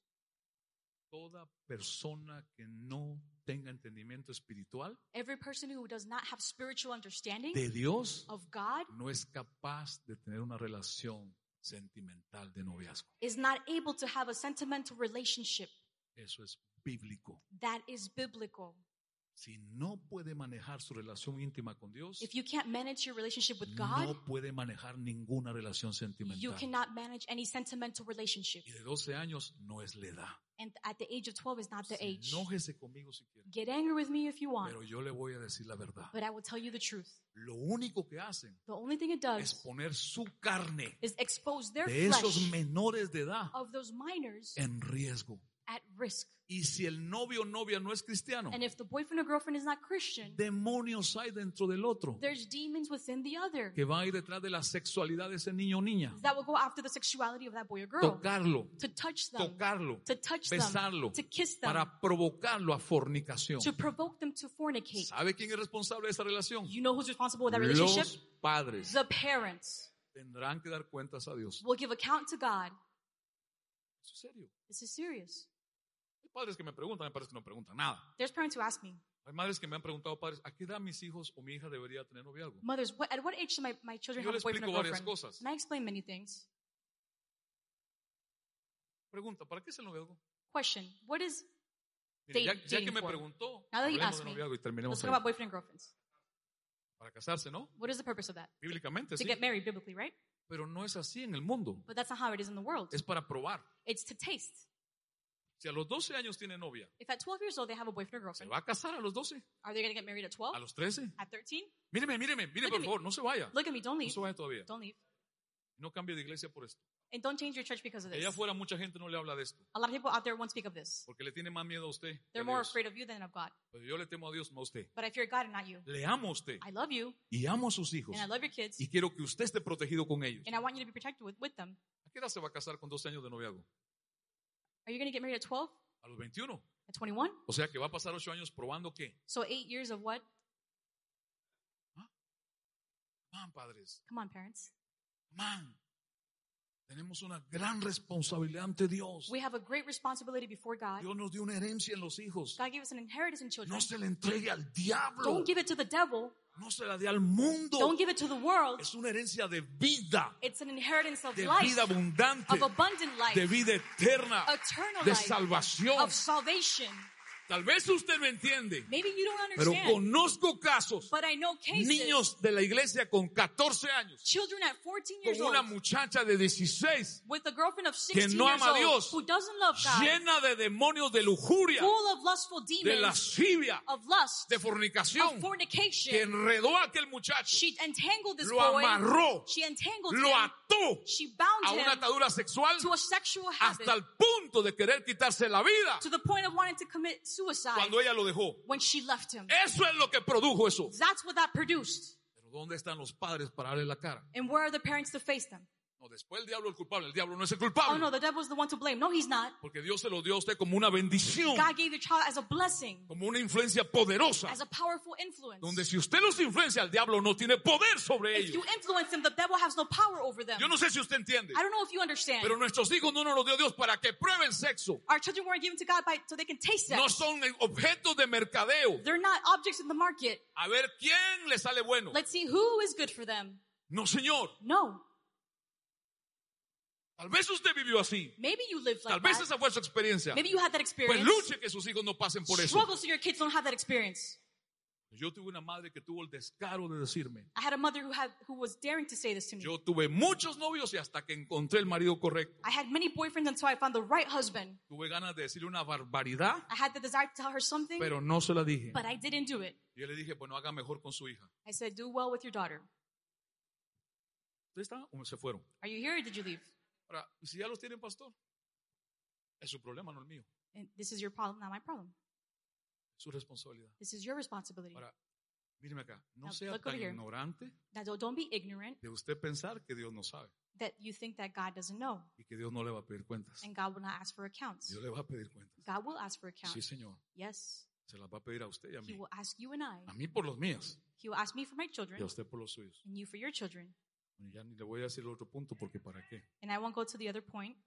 Speaker 1: Toda persona que no tenga entendimiento espiritual
Speaker 2: Every person who does not have spiritual understanding
Speaker 1: de Dios
Speaker 2: of God
Speaker 1: no es capaz de tener una relación sentimental de noviazgo.
Speaker 2: is not able to have a sentimental relationship.
Speaker 1: Eso es bíblico.
Speaker 2: That is biblical.
Speaker 1: Si no puede manejar su relación íntima con Dios,
Speaker 2: If you can't manage your relationship with God,
Speaker 1: no puede manejar ninguna relación
Speaker 2: you
Speaker 1: sentimental.
Speaker 2: cannot manage any sentimental relationship.
Speaker 1: Y de 12 años no es la edad.
Speaker 2: And at the age of 12 is not the age.
Speaker 1: Enójese conmigo si quiere,
Speaker 2: Get angry with me if you want,
Speaker 1: pero yo le voy a decir la verdad.
Speaker 2: but I will tell you the truth.
Speaker 1: Lo único que hacen
Speaker 2: The only thing it
Speaker 1: es
Speaker 2: does
Speaker 1: poner su carne
Speaker 2: is expose their
Speaker 1: de esos
Speaker 2: flesh Oh.
Speaker 1: menores de edad
Speaker 2: of those minors
Speaker 1: en riesgo.
Speaker 2: at risk.
Speaker 1: Y si el novio o novia no es cristiano,
Speaker 2: And if the boyfriend or girlfriend is not Christian,
Speaker 1: demonios hay dentro del otro
Speaker 2: there's demons within the other
Speaker 1: que van a ir detrás de la sexualidad de ese niño o niña.
Speaker 2: that will go after the sexuality of that boy or girl.
Speaker 1: Tocarlo,
Speaker 2: To touch them,
Speaker 1: tocarlo,
Speaker 2: to touch them,
Speaker 1: besarlo,
Speaker 2: to kiss them,
Speaker 1: para provocarlo a fornicación.
Speaker 2: to provoke them to fornicate.
Speaker 1: ¿Sabe quién es responsable de esa relación?
Speaker 2: You know who's responsible with that relationship?
Speaker 1: Los padres
Speaker 2: The parents
Speaker 1: tendrán que dar cuentas a Dios.
Speaker 2: will give account to God.
Speaker 1: Eso es serio.
Speaker 2: This is serious.
Speaker 1: Hay padres que me preguntan, hay padres que no preguntan nada.
Speaker 2: There's parents who ask me,
Speaker 1: Hay madres que me han preguntado, padres, ¿a qué edad mis hijos o mi hija debería tener noviazgo?
Speaker 2: mothers, what, at what age should my, my children
Speaker 1: Yo
Speaker 2: have a
Speaker 1: le
Speaker 2: boyfriend or
Speaker 1: explico varias
Speaker 2: girlfriend?
Speaker 1: cosas.
Speaker 2: And I explain many things.
Speaker 1: Pregunta, ¿para qué es el noviazgo?
Speaker 2: Question, what is,
Speaker 1: Mire, ya,
Speaker 2: Dating
Speaker 1: ya que me
Speaker 2: for-
Speaker 1: preguntó,
Speaker 2: Now that you
Speaker 1: hablemos
Speaker 2: asked
Speaker 1: de
Speaker 2: me.
Speaker 1: noviazgo y
Speaker 2: let's
Speaker 1: terminemos
Speaker 2: talk
Speaker 1: ahí.
Speaker 2: about boyfriend and girlfriends.
Speaker 1: Para casarse, ¿no?
Speaker 2: What is the purpose of that?
Speaker 1: Bíblicamente,
Speaker 2: To
Speaker 1: sí.
Speaker 2: get married biblically, right?
Speaker 1: Pero no es así en el mundo.
Speaker 2: But that's not how it is in the world.
Speaker 1: Es para probar.
Speaker 2: It's to taste.
Speaker 1: Si a los 12 años tiene novia,
Speaker 2: If at 12 years old they have a boyfriend or
Speaker 1: ¿se
Speaker 2: girlfriend,
Speaker 1: va a casar a los 12?
Speaker 2: are they going to get married at 12?
Speaker 1: ¿A los 13?
Speaker 2: At 13?
Speaker 1: Míreme, míreme, míreme,
Speaker 2: Look
Speaker 1: por
Speaker 2: at me.
Speaker 1: favor, no se vaya.
Speaker 2: Look at me, don't
Speaker 1: No
Speaker 2: leave.
Speaker 1: se vaya todavía.
Speaker 2: Don't leave.
Speaker 1: No cambie de iglesia por esto.
Speaker 2: And don't change your church because of
Speaker 1: Que
Speaker 2: this.
Speaker 1: allá afuera mucha gente no le habla de esto,
Speaker 2: A lot of people out there won't speak of this.
Speaker 1: porque le tiene más miedo a usted. que a
Speaker 2: They're more
Speaker 1: Dios.
Speaker 2: afraid of you than of God.
Speaker 1: Pero yo le temo a Dios, no a usted.
Speaker 2: But I fear God and not you.
Speaker 1: Le amo a usted
Speaker 2: I love you,
Speaker 1: y amo a sus hijos.
Speaker 2: and I love your kids,
Speaker 1: Y quiero que usted esté protegido con ellos.
Speaker 2: and I want you to be protected with, with them.
Speaker 1: ¿A qué edad se va a casar con 12 años de noviazgo?
Speaker 2: Are you going to get married at 12?
Speaker 1: A los 21.
Speaker 2: At 21?
Speaker 1: O sea que va a pasar 8 años probando qué.
Speaker 2: So eight years of what?
Speaker 1: Man, padres,
Speaker 2: Come on, parents.
Speaker 1: man. Tenemos una gran responsabilidad ante Dios.
Speaker 2: We have a great responsibility before God.
Speaker 1: Dios nos dio una herencia en los hijos.
Speaker 2: God gave us an inheritance in children.
Speaker 1: No se la entregue al diablo.
Speaker 2: Don't give it to the devil.
Speaker 1: No se la dé al mundo.
Speaker 2: Don't give it to the world.
Speaker 1: Es una herencia de vida,
Speaker 2: It's an inheritance of
Speaker 1: de
Speaker 2: life,
Speaker 1: vida abundante,
Speaker 2: of abundant life,
Speaker 1: de vida eterna,
Speaker 2: eternal
Speaker 1: de
Speaker 2: life,
Speaker 1: salvación.
Speaker 2: of salvation.
Speaker 1: Tal vez usted no entiende,
Speaker 2: Maybe you don't
Speaker 1: pero
Speaker 2: understand,
Speaker 1: conozco casos,
Speaker 2: but I know cases.
Speaker 1: niños de la iglesia con 14 años,
Speaker 2: children at 14 years
Speaker 1: con una
Speaker 2: old,
Speaker 1: muchacha de 16,
Speaker 2: with a girlfriend of
Speaker 1: no
Speaker 2: 16 years
Speaker 1: ama a
Speaker 2: old,
Speaker 1: Dios,
Speaker 2: who doesn't love God,
Speaker 1: llena de demonios de lujuria,
Speaker 2: full of lustful
Speaker 1: de
Speaker 2: demons,
Speaker 1: lascivia,
Speaker 2: of lust,
Speaker 1: de
Speaker 2: of
Speaker 1: fornicación, que
Speaker 2: fornication.
Speaker 1: enredó a aquel muchacho,
Speaker 2: She entangled this
Speaker 1: Lo
Speaker 2: boy.
Speaker 1: amarró.
Speaker 2: she entangled
Speaker 1: lo
Speaker 2: him.
Speaker 1: ató
Speaker 2: She bound
Speaker 1: a una
Speaker 2: him
Speaker 1: atadura sexual
Speaker 2: to a sexual habit
Speaker 1: hasta el punto de querer quitarse la vida
Speaker 2: to the point of wanting to commit suicide
Speaker 1: cuando ella lo dejó.
Speaker 2: when she left him.
Speaker 1: Eso es lo que produjo eso.
Speaker 2: That's what that produced.
Speaker 1: Pero ¿dónde están los padres para darle la cara?
Speaker 2: And where are the parents to face them?
Speaker 1: No, después el diablo es el culpable. El diablo no es el
Speaker 2: Oh
Speaker 1: culpable.
Speaker 2: no, the devil's the one to blame. No, he's not.
Speaker 1: Porque Dios se lo dio a usted como una bendición,
Speaker 2: God gave your child as a blessing,
Speaker 1: como una influencia poderosa.
Speaker 2: as a powerful influence.
Speaker 1: Donde si usted los influencia, el diablo no tiene poder sobre
Speaker 2: If you
Speaker 1: ellos.
Speaker 2: influence them, the devil has no power over them.
Speaker 1: Yo no sé si usted entiende.
Speaker 2: I don't know if you understand.
Speaker 1: Pero nuestros hijos no nos los dio Dios para que prueben sexo.
Speaker 2: Our children weren't given to God by, so they can taste
Speaker 1: No
Speaker 2: sex.
Speaker 1: son objetos de mercadeo.
Speaker 2: They're not objects in the market.
Speaker 1: A ver quién le sale bueno.
Speaker 2: Let's see who is good for them.
Speaker 1: No, señor.
Speaker 2: No.
Speaker 1: Tal vez usted vivió así.
Speaker 2: Maybe you lived
Speaker 1: Tal
Speaker 2: like
Speaker 1: vez
Speaker 2: that.
Speaker 1: esa fue su experiencia.
Speaker 2: Maybe you had that
Speaker 1: Pues
Speaker 2: experience.
Speaker 1: luche que sus hijos no pasen por eso.
Speaker 2: Struggle so your kids don't have that experience.
Speaker 1: Yo tuve una madre que tuvo el descaro de decirme,
Speaker 2: I had a mother who, had, who was daring to say this to me.
Speaker 1: yo tuve muchos novios y hasta que encontré el marido correcto.
Speaker 2: I had many boyfriends until I found the right husband.
Speaker 1: Tuve ganas de decirle una barbaridad,
Speaker 2: I had the desire to tell her something,
Speaker 1: pero no se la dije.
Speaker 2: but I didn't do it.
Speaker 1: Yo le dije, bueno, haga mejor con su hija.
Speaker 2: I said, Do well with your daughter.
Speaker 1: ¿Ustedes están o se fueron?
Speaker 2: Are you here or did you leave?
Speaker 1: Ahora, si ya los tienen, pastor, es su problema, no el mío.
Speaker 2: And this is your problem, not my problem.
Speaker 1: Es su responsabilidad.
Speaker 2: This is your responsibility.
Speaker 1: Ahora, míreme acá, no
Speaker 2: Now,
Speaker 1: sea
Speaker 2: look
Speaker 1: tan
Speaker 2: over here.
Speaker 1: ignorante
Speaker 2: Now, don't, don't be ignorant
Speaker 1: de usted pensar que Dios no sabe
Speaker 2: that you think that God doesn't know
Speaker 1: y que Dios no le va a pedir cuentas.
Speaker 2: and God will not ask for accounts.
Speaker 1: Dios le va a pedir cuentas.
Speaker 2: God will ask for
Speaker 1: Sí,
Speaker 2: accounts.
Speaker 1: Señor.
Speaker 2: Yes,
Speaker 1: Se las va a pedir a usted y a
Speaker 2: He
Speaker 1: mí.
Speaker 2: will ask you and I.
Speaker 1: A mí por los míos
Speaker 2: He will ask me for my
Speaker 1: y a
Speaker 2: children
Speaker 1: usted por los suyos.
Speaker 2: and you for your children.
Speaker 1: Bueno, ya ni le voy a decir el otro punto porque ¿para qué?
Speaker 2: And I won't go to the other point.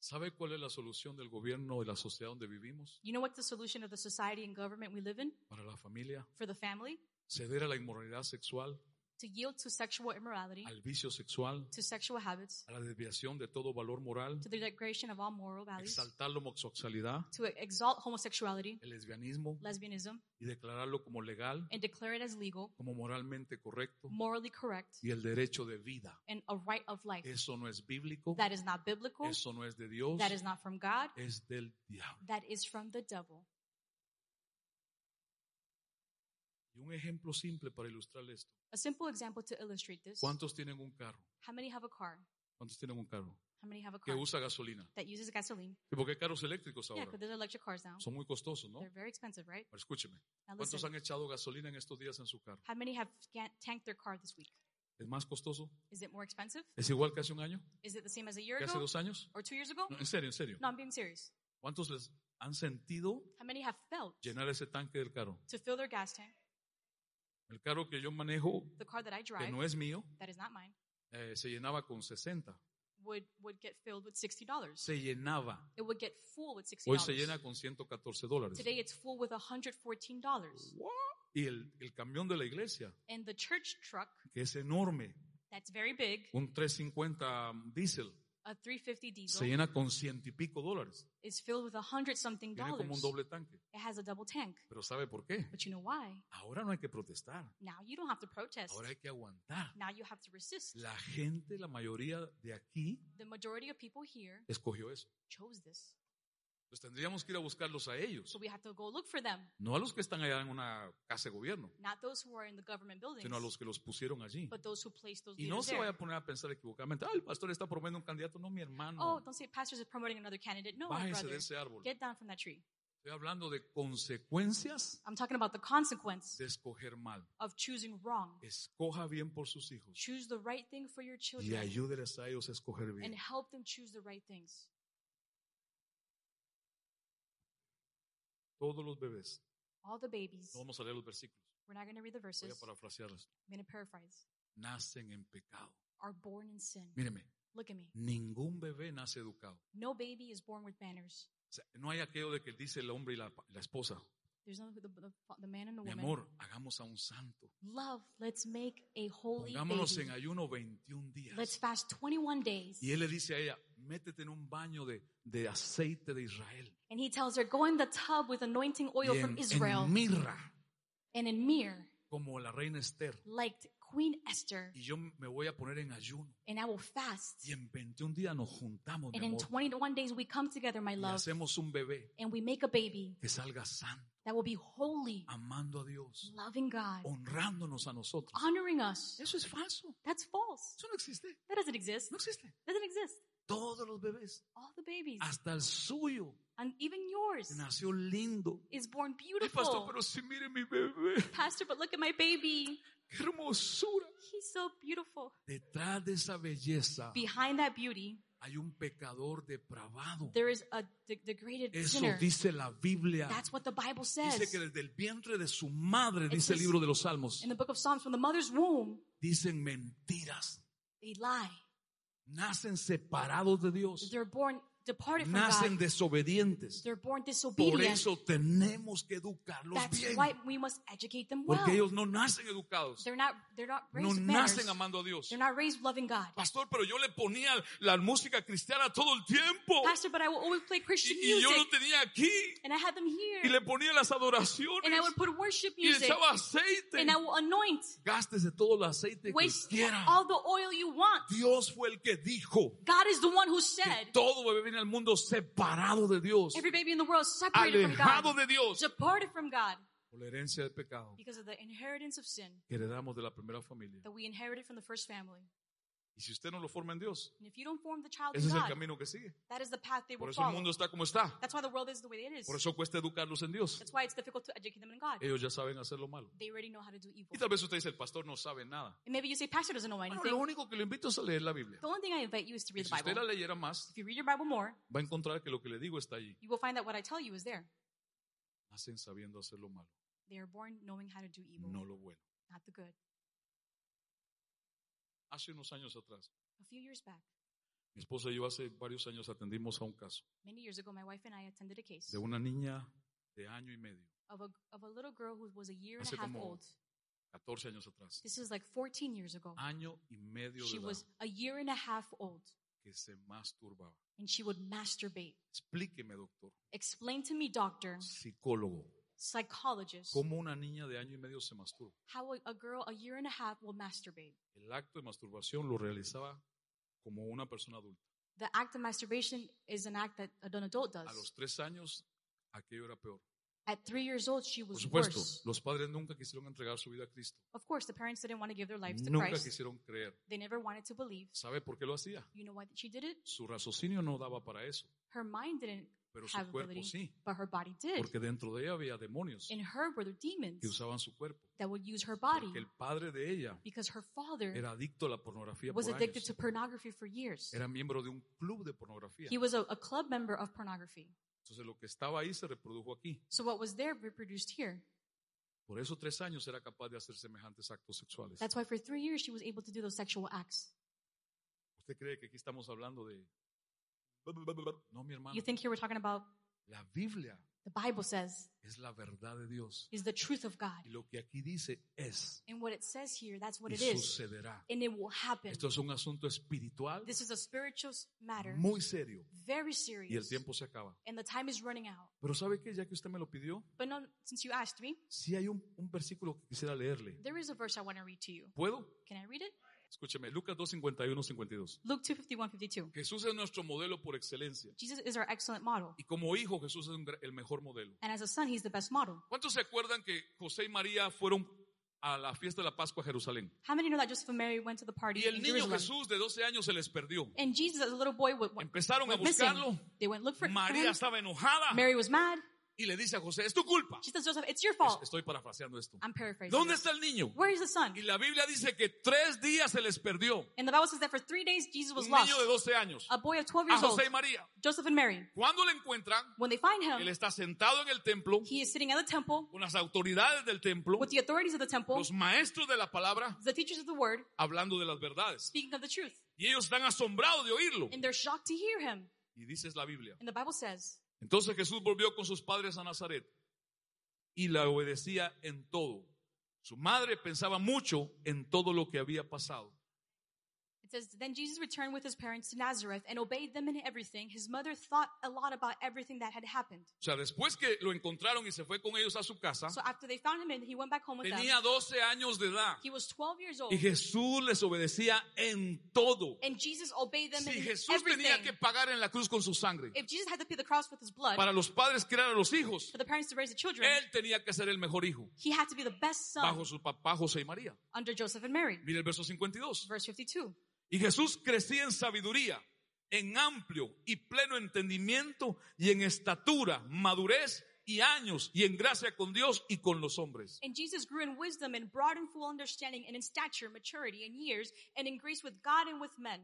Speaker 1: ¿Sabe cuál es la solución del gobierno de la sociedad donde vivimos?
Speaker 2: You know what's the solution of the society and government we live in
Speaker 1: Para la familia,
Speaker 2: for the family?
Speaker 1: ceder a la inmoralidad sexual,
Speaker 2: To yield to sexual immorality,
Speaker 1: al vicio sexual,
Speaker 2: to sexual habits,
Speaker 1: a la desviación de todo valor moral,
Speaker 2: to the degradation of all moral values,
Speaker 1: exaltar la homosexualidad,
Speaker 2: to exalt homosexuality,
Speaker 1: el lesbianismo
Speaker 2: lesbianism,
Speaker 1: y declararlo como legal,
Speaker 2: and declare it as legal,
Speaker 1: como moralmente correcto
Speaker 2: morally correct,
Speaker 1: y el derecho de vida.
Speaker 2: and a right of life.
Speaker 1: Eso no es bíblico,
Speaker 2: That is not biblical,
Speaker 1: eso no es de Dios,
Speaker 2: that is not from God,
Speaker 1: es del diablo.
Speaker 2: that is from the devil.
Speaker 1: Y un ejemplo simple para ilustrar esto.
Speaker 2: A simple example to illustrate this
Speaker 1: ¿Cuántos tienen un carro?
Speaker 2: how many have a car?
Speaker 1: ¿Cuántos tienen un carro?
Speaker 2: How many have a
Speaker 1: Que
Speaker 2: car
Speaker 1: usa gasolina.
Speaker 2: that uses gasoline?
Speaker 1: ¿Y por qué carros eléctricos
Speaker 2: Yeah,
Speaker 1: ahora?
Speaker 2: because there's electric cars now.
Speaker 1: Son muy costosos, ¿no?
Speaker 2: They're very expensive, right?
Speaker 1: Ahora, escúcheme.
Speaker 2: Now
Speaker 1: ¿Cuántos
Speaker 2: listen,
Speaker 1: han echado gasolina en estos días en su carro?
Speaker 2: how many have scan- tanked their car this week?
Speaker 1: ¿Es más costoso?
Speaker 2: Is it more expensive?
Speaker 1: ¿Es igual que hace un año?
Speaker 2: Is it the same as a year
Speaker 1: ¿Que hace
Speaker 2: ago
Speaker 1: dos años?
Speaker 2: or two years ago?
Speaker 1: No, en serio, en serio.
Speaker 2: No, I'm being serious.
Speaker 1: ¿Cuántos les han sentido
Speaker 2: How many have felt
Speaker 1: llenar ese tanque del carro?
Speaker 2: to fill their gas tank?
Speaker 1: El carro que yo manejo,
Speaker 2: The car that I
Speaker 1: que
Speaker 2: drive,
Speaker 1: no es mío,
Speaker 2: that is not mine,
Speaker 1: eh, se llenaba con 60.
Speaker 2: would would get filled with sixty dollars.
Speaker 1: Se llenaba.
Speaker 2: It would get full with sixty
Speaker 1: Hoy
Speaker 2: dollars.
Speaker 1: se llena con 114 dólares.
Speaker 2: Today it's full with hundred fourteen dollars.
Speaker 1: What? Y el, el camión de la iglesia,
Speaker 2: And the church truck
Speaker 1: que es enorme,
Speaker 2: that's very big,
Speaker 1: un 350 diésel,
Speaker 2: a three fifty
Speaker 1: se
Speaker 2: diesel,
Speaker 1: llena con ciento y pico dólares.
Speaker 2: is filled with hundred something
Speaker 1: Tiene como un
Speaker 2: dollars.
Speaker 1: doble tanque.
Speaker 2: It has a double tank.
Speaker 1: Pero ¿sabe por qué?
Speaker 2: But you know why?
Speaker 1: Ahora no hay que protestar.
Speaker 2: Now you don't have to protest.
Speaker 1: Ahora hay que aguantar.
Speaker 2: Now you have to resist.
Speaker 1: La gente, la mayoría de aquí,
Speaker 2: The majority of people here
Speaker 1: escogió eso.
Speaker 2: chose this.
Speaker 1: Entonces tendríamos que ir a buscarlos a ellos,
Speaker 2: So we have to go look for them,
Speaker 1: no a los que están allá en una casa de gobierno,
Speaker 2: not those who are in the government buildings,
Speaker 1: sino a los que los pusieron allí.
Speaker 2: but those who place those
Speaker 1: Y no
Speaker 2: leaders
Speaker 1: se
Speaker 2: there.
Speaker 1: vaya a poner a pensar equivocadamente, ah, el pastor está promoviendo un candidato, no mi
Speaker 2: Oh,
Speaker 1: hermano.
Speaker 2: don't say pastors is promoting another candidate. No, my
Speaker 1: Bájese
Speaker 2: brother.
Speaker 1: de ese árbol.
Speaker 2: Get down from that tree.
Speaker 1: Estoy hablando de consecuencias
Speaker 2: I'm talking about the consequence
Speaker 1: de escoger mal.
Speaker 2: of choosing wrong.
Speaker 1: Escoja bien por sus hijos
Speaker 2: Choose the right thing for your
Speaker 1: y
Speaker 2: children
Speaker 1: ayúdeles a ellos a escoger
Speaker 2: and
Speaker 1: bien.
Speaker 2: help them choose the right things.
Speaker 1: Todos los bebés.
Speaker 2: All the babies,
Speaker 1: No vamos a leer los versículos.
Speaker 2: we're not going to read the
Speaker 1: Voy
Speaker 2: verses.
Speaker 1: a parafrasearlos.
Speaker 2: I'm going to paraphrase.
Speaker 1: Nacen en pecado.
Speaker 2: Are born in sin.
Speaker 1: Míreme,
Speaker 2: Look at me.
Speaker 1: ningún bebé nace educado.
Speaker 2: No baby is born with manners.
Speaker 1: O sea, no hay aquello de que dice el hombre y la, la esposa,
Speaker 2: There's no the, the, the man and the
Speaker 1: mi
Speaker 2: woman.
Speaker 1: amor, hagamos a un santo.
Speaker 2: Love, let's make a holy
Speaker 1: Pongámonos en
Speaker 2: baby.
Speaker 1: ayuno 21
Speaker 2: Let's
Speaker 1: días.
Speaker 2: fast 21 days.
Speaker 1: Y él le dice a ella, métete en un baño de, de aceite de Israel.
Speaker 2: And he tells her, go in the tub with anointing
Speaker 1: Y
Speaker 2: oil
Speaker 1: en,
Speaker 2: from Israel
Speaker 1: en mirra,
Speaker 2: and in myrrh,
Speaker 1: como la reina Esther.
Speaker 2: like Queen Esther,
Speaker 1: Y yo me voy a poner en ayuno.
Speaker 2: and I will fast.
Speaker 1: Y en 21 días nos juntamos, mi
Speaker 2: And in
Speaker 1: amor.
Speaker 2: 21 days, we come together, my
Speaker 1: Y
Speaker 2: love,
Speaker 1: hacemos un bebé
Speaker 2: and we make a baby
Speaker 1: que salga santo,
Speaker 2: that will be holy,
Speaker 1: amando a Dios,
Speaker 2: loving God,
Speaker 1: honrándonos a nosotros.
Speaker 2: honoring us.
Speaker 1: Eso es falso.
Speaker 2: That's false.
Speaker 1: Eso no existe.
Speaker 2: That doesn't exist.
Speaker 1: No existe.
Speaker 2: Doesn't exist.
Speaker 1: Todos los bebés,
Speaker 2: All the babies,
Speaker 1: hasta el suyo,
Speaker 2: and even yours,
Speaker 1: nació lindo.
Speaker 2: is born
Speaker 1: Ay, pastor,
Speaker 2: beautiful.
Speaker 1: pero si mire mi bebé,
Speaker 2: Pastor, but look at my baby.
Speaker 1: qué hermosura.
Speaker 2: He's so beautiful.
Speaker 1: Detrás de esa belleza
Speaker 2: Behind that beauty,
Speaker 1: hay un pecador depravado.
Speaker 2: there is a de- degraded
Speaker 1: Eso
Speaker 2: sinner.
Speaker 1: dice la Biblia.
Speaker 2: That's what the Bible
Speaker 1: Dice
Speaker 2: says.
Speaker 1: que desde el vientre de su madre,
Speaker 2: It's
Speaker 1: dice el
Speaker 2: just-
Speaker 1: libro de los Salmos,
Speaker 2: In the book of Psalms, from the mother's womb,
Speaker 1: dicen mentiras.
Speaker 2: they lie.
Speaker 1: Nacen separados de Dios.
Speaker 2: They're born departed from
Speaker 1: nacen
Speaker 2: God.
Speaker 1: desobedientes.
Speaker 2: They're born
Speaker 1: Por
Speaker 2: disobedient.
Speaker 1: eso tenemos que educarlos
Speaker 2: That's
Speaker 1: bien.
Speaker 2: why we must educate them well.
Speaker 1: Porque ellos no nacen educados.
Speaker 2: They're not, they're not
Speaker 1: No
Speaker 2: raised
Speaker 1: nacen
Speaker 2: manners.
Speaker 1: amando a Dios.
Speaker 2: They're not raised loving God.
Speaker 1: Pastor, pero yo le ponía la música cristiana todo el tiempo.
Speaker 2: Pastor, but I will always play Christian
Speaker 1: Oh. Y, y
Speaker 2: music.
Speaker 1: yo lo tenía aquí.
Speaker 2: and I had them
Speaker 1: Y
Speaker 2: here.
Speaker 1: le ponía las adoraciones.
Speaker 2: And I would put worship
Speaker 1: Y
Speaker 2: music.
Speaker 1: echaba aceite.
Speaker 2: And I will anoint.
Speaker 1: Gástese todo el aceite que
Speaker 2: Waste
Speaker 1: quiera.
Speaker 2: all the oil you want.
Speaker 1: Dios fue el que dijo
Speaker 2: God is the one who said,
Speaker 1: todo bebé viene al mundo separado de Dios,
Speaker 2: every baby in the world is separated from
Speaker 1: alejado
Speaker 2: God,
Speaker 1: de Dios
Speaker 2: departed from God
Speaker 1: por la herencia del pecado
Speaker 2: because of the inheritance of sin
Speaker 1: que heredamos de la primera familia.
Speaker 2: that we inherited from the first family.
Speaker 1: Y si usted no lo forma en Dios,
Speaker 2: And if you don't form the child
Speaker 1: ese
Speaker 2: in
Speaker 1: es el
Speaker 2: God,
Speaker 1: camino que sigue.
Speaker 2: that is the path they
Speaker 1: Por
Speaker 2: will
Speaker 1: eso el
Speaker 2: follow.
Speaker 1: mundo está como está.
Speaker 2: That's why the world is the way it is.
Speaker 1: Por eso cuesta educarlos en Dios.
Speaker 2: That's why it's difficult to educate them in God.
Speaker 1: Ellos ya saben hacer lo malo.
Speaker 2: They already know how to do evil.
Speaker 1: Y tal vez usted dice, el pastor no sabe nada.
Speaker 2: And maybe you say, Pastor doesn't know
Speaker 1: Bueno, lo
Speaker 2: anything.
Speaker 1: único que le invito es a leer la Biblia.
Speaker 2: The only thing I invite you is to
Speaker 1: Y
Speaker 2: read the
Speaker 1: si usted la
Speaker 2: Bible.
Speaker 1: leyera más,
Speaker 2: If you read your Bible more,
Speaker 1: va a encontrar que lo que le digo está allí.
Speaker 2: you will find that what I tell you is there.
Speaker 1: Hacen sabiendo hacer lo malo,
Speaker 2: They are born knowing how to do evil,
Speaker 1: no lo bueno.
Speaker 2: not the good.
Speaker 1: Hace unos años atrás,
Speaker 2: A few years back,
Speaker 1: mi esposa y yo hace varios años atendimos a un caso
Speaker 2: many years ago, my wife and I attended a case
Speaker 1: de una niña de año y medio,
Speaker 2: of a, of a little girl who was a year and
Speaker 1: Hace
Speaker 2: a half
Speaker 1: como-
Speaker 2: old.
Speaker 1: 14 años atrás.
Speaker 2: This is like 14 years ago.
Speaker 1: Año y medio de
Speaker 2: She was
Speaker 1: edad
Speaker 2: a year and a half old,
Speaker 1: que se masturbaba.
Speaker 2: and she would masturbate.
Speaker 1: Explíqueme, doctor,
Speaker 2: Explain to me, doctor,
Speaker 1: psicólogo,
Speaker 2: psychologist,
Speaker 1: cómo una niña de año y medio se masturba.
Speaker 2: how a, a girl a year and a half will masturbate.
Speaker 1: El acto de masturbación lo realizaba como una persona adulta.
Speaker 2: The act of masturbation is an act that an adult
Speaker 1: A los
Speaker 2: does.
Speaker 1: tres años, aquello era peor.
Speaker 2: At three years old, she
Speaker 1: Por
Speaker 2: was
Speaker 1: supuesto,
Speaker 2: worse.
Speaker 1: los padres nunca quisieron entregar su vida a Cristo.
Speaker 2: Of course, the parents didn't want to give their lives to
Speaker 1: Nunca
Speaker 2: Christ.
Speaker 1: quisieron creer.
Speaker 2: They never wanted to believe.
Speaker 1: ¿Sabe por qué lo hacía?
Speaker 2: You know why she did it?
Speaker 1: Su raciocinio no daba para eso,
Speaker 2: Her mind didn't
Speaker 1: Pero su
Speaker 2: have
Speaker 1: cuerpo
Speaker 2: ability,
Speaker 1: sí.
Speaker 2: but her body did.
Speaker 1: porque dentro de ella había demonios
Speaker 2: In her were the
Speaker 1: que
Speaker 2: demons
Speaker 1: usaban su cuerpo.
Speaker 2: that would use her body
Speaker 1: Porque el padre de ella
Speaker 2: because her father
Speaker 1: era adicto a la pornografía por
Speaker 2: was addicted to
Speaker 1: años.
Speaker 2: pornography for years.
Speaker 1: Era miembro de un club de pornografía.
Speaker 2: He was a, a club member of pornography.
Speaker 1: Entonces lo que estaba ahí se reprodujo aquí.
Speaker 2: So what was there reproduced here.
Speaker 1: Por eso tres años era capaz de hacer semejantes actos sexuales.
Speaker 2: That's why for three years she was able to do those sexual acts.
Speaker 1: ¿Usted cree que aquí estamos hablando de... No, mi hermano.
Speaker 2: You think here we're talking about
Speaker 1: La Biblia
Speaker 2: the Bible says
Speaker 1: es la verdad de Dios.
Speaker 2: is the truth of God.
Speaker 1: Y lo que aquí dice es
Speaker 2: And what it says here, that's what
Speaker 1: y
Speaker 2: it is.
Speaker 1: sucederá.
Speaker 2: And it will happen.
Speaker 1: Esto es un asunto espiritual
Speaker 2: This is a spiritual s- matter,
Speaker 1: muy serio. Y
Speaker 2: very
Speaker 1: el
Speaker 2: serious.
Speaker 1: tiempo se acaba.
Speaker 2: And the time is running out.
Speaker 1: Pero ¿sabe qué? Ya que usted me lo pidió,
Speaker 2: But no, since you asked me,
Speaker 1: sí hay un, un versículo que quisiera leerle.
Speaker 2: there is a verse I want to read to you.
Speaker 1: ¿Puedo?
Speaker 2: Can I read it?
Speaker 1: Escúcheme, Lucas 2, 51, 52.
Speaker 2: Luke 2, 51, 52.
Speaker 1: Jesús es nuestro modelo por excelencia.
Speaker 2: Jesus is our excellent model.
Speaker 1: Y como hijo, Jesús es un gra- el mejor modelo.
Speaker 2: And as a son, he's the best model.
Speaker 1: ¿Cuántos se acuerdan que José y María fueron a la fiesta de la Pascua a Jerusalén?
Speaker 2: How many know that Joseph and Mary went to the party
Speaker 1: Y el
Speaker 2: in
Speaker 1: niño
Speaker 2: Jerusalem?
Speaker 1: Jesús de 12 años se les perdió.
Speaker 2: And Jesus, as a little boy, would, went
Speaker 1: Empezaron a buscarlo.
Speaker 2: missing. They went look for for
Speaker 1: María
Speaker 2: him.
Speaker 1: estaba enojada
Speaker 2: Mary was mad.
Speaker 1: y le dice a José, es tu culpa.
Speaker 2: She says, Joseph, it's your
Speaker 1: Es-
Speaker 2: fault.
Speaker 1: Estoy parafraseando esto.
Speaker 2: I'm paraphrasing.
Speaker 1: ¿Dónde está el niño?
Speaker 2: Where is the son?
Speaker 1: Y la Biblia dice que tres días se les perdió.
Speaker 2: And the Bible says that for three days, Jesus was
Speaker 1: Un
Speaker 2: lost.
Speaker 1: niño de 12 años.
Speaker 2: A boy of 12
Speaker 1: A
Speaker 2: years old,
Speaker 1: José y María.
Speaker 2: Joseph and Mary.
Speaker 1: Cuando le encuentran,
Speaker 2: When they find
Speaker 1: él
Speaker 2: him,
Speaker 1: está sentado en el templo
Speaker 2: he is sitting at the temple
Speaker 1: con las autoridades del templo,
Speaker 2: with the authorities of the temple,
Speaker 1: los maestros de la palabra,
Speaker 2: the teachers of the word,
Speaker 1: hablando de las verdades.
Speaker 2: speaking of the truth.
Speaker 1: Y ellos están asombrados de oírlo.
Speaker 2: And they're shocked to hear him.
Speaker 1: Y dice es la Biblia.
Speaker 2: And the Bible says,
Speaker 1: Entonces Jesús volvió con sus padres a Nazaret y la obedecía en todo. Su madre pensaba mucho en todo lo que había pasado.
Speaker 2: It says, Then Jesus returned with his parents to Nazareth and obeyed them in everything. His mother thought a lot about everything that had happened.
Speaker 1: O sea, después que lo encontraron y se fue con ellos a su casa,
Speaker 2: So after they found him and he went back home with them,
Speaker 1: tenía 12 años de edad.
Speaker 2: he was 12 years old.
Speaker 1: Y Jesús les obedecía en todo.
Speaker 2: And Jesus obeyed them
Speaker 1: Si
Speaker 2: in
Speaker 1: Jesús
Speaker 2: everything.
Speaker 1: tenía que pagar en la cruz con su sangre
Speaker 2: If Jesus had to pay the cross with his blood
Speaker 1: para los padres criar a los hijos,
Speaker 2: for the parents to raise the children,
Speaker 1: él tenía que ser el mejor hijo
Speaker 2: he had to be the best son
Speaker 1: bajo su papá José y María.
Speaker 2: under Joseph and Mary.
Speaker 1: Mira el verso 52.
Speaker 2: Verse 52.
Speaker 1: Y Jesús crecía en sabiduría, en amplio y pleno entendimiento, y en estatura, madurez y años, y en gracia con Dios y con los hombres.
Speaker 2: And Jesus grew in wisdom and broad and full understanding and in stature, maturity, and years, and in grace with God and with men.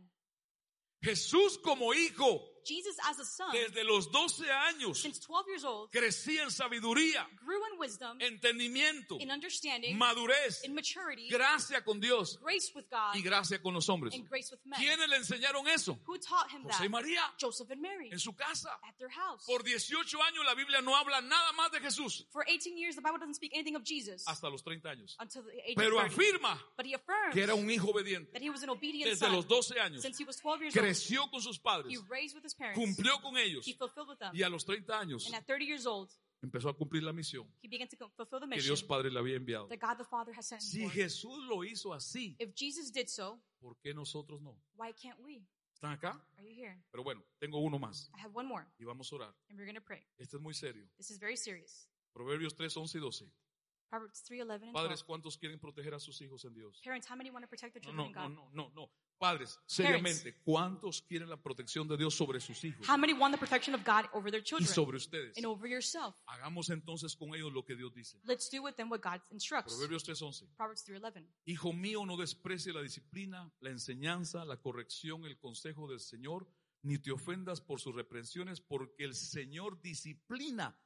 Speaker 1: Jesús como hijo
Speaker 2: Jesus as a son,
Speaker 1: Desde los 12 años
Speaker 2: since 12 years old,
Speaker 1: crecía en sabiduría,
Speaker 2: grew in wisdom,
Speaker 1: entendimiento,
Speaker 2: in understanding,
Speaker 1: madurez,
Speaker 2: in maturity,
Speaker 1: gracia con Dios
Speaker 2: grace with God,
Speaker 1: y gracia con los hombres.
Speaker 2: and grace with men.
Speaker 1: ¿Quiénes le enseñaron eso?
Speaker 2: Who taught him
Speaker 1: José y
Speaker 2: that?
Speaker 1: María,
Speaker 2: Joseph and Mary
Speaker 1: en su casa.
Speaker 2: at their house.
Speaker 1: Por 18 años la Biblia no habla nada más de Jesús
Speaker 2: For 18 years, the Bible doesn't speak anything of Jesus
Speaker 1: hasta los 30 años.
Speaker 2: until the age
Speaker 1: Pero
Speaker 2: of 30.
Speaker 1: afirma
Speaker 2: But he affirms
Speaker 1: que era un hijo obediente.
Speaker 2: that he was an obedient
Speaker 1: Desde
Speaker 2: son
Speaker 1: los 12 años
Speaker 2: since he was 12 years old.
Speaker 1: creció con sus
Speaker 2: He
Speaker 1: padres,
Speaker 2: raised with his parents.
Speaker 1: cumplió con ellos
Speaker 2: He fulfilled with them.
Speaker 1: y a los 30 años
Speaker 2: And at 30 years old,
Speaker 1: empezó a cumplir la misión
Speaker 2: he began to co- fulfill the
Speaker 1: que
Speaker 2: mission
Speaker 1: Dios Padre le había enviado.
Speaker 2: that God the Father has sent
Speaker 1: Si
Speaker 2: him for.
Speaker 1: Jesús lo hizo así,
Speaker 2: If Jesus did so,
Speaker 1: ¿por qué nosotros no?
Speaker 2: why can't we?
Speaker 1: ¿Están acá?
Speaker 2: Are you here?
Speaker 1: Pero bueno, tengo uno más
Speaker 2: I have one more,
Speaker 1: y vamos a orar.
Speaker 2: and we're going to pray.
Speaker 1: Este es muy serio.
Speaker 2: This is very serious.
Speaker 1: Proverbios 3, 11 y 12.
Speaker 2: Proverbs 3:11 and 12.
Speaker 1: Padres, ¿cuántos quieren proteger a sus hijos en Dios?
Speaker 2: Parents, how many want to protect their
Speaker 1: No,
Speaker 2: children
Speaker 1: no,
Speaker 2: in God?
Speaker 1: no, no, no, no. Padres, seriamente, ¿cuántos quieren la protección de Dios sobre sus hijos
Speaker 2: How many want the protection of God over their
Speaker 1: y
Speaker 2: children
Speaker 1: sobre ustedes?
Speaker 2: and over yourself?
Speaker 1: Hagamos entonces con ellos lo que Dios dice.
Speaker 2: Let's do with them what God instructs.
Speaker 1: Proverbios 3:11.
Speaker 2: Proverbs 3:11.
Speaker 1: Hijo mío, no desprecie la disciplina, la enseñanza, la corrección, el consejo del Señor, ni te ofendas por sus reprensiones, porque el Señor disciplina,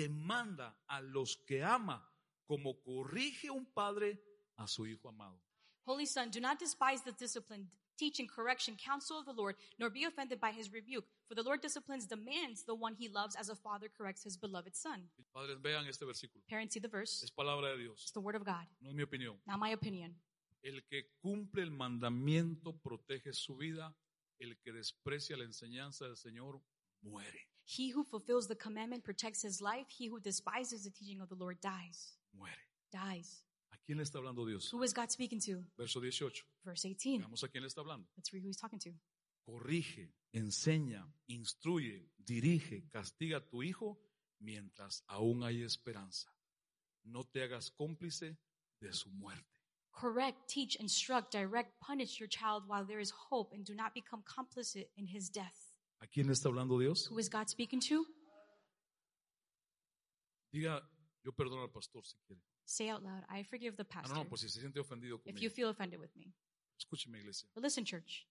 Speaker 1: demanda a los que ama, como corrige un padre a su hijo amado.
Speaker 2: Holy Son, do not despise the discipline, teaching, correction, counsel of the Lord, nor be offended by his rebuke, for the Lord disciplines demands the one he loves as a father corrects his beloved son.
Speaker 1: Padres, vean este versículo.
Speaker 2: Parents, see the verse.
Speaker 1: Es palabra de
Speaker 2: It's
Speaker 1: Dios,
Speaker 2: the word of God.
Speaker 1: no es mi opinión.
Speaker 2: Not my opinion.
Speaker 1: El que cumple el mandamiento protege su vida, el que desprecia la enseñanza del Señor muere,
Speaker 2: He who fulfills the commandment protects his life. He who despises the teaching of the Lord dies.
Speaker 1: muere.
Speaker 2: Dies.
Speaker 1: ¿A quién le está hablando Dios?
Speaker 2: Who is God speaking to?
Speaker 1: Verso 18.
Speaker 2: Verse 18.
Speaker 1: Veamos a quién le está hablando.
Speaker 2: Let's read who he's talking to.
Speaker 1: corrige, enseña, instruye, dirige, castiga a tu hijo mientras aún hay esperanza. No te hagas cómplice de su muerte.
Speaker 2: Correct, teach, instruct, direct, punish your child while there is hope, and do not become complicit in his death.
Speaker 1: ¿A quién le está hablando Dios?
Speaker 2: Who is God speaking to?
Speaker 1: Diga, yo perdono al pastor si quiere.
Speaker 2: Say out loud, I forgive the
Speaker 1: Ah,
Speaker 2: pastor.
Speaker 1: no, no, por si se siente ofendido
Speaker 2: if you
Speaker 1: conmigo.
Speaker 2: feel offended with me.
Speaker 1: Escúcheme, iglesia.
Speaker 2: But listen, church,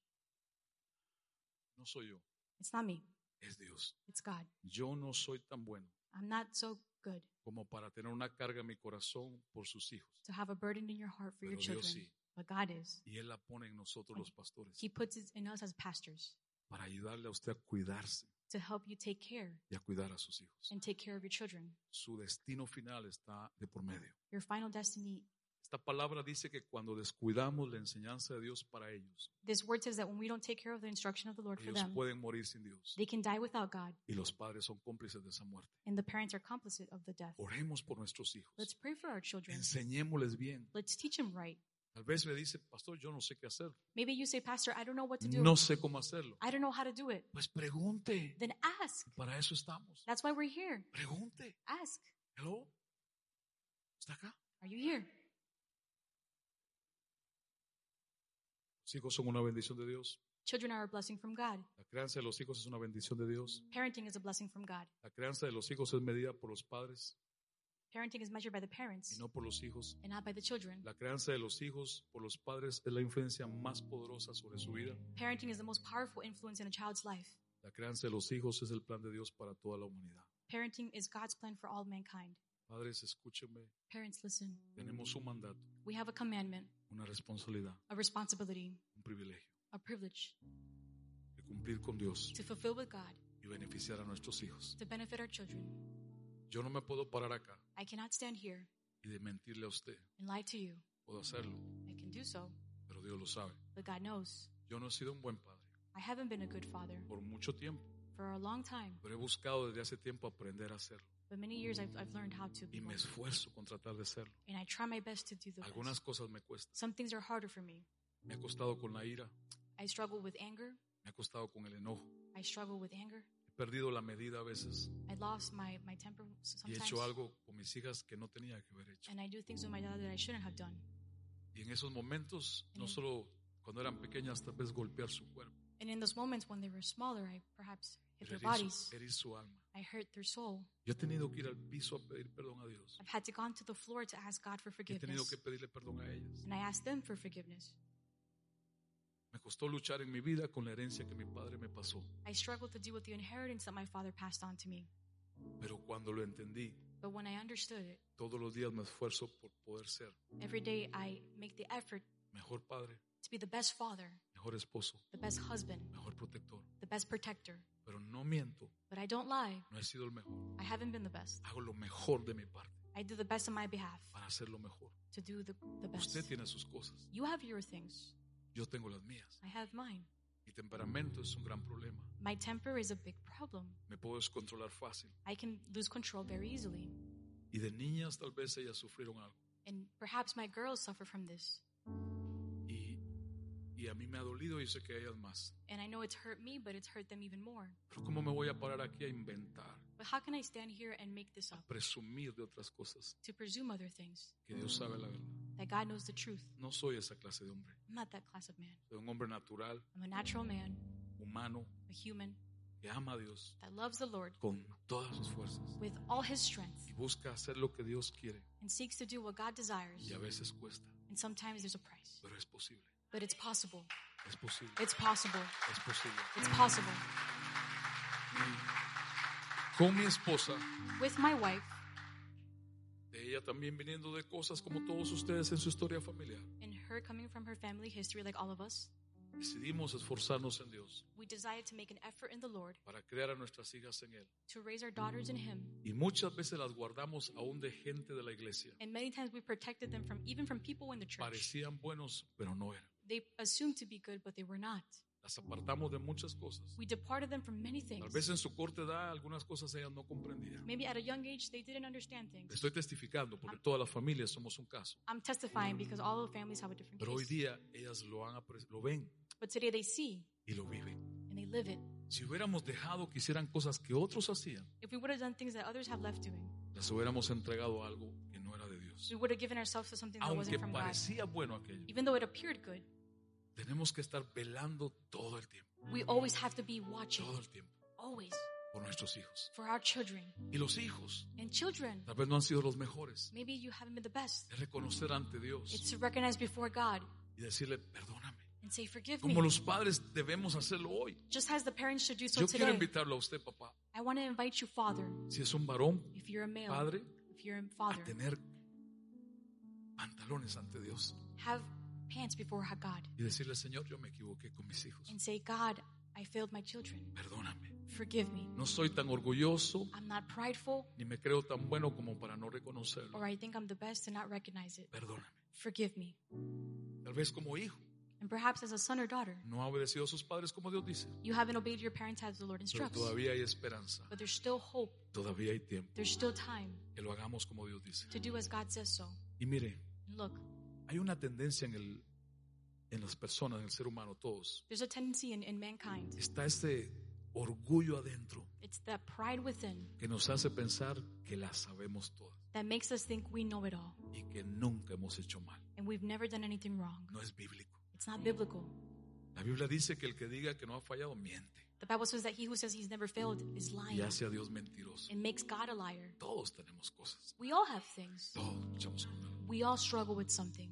Speaker 1: No soy yo,
Speaker 2: it's not me,
Speaker 1: es Dios.
Speaker 2: it's God.
Speaker 1: Yo no soy tan bueno
Speaker 2: I'm not so good
Speaker 1: como para tener una carga en mi corazón por sus hijos.
Speaker 2: to have a burden in your heart for your
Speaker 1: Pero Dios
Speaker 2: children.
Speaker 1: sí.
Speaker 2: But God is.
Speaker 1: Y Él la pone en nosotros los pastores
Speaker 2: He puts it in us as pastors
Speaker 1: para ayudarle a usted a cuidarse
Speaker 2: to help you take care
Speaker 1: y a cuidar a sus hijos.
Speaker 2: and take care of your children.
Speaker 1: Su destino final está de por medio.
Speaker 2: Your final destiny.
Speaker 1: Esta palabra dice que cuando descuidamos la enseñanza de Dios para ellos,
Speaker 2: This word says that when we don't take care of the instruction of the Lord for
Speaker 1: ellos
Speaker 2: them,
Speaker 1: pueden morir sin Dios.
Speaker 2: they can die without God,
Speaker 1: Y los padres son cómplices de esa muerte.
Speaker 2: and the parents are complicit of the death.
Speaker 1: Oremos por nuestros hijos.
Speaker 2: Let's pray for our children.
Speaker 1: Enseñémosles bien.
Speaker 2: Let's teach them right.
Speaker 1: Tal vez me dice, pastor, yo no sé qué hacer.
Speaker 2: Maybe you say, Pastor, I don't know what to do.
Speaker 1: No sé cómo hacerlo.
Speaker 2: I don't know how to do it.
Speaker 1: Pues pregunte.
Speaker 2: Then ask.
Speaker 1: Para eso estamos.
Speaker 2: That's why we're here.
Speaker 1: Pregunte.
Speaker 2: Ask.
Speaker 1: Hello. ¿Está acá?
Speaker 2: Are you here?
Speaker 1: Los hijos son una bendición de Dios.
Speaker 2: Children are a blessing from God.
Speaker 1: La crianza de los hijos es una bendición de Dios.
Speaker 2: Parenting is a blessing from God.
Speaker 1: La crianza de los hijos es medida por los padres
Speaker 2: Parenting is measured by the
Speaker 1: y
Speaker 2: parents
Speaker 1: no por los hijos.
Speaker 2: and not by the children.
Speaker 1: La crianza de los hijos por los padres es la influencia más poderosa sobre su vida.
Speaker 2: Parenting is the most powerful influence in a child's life.
Speaker 1: La crianza de los hijos es el plan de Dios para toda la humanidad.
Speaker 2: Parenting is God's plan for all mankind.
Speaker 1: Padres, escúchenme,
Speaker 2: Parents, listen.
Speaker 1: tenemos un mandato,
Speaker 2: We have a commandment,
Speaker 1: una responsabilidad,
Speaker 2: a responsibility,
Speaker 1: un privilegio
Speaker 2: a privilege
Speaker 1: de cumplir con Dios
Speaker 2: to fulfill with God,
Speaker 1: y beneficiar a nuestros hijos.
Speaker 2: to benefit our children.
Speaker 1: Yo no me puedo parar acá
Speaker 2: I cannot stand here
Speaker 1: y de mentirle a usted.
Speaker 2: and lie to you.
Speaker 1: Puedo hacerlo,
Speaker 2: I can do so,
Speaker 1: pero Dios lo sabe.
Speaker 2: but God knows.
Speaker 1: Yo no he sido un buen padre
Speaker 2: I haven't been a good father
Speaker 1: por mucho tiempo,
Speaker 2: for a long time,
Speaker 1: pero he buscado desde hace tiempo aprender a hacerlo
Speaker 2: but many years I've, I've learned how to be
Speaker 1: y me
Speaker 2: one.
Speaker 1: esfuerzo con tratar de hacerlo.
Speaker 2: And I try my best to do the
Speaker 1: Algunas
Speaker 2: best.
Speaker 1: cosas me cuestan.
Speaker 2: Some things are harder for me.
Speaker 1: Me ha costado con la ira,
Speaker 2: I struggle with anger.
Speaker 1: me ha costado con el enojo.
Speaker 2: I struggle with anger.
Speaker 1: He perdido la medida a veces
Speaker 2: I lost my, my temper s-
Speaker 1: y he
Speaker 2: sometimes.
Speaker 1: hecho algo con mis hijas que no tenía que haber hecho.
Speaker 2: And I do things with my dad that I shouldn't have done.
Speaker 1: Y en esos momentos, no solo cuando eran pequeñas, tal vez golpear su cuerpo,
Speaker 2: And in those moments when they were smaller, I perhaps hit
Speaker 1: pero
Speaker 2: their
Speaker 1: herir
Speaker 2: bodies.
Speaker 1: su, herir su alma.
Speaker 2: I hurt their soul.
Speaker 1: Yo he tenido que ir al piso a pedir perdón a Dios.
Speaker 2: I've had to go onto the floor to ask God for
Speaker 1: He tenido
Speaker 2: forgiveness.
Speaker 1: que pedirle perdón a ellas.
Speaker 2: And I asked them for forgiveness.
Speaker 1: Me costó luchar en mi vida con la herencia que mi padre me pasó.
Speaker 2: I struggled to deal with the inheritance that my father passed on to me.
Speaker 1: Pero cuando lo entendí,
Speaker 2: But when I understood it,
Speaker 1: todos los días me esfuerzo por poder ser
Speaker 2: every day I make the effort
Speaker 1: mejor padre,
Speaker 2: to be the best father,
Speaker 1: mejor esposo,
Speaker 2: the best husband,
Speaker 1: mejor protector.
Speaker 2: the best protector.
Speaker 1: Pero no miento,
Speaker 2: But I don't lie.
Speaker 1: no he sido el mejor.
Speaker 2: I haven't been the best.
Speaker 1: Hago lo mejor de mi parte
Speaker 2: I do the best on my behalf
Speaker 1: para hacer lo mejor.
Speaker 2: to do the, the best.
Speaker 1: Usted tiene sus cosas,
Speaker 2: You have your things.
Speaker 1: yo tengo las mías.
Speaker 2: I have mine.
Speaker 1: Mi temperamento es un gran problema.
Speaker 2: My temper is a big problem.
Speaker 1: Me puedo descontrolar fácil.
Speaker 2: I can lose control very easily.
Speaker 1: Y de niñas tal vez ellas sufrieron algo.
Speaker 2: And perhaps my girls suffer from this.
Speaker 1: Y, y a mí me ha dolido y sé que a ellas más.
Speaker 2: And I know it's hurt me, but it's hurt them even more.
Speaker 1: Pero ¿cómo me voy a parar aquí a inventar,
Speaker 2: But how can I stand here and make this up?
Speaker 1: a presumir de otras cosas
Speaker 2: To presume other things,
Speaker 1: que Dios sabe la verdad?
Speaker 2: that God knows the truth.
Speaker 1: No soy esa clase de hombre.
Speaker 2: I'm not that class of man.
Speaker 1: Soy un hombre natural,
Speaker 2: I'm a natural man,
Speaker 1: humano,
Speaker 2: a human
Speaker 1: que ama a Dios
Speaker 2: that loves the Lord
Speaker 1: con todas sus fuerzas
Speaker 2: with all his strength
Speaker 1: y busca hacer lo que Dios quiere.
Speaker 2: and seeks to do what God desires.
Speaker 1: Y a veces cuesta,
Speaker 2: And sometimes there's a price.
Speaker 1: pero es posible.
Speaker 2: But it's possible.
Speaker 1: Es posible.
Speaker 2: It's possible.
Speaker 1: Es posible.
Speaker 2: It's possible.
Speaker 1: Con mi esposa,
Speaker 2: With my wife,
Speaker 1: de ella también viniendo de cosas como todos ustedes en su historia familiar,
Speaker 2: and her coming from her family history, like all of us,
Speaker 1: decidimos esforzarnos en Dios
Speaker 2: we decided to make an effort in the Lord
Speaker 1: para crear a nuestras hijas en Él.
Speaker 2: to raise our daughters in Him.
Speaker 1: Y muchas veces las guardamos aún de gente de la iglesia.
Speaker 2: And many times we protected them from even from people in the church.
Speaker 1: Parecían buenos, pero no eran.
Speaker 2: They assumed to be good, but they were not.
Speaker 1: Las apartamos de muchas cosas.
Speaker 2: We departed them from many
Speaker 1: Tal vez
Speaker 2: things.
Speaker 1: en su corta edad algunas cosas ellas no comprendían.
Speaker 2: Maybe at a young age they didn't understand
Speaker 1: Le
Speaker 2: things.
Speaker 1: Estoy testificando porque todas las familias somos un caso.
Speaker 2: I'm testifying because all the families have a different
Speaker 1: Pero hoy
Speaker 2: case.
Speaker 1: día ellas lo, han, apre- lo ven
Speaker 2: But today they see
Speaker 1: y lo viven.
Speaker 2: and they live it.
Speaker 1: Si hubiéramos dejado que hicieran cosas que otros hacían,
Speaker 2: If we would have done things that others have left doing,
Speaker 1: les hubiéramos entregado algo que no era de Dios.
Speaker 2: we would have given ourselves to something that
Speaker 1: Aunque
Speaker 2: wasn't from God.
Speaker 1: parecía bueno aquello,
Speaker 2: Even though it appeared good,
Speaker 1: tenemos que estar velando todo el tiempo,
Speaker 2: we always have to be watching,
Speaker 1: todo el tiempo,
Speaker 2: always,
Speaker 1: por nuestros hijos.
Speaker 2: for our children
Speaker 1: Y los hijos
Speaker 2: and children.
Speaker 1: tal vez no han sido los mejores.
Speaker 2: Maybe you haven't been the best.
Speaker 1: Es reconocer ante
Speaker 2: It's
Speaker 1: Dios
Speaker 2: to recognize before God
Speaker 1: y decirle, perdóname.
Speaker 2: and say, Forgive
Speaker 1: Como
Speaker 2: me.
Speaker 1: los padres debemos hacerlo hoy.
Speaker 2: Just as the parents should do so
Speaker 1: Yo quiero
Speaker 2: today.
Speaker 1: invitarlo a usted, papá,
Speaker 2: I want to invite you, Father,
Speaker 1: si es un varón,
Speaker 2: if you're a male,
Speaker 1: padre,
Speaker 2: if you're a
Speaker 1: a
Speaker 2: father,
Speaker 1: tener pantalones ante Dios
Speaker 2: have pants before God
Speaker 1: y decirle, Señor, yo me equivoqué con mis hijos.
Speaker 2: and say, God, I failed my children.
Speaker 1: Perdóname.
Speaker 2: Forgive me.
Speaker 1: No soy tan orgulloso
Speaker 2: I'm not prideful
Speaker 1: ni me creo tan bueno como para no reconocerlo.
Speaker 2: or I think I'm the best and not recognize it.
Speaker 1: Perdóname.
Speaker 2: Forgive me.
Speaker 1: Tal vez como hijo,
Speaker 2: And perhaps as a son or daughter,
Speaker 1: no ha obedecido a sus padres como Dios dice.
Speaker 2: you haven't obeyed your parents as the Lord
Speaker 1: Pero
Speaker 2: instructs.
Speaker 1: todavía hay esperanza.
Speaker 2: But there's still hope.
Speaker 1: Todavía hay tiempo.
Speaker 2: There's still time
Speaker 1: Que lo hagamos como Dios dice.
Speaker 2: to do as God says so.
Speaker 1: Y mire,
Speaker 2: And look,
Speaker 1: hay una tendencia en, el, en las personas, en el ser humano, todos.
Speaker 2: there's a tendency in, in mankind.
Speaker 1: Está ese orgullo adentro
Speaker 2: It's that pride within
Speaker 1: que nos hace pensar que la sabemos todas
Speaker 2: that makes us think we know it all
Speaker 1: y que nunca hemos hecho mal.
Speaker 2: and we've never done anything wrong.
Speaker 1: No es bíblico.
Speaker 2: It's not biblical.
Speaker 1: La Biblia dice que el que diga que no ha fallado miente
Speaker 2: The Bible says that he who says he's never failed is
Speaker 1: y
Speaker 2: lying
Speaker 1: hace a Dios mentiroso.
Speaker 2: and makes God a liar.
Speaker 1: Todos tenemos cosas.
Speaker 2: We all have things.
Speaker 1: Todos luchamos con algo,
Speaker 2: We all struggle with something,